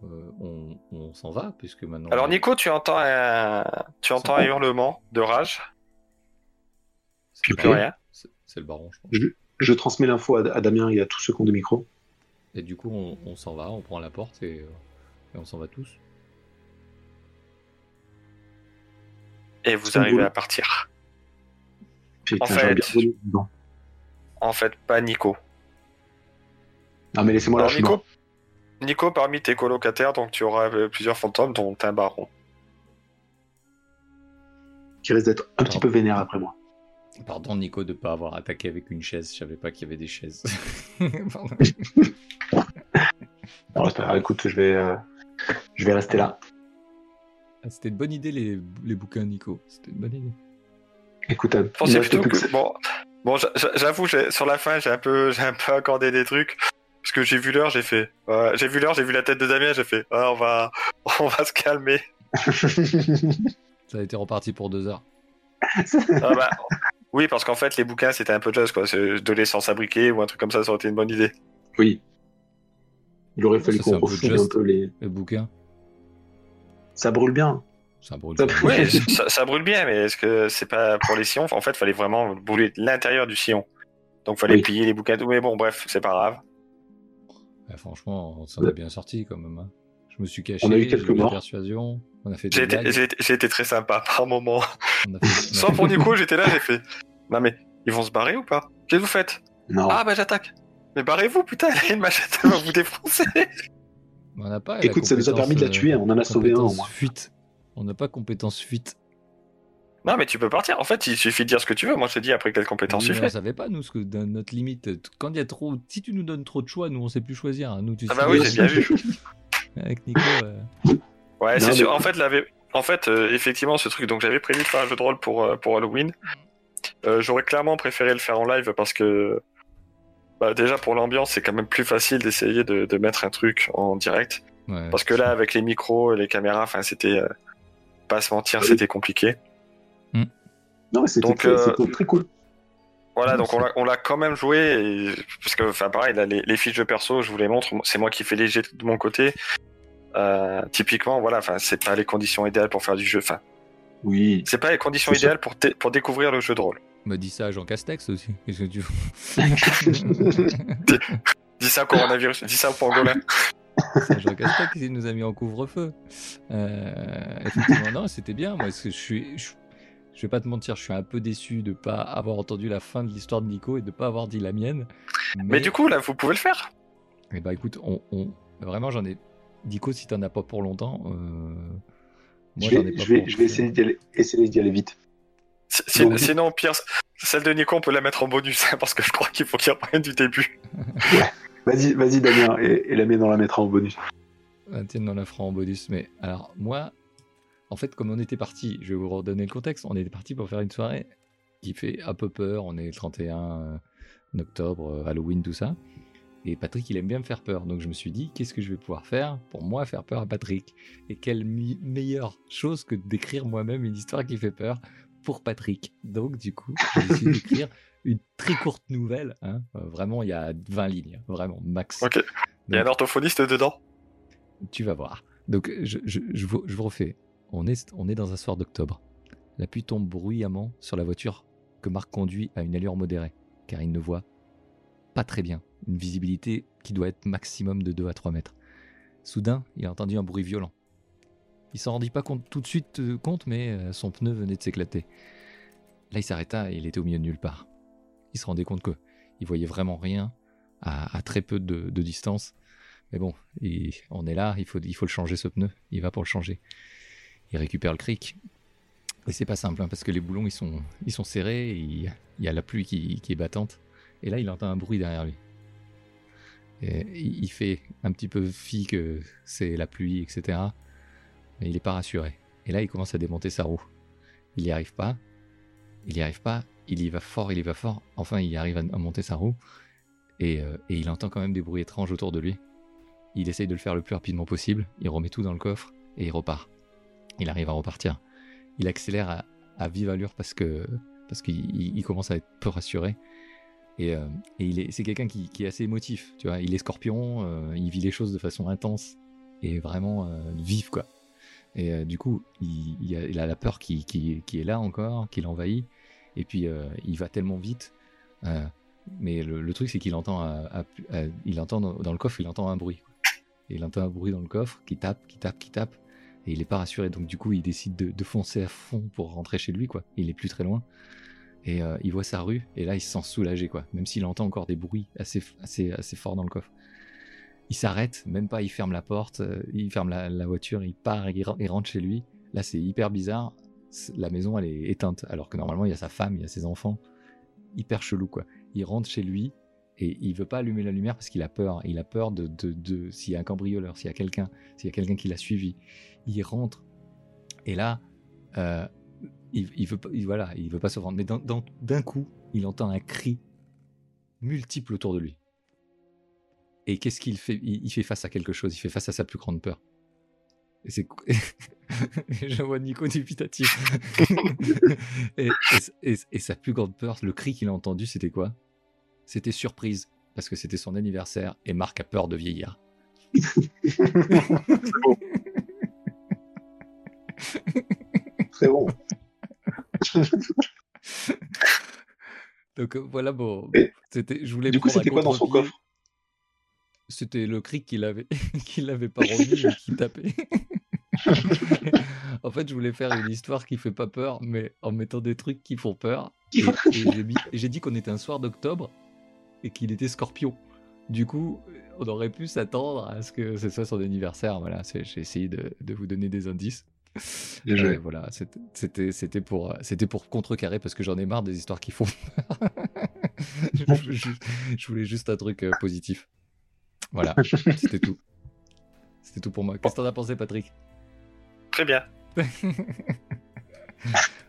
C: euh, on on s'en va puisque maintenant.
D: Euh,
A: Alors, Nico, tu entends un. Tu entends un hurlement de rage,
C: c'est
A: puis
C: le
A: plus
C: baron.
A: rien.
C: C'est c'est le baron, je pense.
B: Je transmets l'info à, à Damien et à tous ceux qui ont des micros.
C: Et du coup, on, on s'en va, on prend la porte et, euh, et on s'en va tous.
A: Et vous
B: Son
A: arrivez
B: boulot.
A: à partir.
B: Putain,
A: En fait-
B: j'aurais bien voulu dedans.
A: En fait, pas Nico.
B: Non mais laissez-moi là,
A: Alors,
B: je suis mort.
A: Nico, Nico, parmi tes colocataires, donc tu auras euh, plusieurs fantômes, dont un baron.
B: Qui risque d'être un petit peu vénère après moi.
C: Pardon Nico de pas avoir attaqué avec une chaise, je savais pas qu'il y avait des chaises. Pardon.
B: Alors, c'est pas grave, écoute, je vais, euh, je vais rester là.
C: Ah, C'était une bonne idée les, les bouquins Nico, c'était une bonne idée.
B: Écoute, euh,
A: Je
B: il
A: pensais
B: reste
A: plutôt
B: plus
A: que.
B: que-
A: Bon, bon j'a- j'a- j'avoue, j'ai- sur la fin, j'ai un, peu, j'ai un peu accordé des trucs. Parce que j'ai vu l'heure, j'ai fait. ouais, j'ai vu l'heure, j'ai vu la tête de Damien, j'ai fait. ouais, on, va, on va se calmer.
D: Ça a été reparti pour deux heures.
A: Ah bah, oui, parce qu'en fait, les bouquins, c'était un peu de jazz, quoi. C'est de l'essence à briquet ou un truc comme ça, ça aurait été une bonne idée.
B: oui. Il aurait fallu
D: Ça, c'est
B: qu'on
D: un peu
B: refoule un
D: juste.
B: peu les.
D: Les bouquins,
B: Ça brûle bien.
D: ça brûle.
B: Ça
D: quand même.
B: brûle.
A: Oui, ça, ça brûle bien, mais est-ce que c'est pas pour les sillons En fait, fallait vraiment brûler l'intérieur du sillon. Donc, fallait
B: Oui.
A: plier les bouquins. Mais bon, bref, c'est pas grave.
D: Bah, franchement, on s'en est bien sorti quand même. hein. Je me suis caché.
B: On a eu
D: j'ai
B: quelques
D: de la
B: morts.
D: persuasion, on a fait
A: J'ai été,
D: des blagues.
A: j'ai été- j'ai été très sympa par moment.
D: on a fait- on a
A: Sans
D: fait-
A: pour Nico, j'étais là, j'ai fait. Non mais, ils vont se barrer ou pas Qu'est-ce que vous faites
B: Non.
A: Ah bah j'attaque Mais barrez-vous, putain, elle a une machette, elle va vous défoncer
D: On n'a pas. la
B: Écoute, ça nous a
D: compétence,
B: permis de la
D: euh,
B: tuer, on en a sauvé un au
D: compétence
B: moins.
D: Fuite. On n'a pas compétence fuite.
A: Non mais tu peux partir, en fait, il suffit de dire ce que tu veux. Moi, je te dis après quelle compétence tu
D: Mais on
A: fais.
D: savait pas nous ce que dans notre limite. Quand il y a trop, si tu nous donnes trop de choix, nous on sait plus choisir. hein. Nous, tu
A: Ah
D: sais
A: bah
D: bien
A: oui,
D: que-
A: j'ai bien vu.
D: avec Nico. euh.
A: Ouais,
B: Non,
A: c'est sûr.
B: mais-
A: En fait, l'avait- en fait euh, effectivement, ce truc, donc j'avais prévu de faire un jeu de rôle pour, euh, pour Halloween. Euh, J'aurais clairement préféré le faire en live parce que, bah, déjà pour l'ambiance, c'est quand même plus facile d'essayer de, de mettre un truc en direct.
D: Ouais.
A: Parce que là, avec les micros et les caméras, enfin, c'était. euh, pas à se mentir, c'était compliqué.
B: Non, mais c'était
A: Donc,
B: très,
A: euh,
B: c'était très cool.
A: Voilà, donc on l'a- on l'a quand même joué. et- parce que, enfin, pareil, là, les, les fiches de perso, je vous les montre. C'est moi qui fais les jets de mon côté. Euh, typiquement, voilà, enfin, c'est pas les conditions idéales pour faire du jeu. Enfin,
B: Oui.
A: C'est pas les conditions
B: C'est ça.
A: idéales pour, dé- pour découvrir le jeu de rôle.
D: Me dis ça à Jean Castex aussi. Qu'est-ce que tu veux
A: Dis ça au coronavirus, dis ça au pangolin.
D: C'est Jean Castex qui nous a mis en couvre-feu. Euh, effectivement, non, c'était bien. Moi, ce que je suis, je, je vais pas te mentir, je suis un peu déçu de pas avoir entendu la fin de l'histoire de Nico et de pas avoir dit la mienne.
A: Mais du coup, là, vous pouvez le faire.
D: Eh ben écoute, on, on- vraiment j'en ai. Dico, si t'en as pas pour longtemps, euh,
B: je
D: moi j'en ai
B: vais,
D: pas
B: je vais,
D: pour
B: je vais essayer d'y aller, essayer d'y aller vite.
A: Si- si-
B: Donc-
A: Sinon, pire, celle de Nico, on peut la mettre en bonus, hein, parce que je crois qu'il faut qu'il reprenne du début.
B: Vas-y, vas-y, Damien, et, et la mienne, on la mettra en bonus.
D: Ah, tiens, on la fera en bonus. Mais alors moi, en fait, comme on était parti, je vais vous redonner le contexte. On était parti pour faire une soirée qui fait un peu peur. On est le 31 euh, octobre, euh, Halloween, tout ça. Et Patrick, il aime bien me faire peur. Donc je me suis dit, qu'est-ce que je vais pouvoir faire pour moi faire peur à Patrick Et quelle mi- meilleure chose que d'écrire moi-même une histoire qui fait peur pour Patrick. Donc du coup, j'ai décidé d'écrire une très courte nouvelle. hein. Euh, vraiment, il y a 20 lignes, hein. vraiment, max.
A: Ok. Il y a un
D: Donc-
A: orthophoniste dedans.
D: tu vas voir. Donc, je, je- je vous, je vous refais. On est, on est dans un soir d'octobre. La pluie tombe bruyamment sur la voiture que Marc conduit à une allure modérée, car il ne voit pas très bien. Une visibilité qui doit être maximum de 2 à 3 mètres. Soudain, il a entendu un bruit violent. Il s'en rendit pas compte tout de suite euh, compte, mais euh, son pneu venait de s'éclater. Là, il s'arrêta et il était au milieu de nulle part. Il se rendait compte que il voyait vraiment rien à, à très peu de- de distance. Mais bon, il- on est là, il faut, il faut le changer ce pneu. Il va pour le changer. Il récupère le cric. Et c'est pas simple, hein, parce que les boulons, ils sont, ils sont serrés, et il, il y a la pluie qui, qui est battante. Et là, il entend un bruit derrière lui. Et il il fait un petit peu fi que c'est la pluie, etc. Mais il n'est pas rassuré. Et là, il commence à démonter sa roue. Il n'y arrive pas. Il n'y arrive pas. Il y va fort, il y va fort. Enfin, il arrive à à monter sa roue. Et, euh, et il entend quand même des bruits étranges autour de lui. Il essaye de le faire le plus rapidement possible, il remet tout dans le coffre et il repart. Il arrive à repartir. Il accélère à, à vive allure parce que parce qu'il il- il commence à être peu rassuré. Et, euh, et il est, c'est quelqu'un qui, qui est assez émotif, tu vois. Il est scorpion, euh, il vit les choses de façon intense et vraiment euh, vive, quoi. Et euh, du coup, il, il a, il a la peur qui, qui- qui est là encore, qui l'envahit. Et puis, euh, il va tellement vite. euh, mais le, le truc, c'est qu'il entend, à- à- à- il entend dans, dans le coffre, il entend un bruit. Et il entend un bruit dans le coffre qui tape, qui tape, qui tape. Et il est pas rassuré. Donc, du coup, il décide de, de foncer à fond pour rentrer chez lui, quoi. Il est plus très loin. Et euh, il voit sa rue. Et là, il se sent soulagé, quoi. Même s'il entend encore des bruits assez, assez, assez forts dans le coffre. Il s'arrête, même pas, il ferme la porte, euh, il ferme la, la voiture, il part, il, ren- il rentre chez lui. Là, c'est hyper bizarre. C'est- La maison, elle est éteinte. Alors que normalement, il y a sa femme, il y a ses enfants. Hyper chelou, quoi. Il rentre chez lui, et il veut pas allumer la lumière parce qu'il a peur. Il a peur de, de, de- s'il y a un cambrioleur, s'il y a quelqu'un, s'il y a quelqu'un qui l'a suivi. Il rentre et là, euh, il, il veut pas, il- voilà, il veut pas se rendre. Mais d'un- d'un d'un coup, il entend un cri multiple autour de lui. Et qu'est-ce qu'il fait il, il fait face à quelque chose. Il fait face à sa plus grande peur. Et c'est cou- Je vois Nico dubitatif. et, et- et- et sa plus grande peur, le cri qu'il a entendu, c'était quoi c'était surprise parce que c'était son anniversaire et Marc a peur de vieillir.
B: Très bon.
D: Donc euh, voilà, bon,
B: Et
D: c'était, je voulais.
B: du coup,
D: prendre un
B: c'était quoi dans son
D: contre-pied.
B: coffre
D: C'était le cri qu'il avait, qu'il avait pas remis et qui tapait. en fait, je voulais faire une histoire qui fait pas peur, mais en mettant des trucs qui font peur. Et, et j'ai, mis- j'ai dit qu'on était un soir d'octobre et qu'il était Scorpion. Du coup, euh, on aurait pu s'attendre à ce que ce soit son anniversaire. Voilà, c'est- j'ai essayé de, de vous donner des indices.
B: Bien joué.
D: Euh, voilà, c'était- c'était c'était pour euh, c'était pour contrecarrer parce que j'en ai marre des histoires qui font. peur. je, je- je voulais juste un truc euh, positif. Voilà, c'était tout.
F: C'était tout pour moi. Qu'est-ce que t'en as pensé, Patrick
A: Très bien.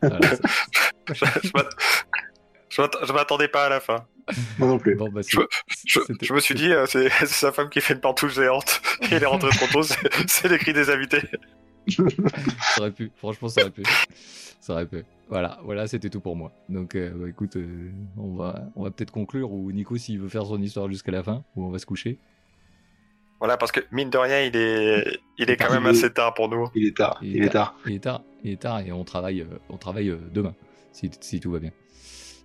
D: Voilà, ça-
A: Je, je m'att- je m'att- je m'attendais pas à la fin.
B: Moi non plus.
D: bon, bah, c'est-
A: Je,
D: c'était-
A: je me suis dit, euh, c'est c'est sa femme qui fait une pantoufle géante. Et elle est rentrée trop tôt, c'est c'est les cris des invités.
D: ça aurait pu. Franchement, ça aurait pu. Ça aurait pu. Voilà, voilà, c'était tout pour moi. Donc, euh, bah, écoute, euh, on va, on va peut-être conclure ou Nico s'il veut faire son histoire jusqu'à la fin ou on va se coucher.
A: Voilà, parce que mine de rien, il est, il est quand
B: Parti.
A: même assez tard pour nous.
B: Il est tard, il est tard.
D: Il est tard, il est tard et on travaille, euh, on travaille euh, demain si, si tout va bien.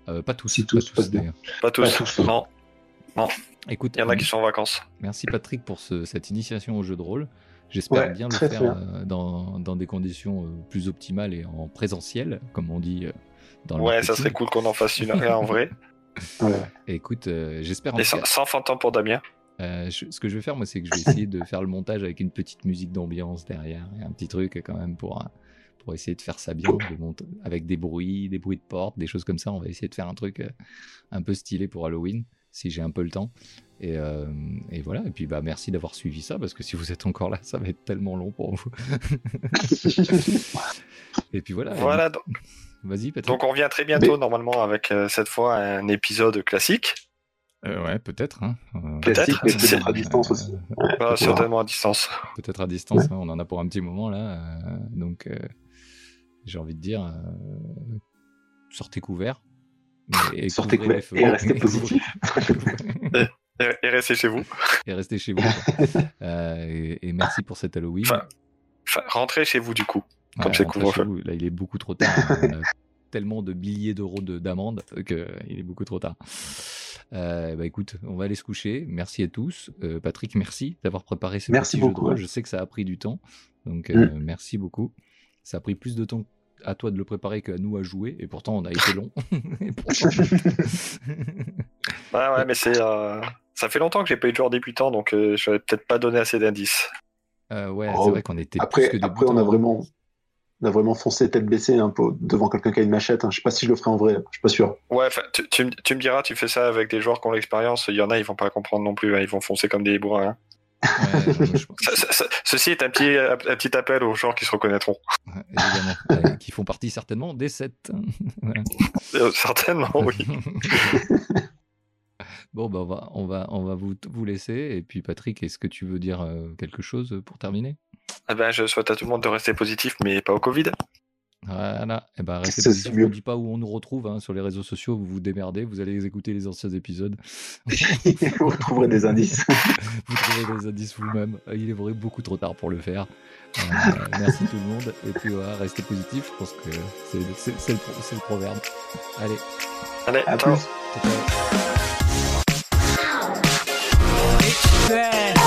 D: Euh, pas tous,
B: Si tous, pas demain.
D: d'ailleurs.
A: Pas tous.
B: Pas tous.
A: Non,
D: Écoute, euh,
A: il y en a qui sont en vacances.
D: Merci Patrick pour ce- cette initiation au jeu de rôle. J'espère
B: Ouais,
D: bien le
B: très,
D: faire
B: très bien.
D: euh, dans, dans des conditions euh, plus optimales et en présentiel, comme on dit euh, dans le
A: Ouais, ça
D: marketing.
A: serait cool qu'on en fasse une un en vrai.
B: Ouais.
D: Écoute, euh, j'espère en
A: Et
D: tout
A: sans,
D: cas-
A: sans fantôme pour Damien.
D: euh, je- ce que je vais faire, moi, c'est que je vais essayer de faire le montage avec une petite musique d'ambiance derrière et un petit truc euh, quand même pour, euh, pour essayer de faire ça bien, de monter- avec des bruits, des bruits de porte, des choses comme ça. On va essayer de faire un truc euh, un peu stylé pour Halloween, si j'ai un peu le temps. Et, euh, et voilà. Et puis, bah, merci d'avoir suivi ça parce que si vous êtes encore là, ça va être tellement long pour vous. et puis voilà.
A: Voilà, donc-
D: Vas-y, Patrick.
A: donc on revient très bientôt normalement avec euh, cette fois un épisode classique.
D: Euh, ouais, peut-être. hein. Euh,
B: Classique, mais
A: c'est-
B: peut-être à distance aussi.
A: Bah, certainement à distance.
D: peut-être à distance, hein, on en a pour un petit moment là. euh, donc, euh, j'ai envie de dire, euh, sortez couverts. mais- et E.
B: Sortez
D: couvrez les
B: couverts et
D: feux.
B: restez positifs.
A: Et, et restez chez vous.
D: et restez chez vous. quoi. Euh, et, et merci pour cet Halloween.
A: Enfin, Enfin, rentrez chez vous du coup. comme
D: Ouais,
A: c'est
D: rentrez
A: couvre-feu.
D: chez vous. Là, il est beaucoup trop tard. hein. On a tellement de milliers d'euros de- d'amende qu'il est beaucoup trop tard. Euh, bah écoute, on va aller se coucher. Merci à tous. Euh, Patrick, merci d'avoir préparé ce
B: Merci
D: petit jeu de
B: beaucoup,
D: rôle.
B: ouais. Mm.
D: Je sais que ça a pris du temps. Donc, euh, merci beaucoup. Ça a pris plus de temps à toi de le préparer qu'à nous à jouer. Et pourtant, on a été long. Et pourtant-
A: Ouais, ouais, mais c'est. euh, Ça fait longtemps que j'ai pas eu de joueur débutant, donc euh, je vais peut-être pas donner assez d'indices.
D: Euh, ouais,
B: Oh,
D: c'est vrai qu'on était
B: Après,
D: plus que hein.
B: après on, a
D: débutants.
B: vraiment, on a vraiment foncé tête baissée hein, pour- devant quelqu'un qui a une machette. hein. Je sais pas si je le ferai en vrai, je suis pas sûr.
A: Ouais, enfin, tu, tu me- tu me diras, tu fais ça avec des joueurs qui ont l'expérience, il y en a, ils vont pas comprendre non plus, hein, ils vont foncer comme des bourrins. hein.
D: Ouais, non, moi, je pense-
A: Ce- ce- ce- ceci est un petit, un petit appel aux joueurs qui se reconnaîtront.
D: Ouais, évidemment. Euh, qui font partie certainement des sept. Voilà.
A: Euh, certainement, oui.
D: bon, bah, on va, on va, on va vous, vous laisser. Et puis, Patrick, est-ce que tu veux dire euh, quelque chose pour terminer
A: Eh ben, je souhaite à tout le monde de rester positif, mais pas au Covid.
D: Voilà. Et ben, restez
B: C'est
D: positifs.
B: mieux.
D: On dit pas où on nous retrouve hein, sur les réseaux sociaux. Vous vous démerdez. Vous allez écouter les anciens épisodes.
B: Vous retrouverez des indices.
D: vous trouverez des indices vous-même. Il est vrai beaucoup trop tard pour le faire. Euh, merci tout le monde. Et puis, voilà, restez positif. Je pense que c'est c'est- c'est le, pro- c'est le proverbe. Allez,
A: Allez,
B: À
A: ciao.
B: plus.
D: ciao, ciao.
G: bad.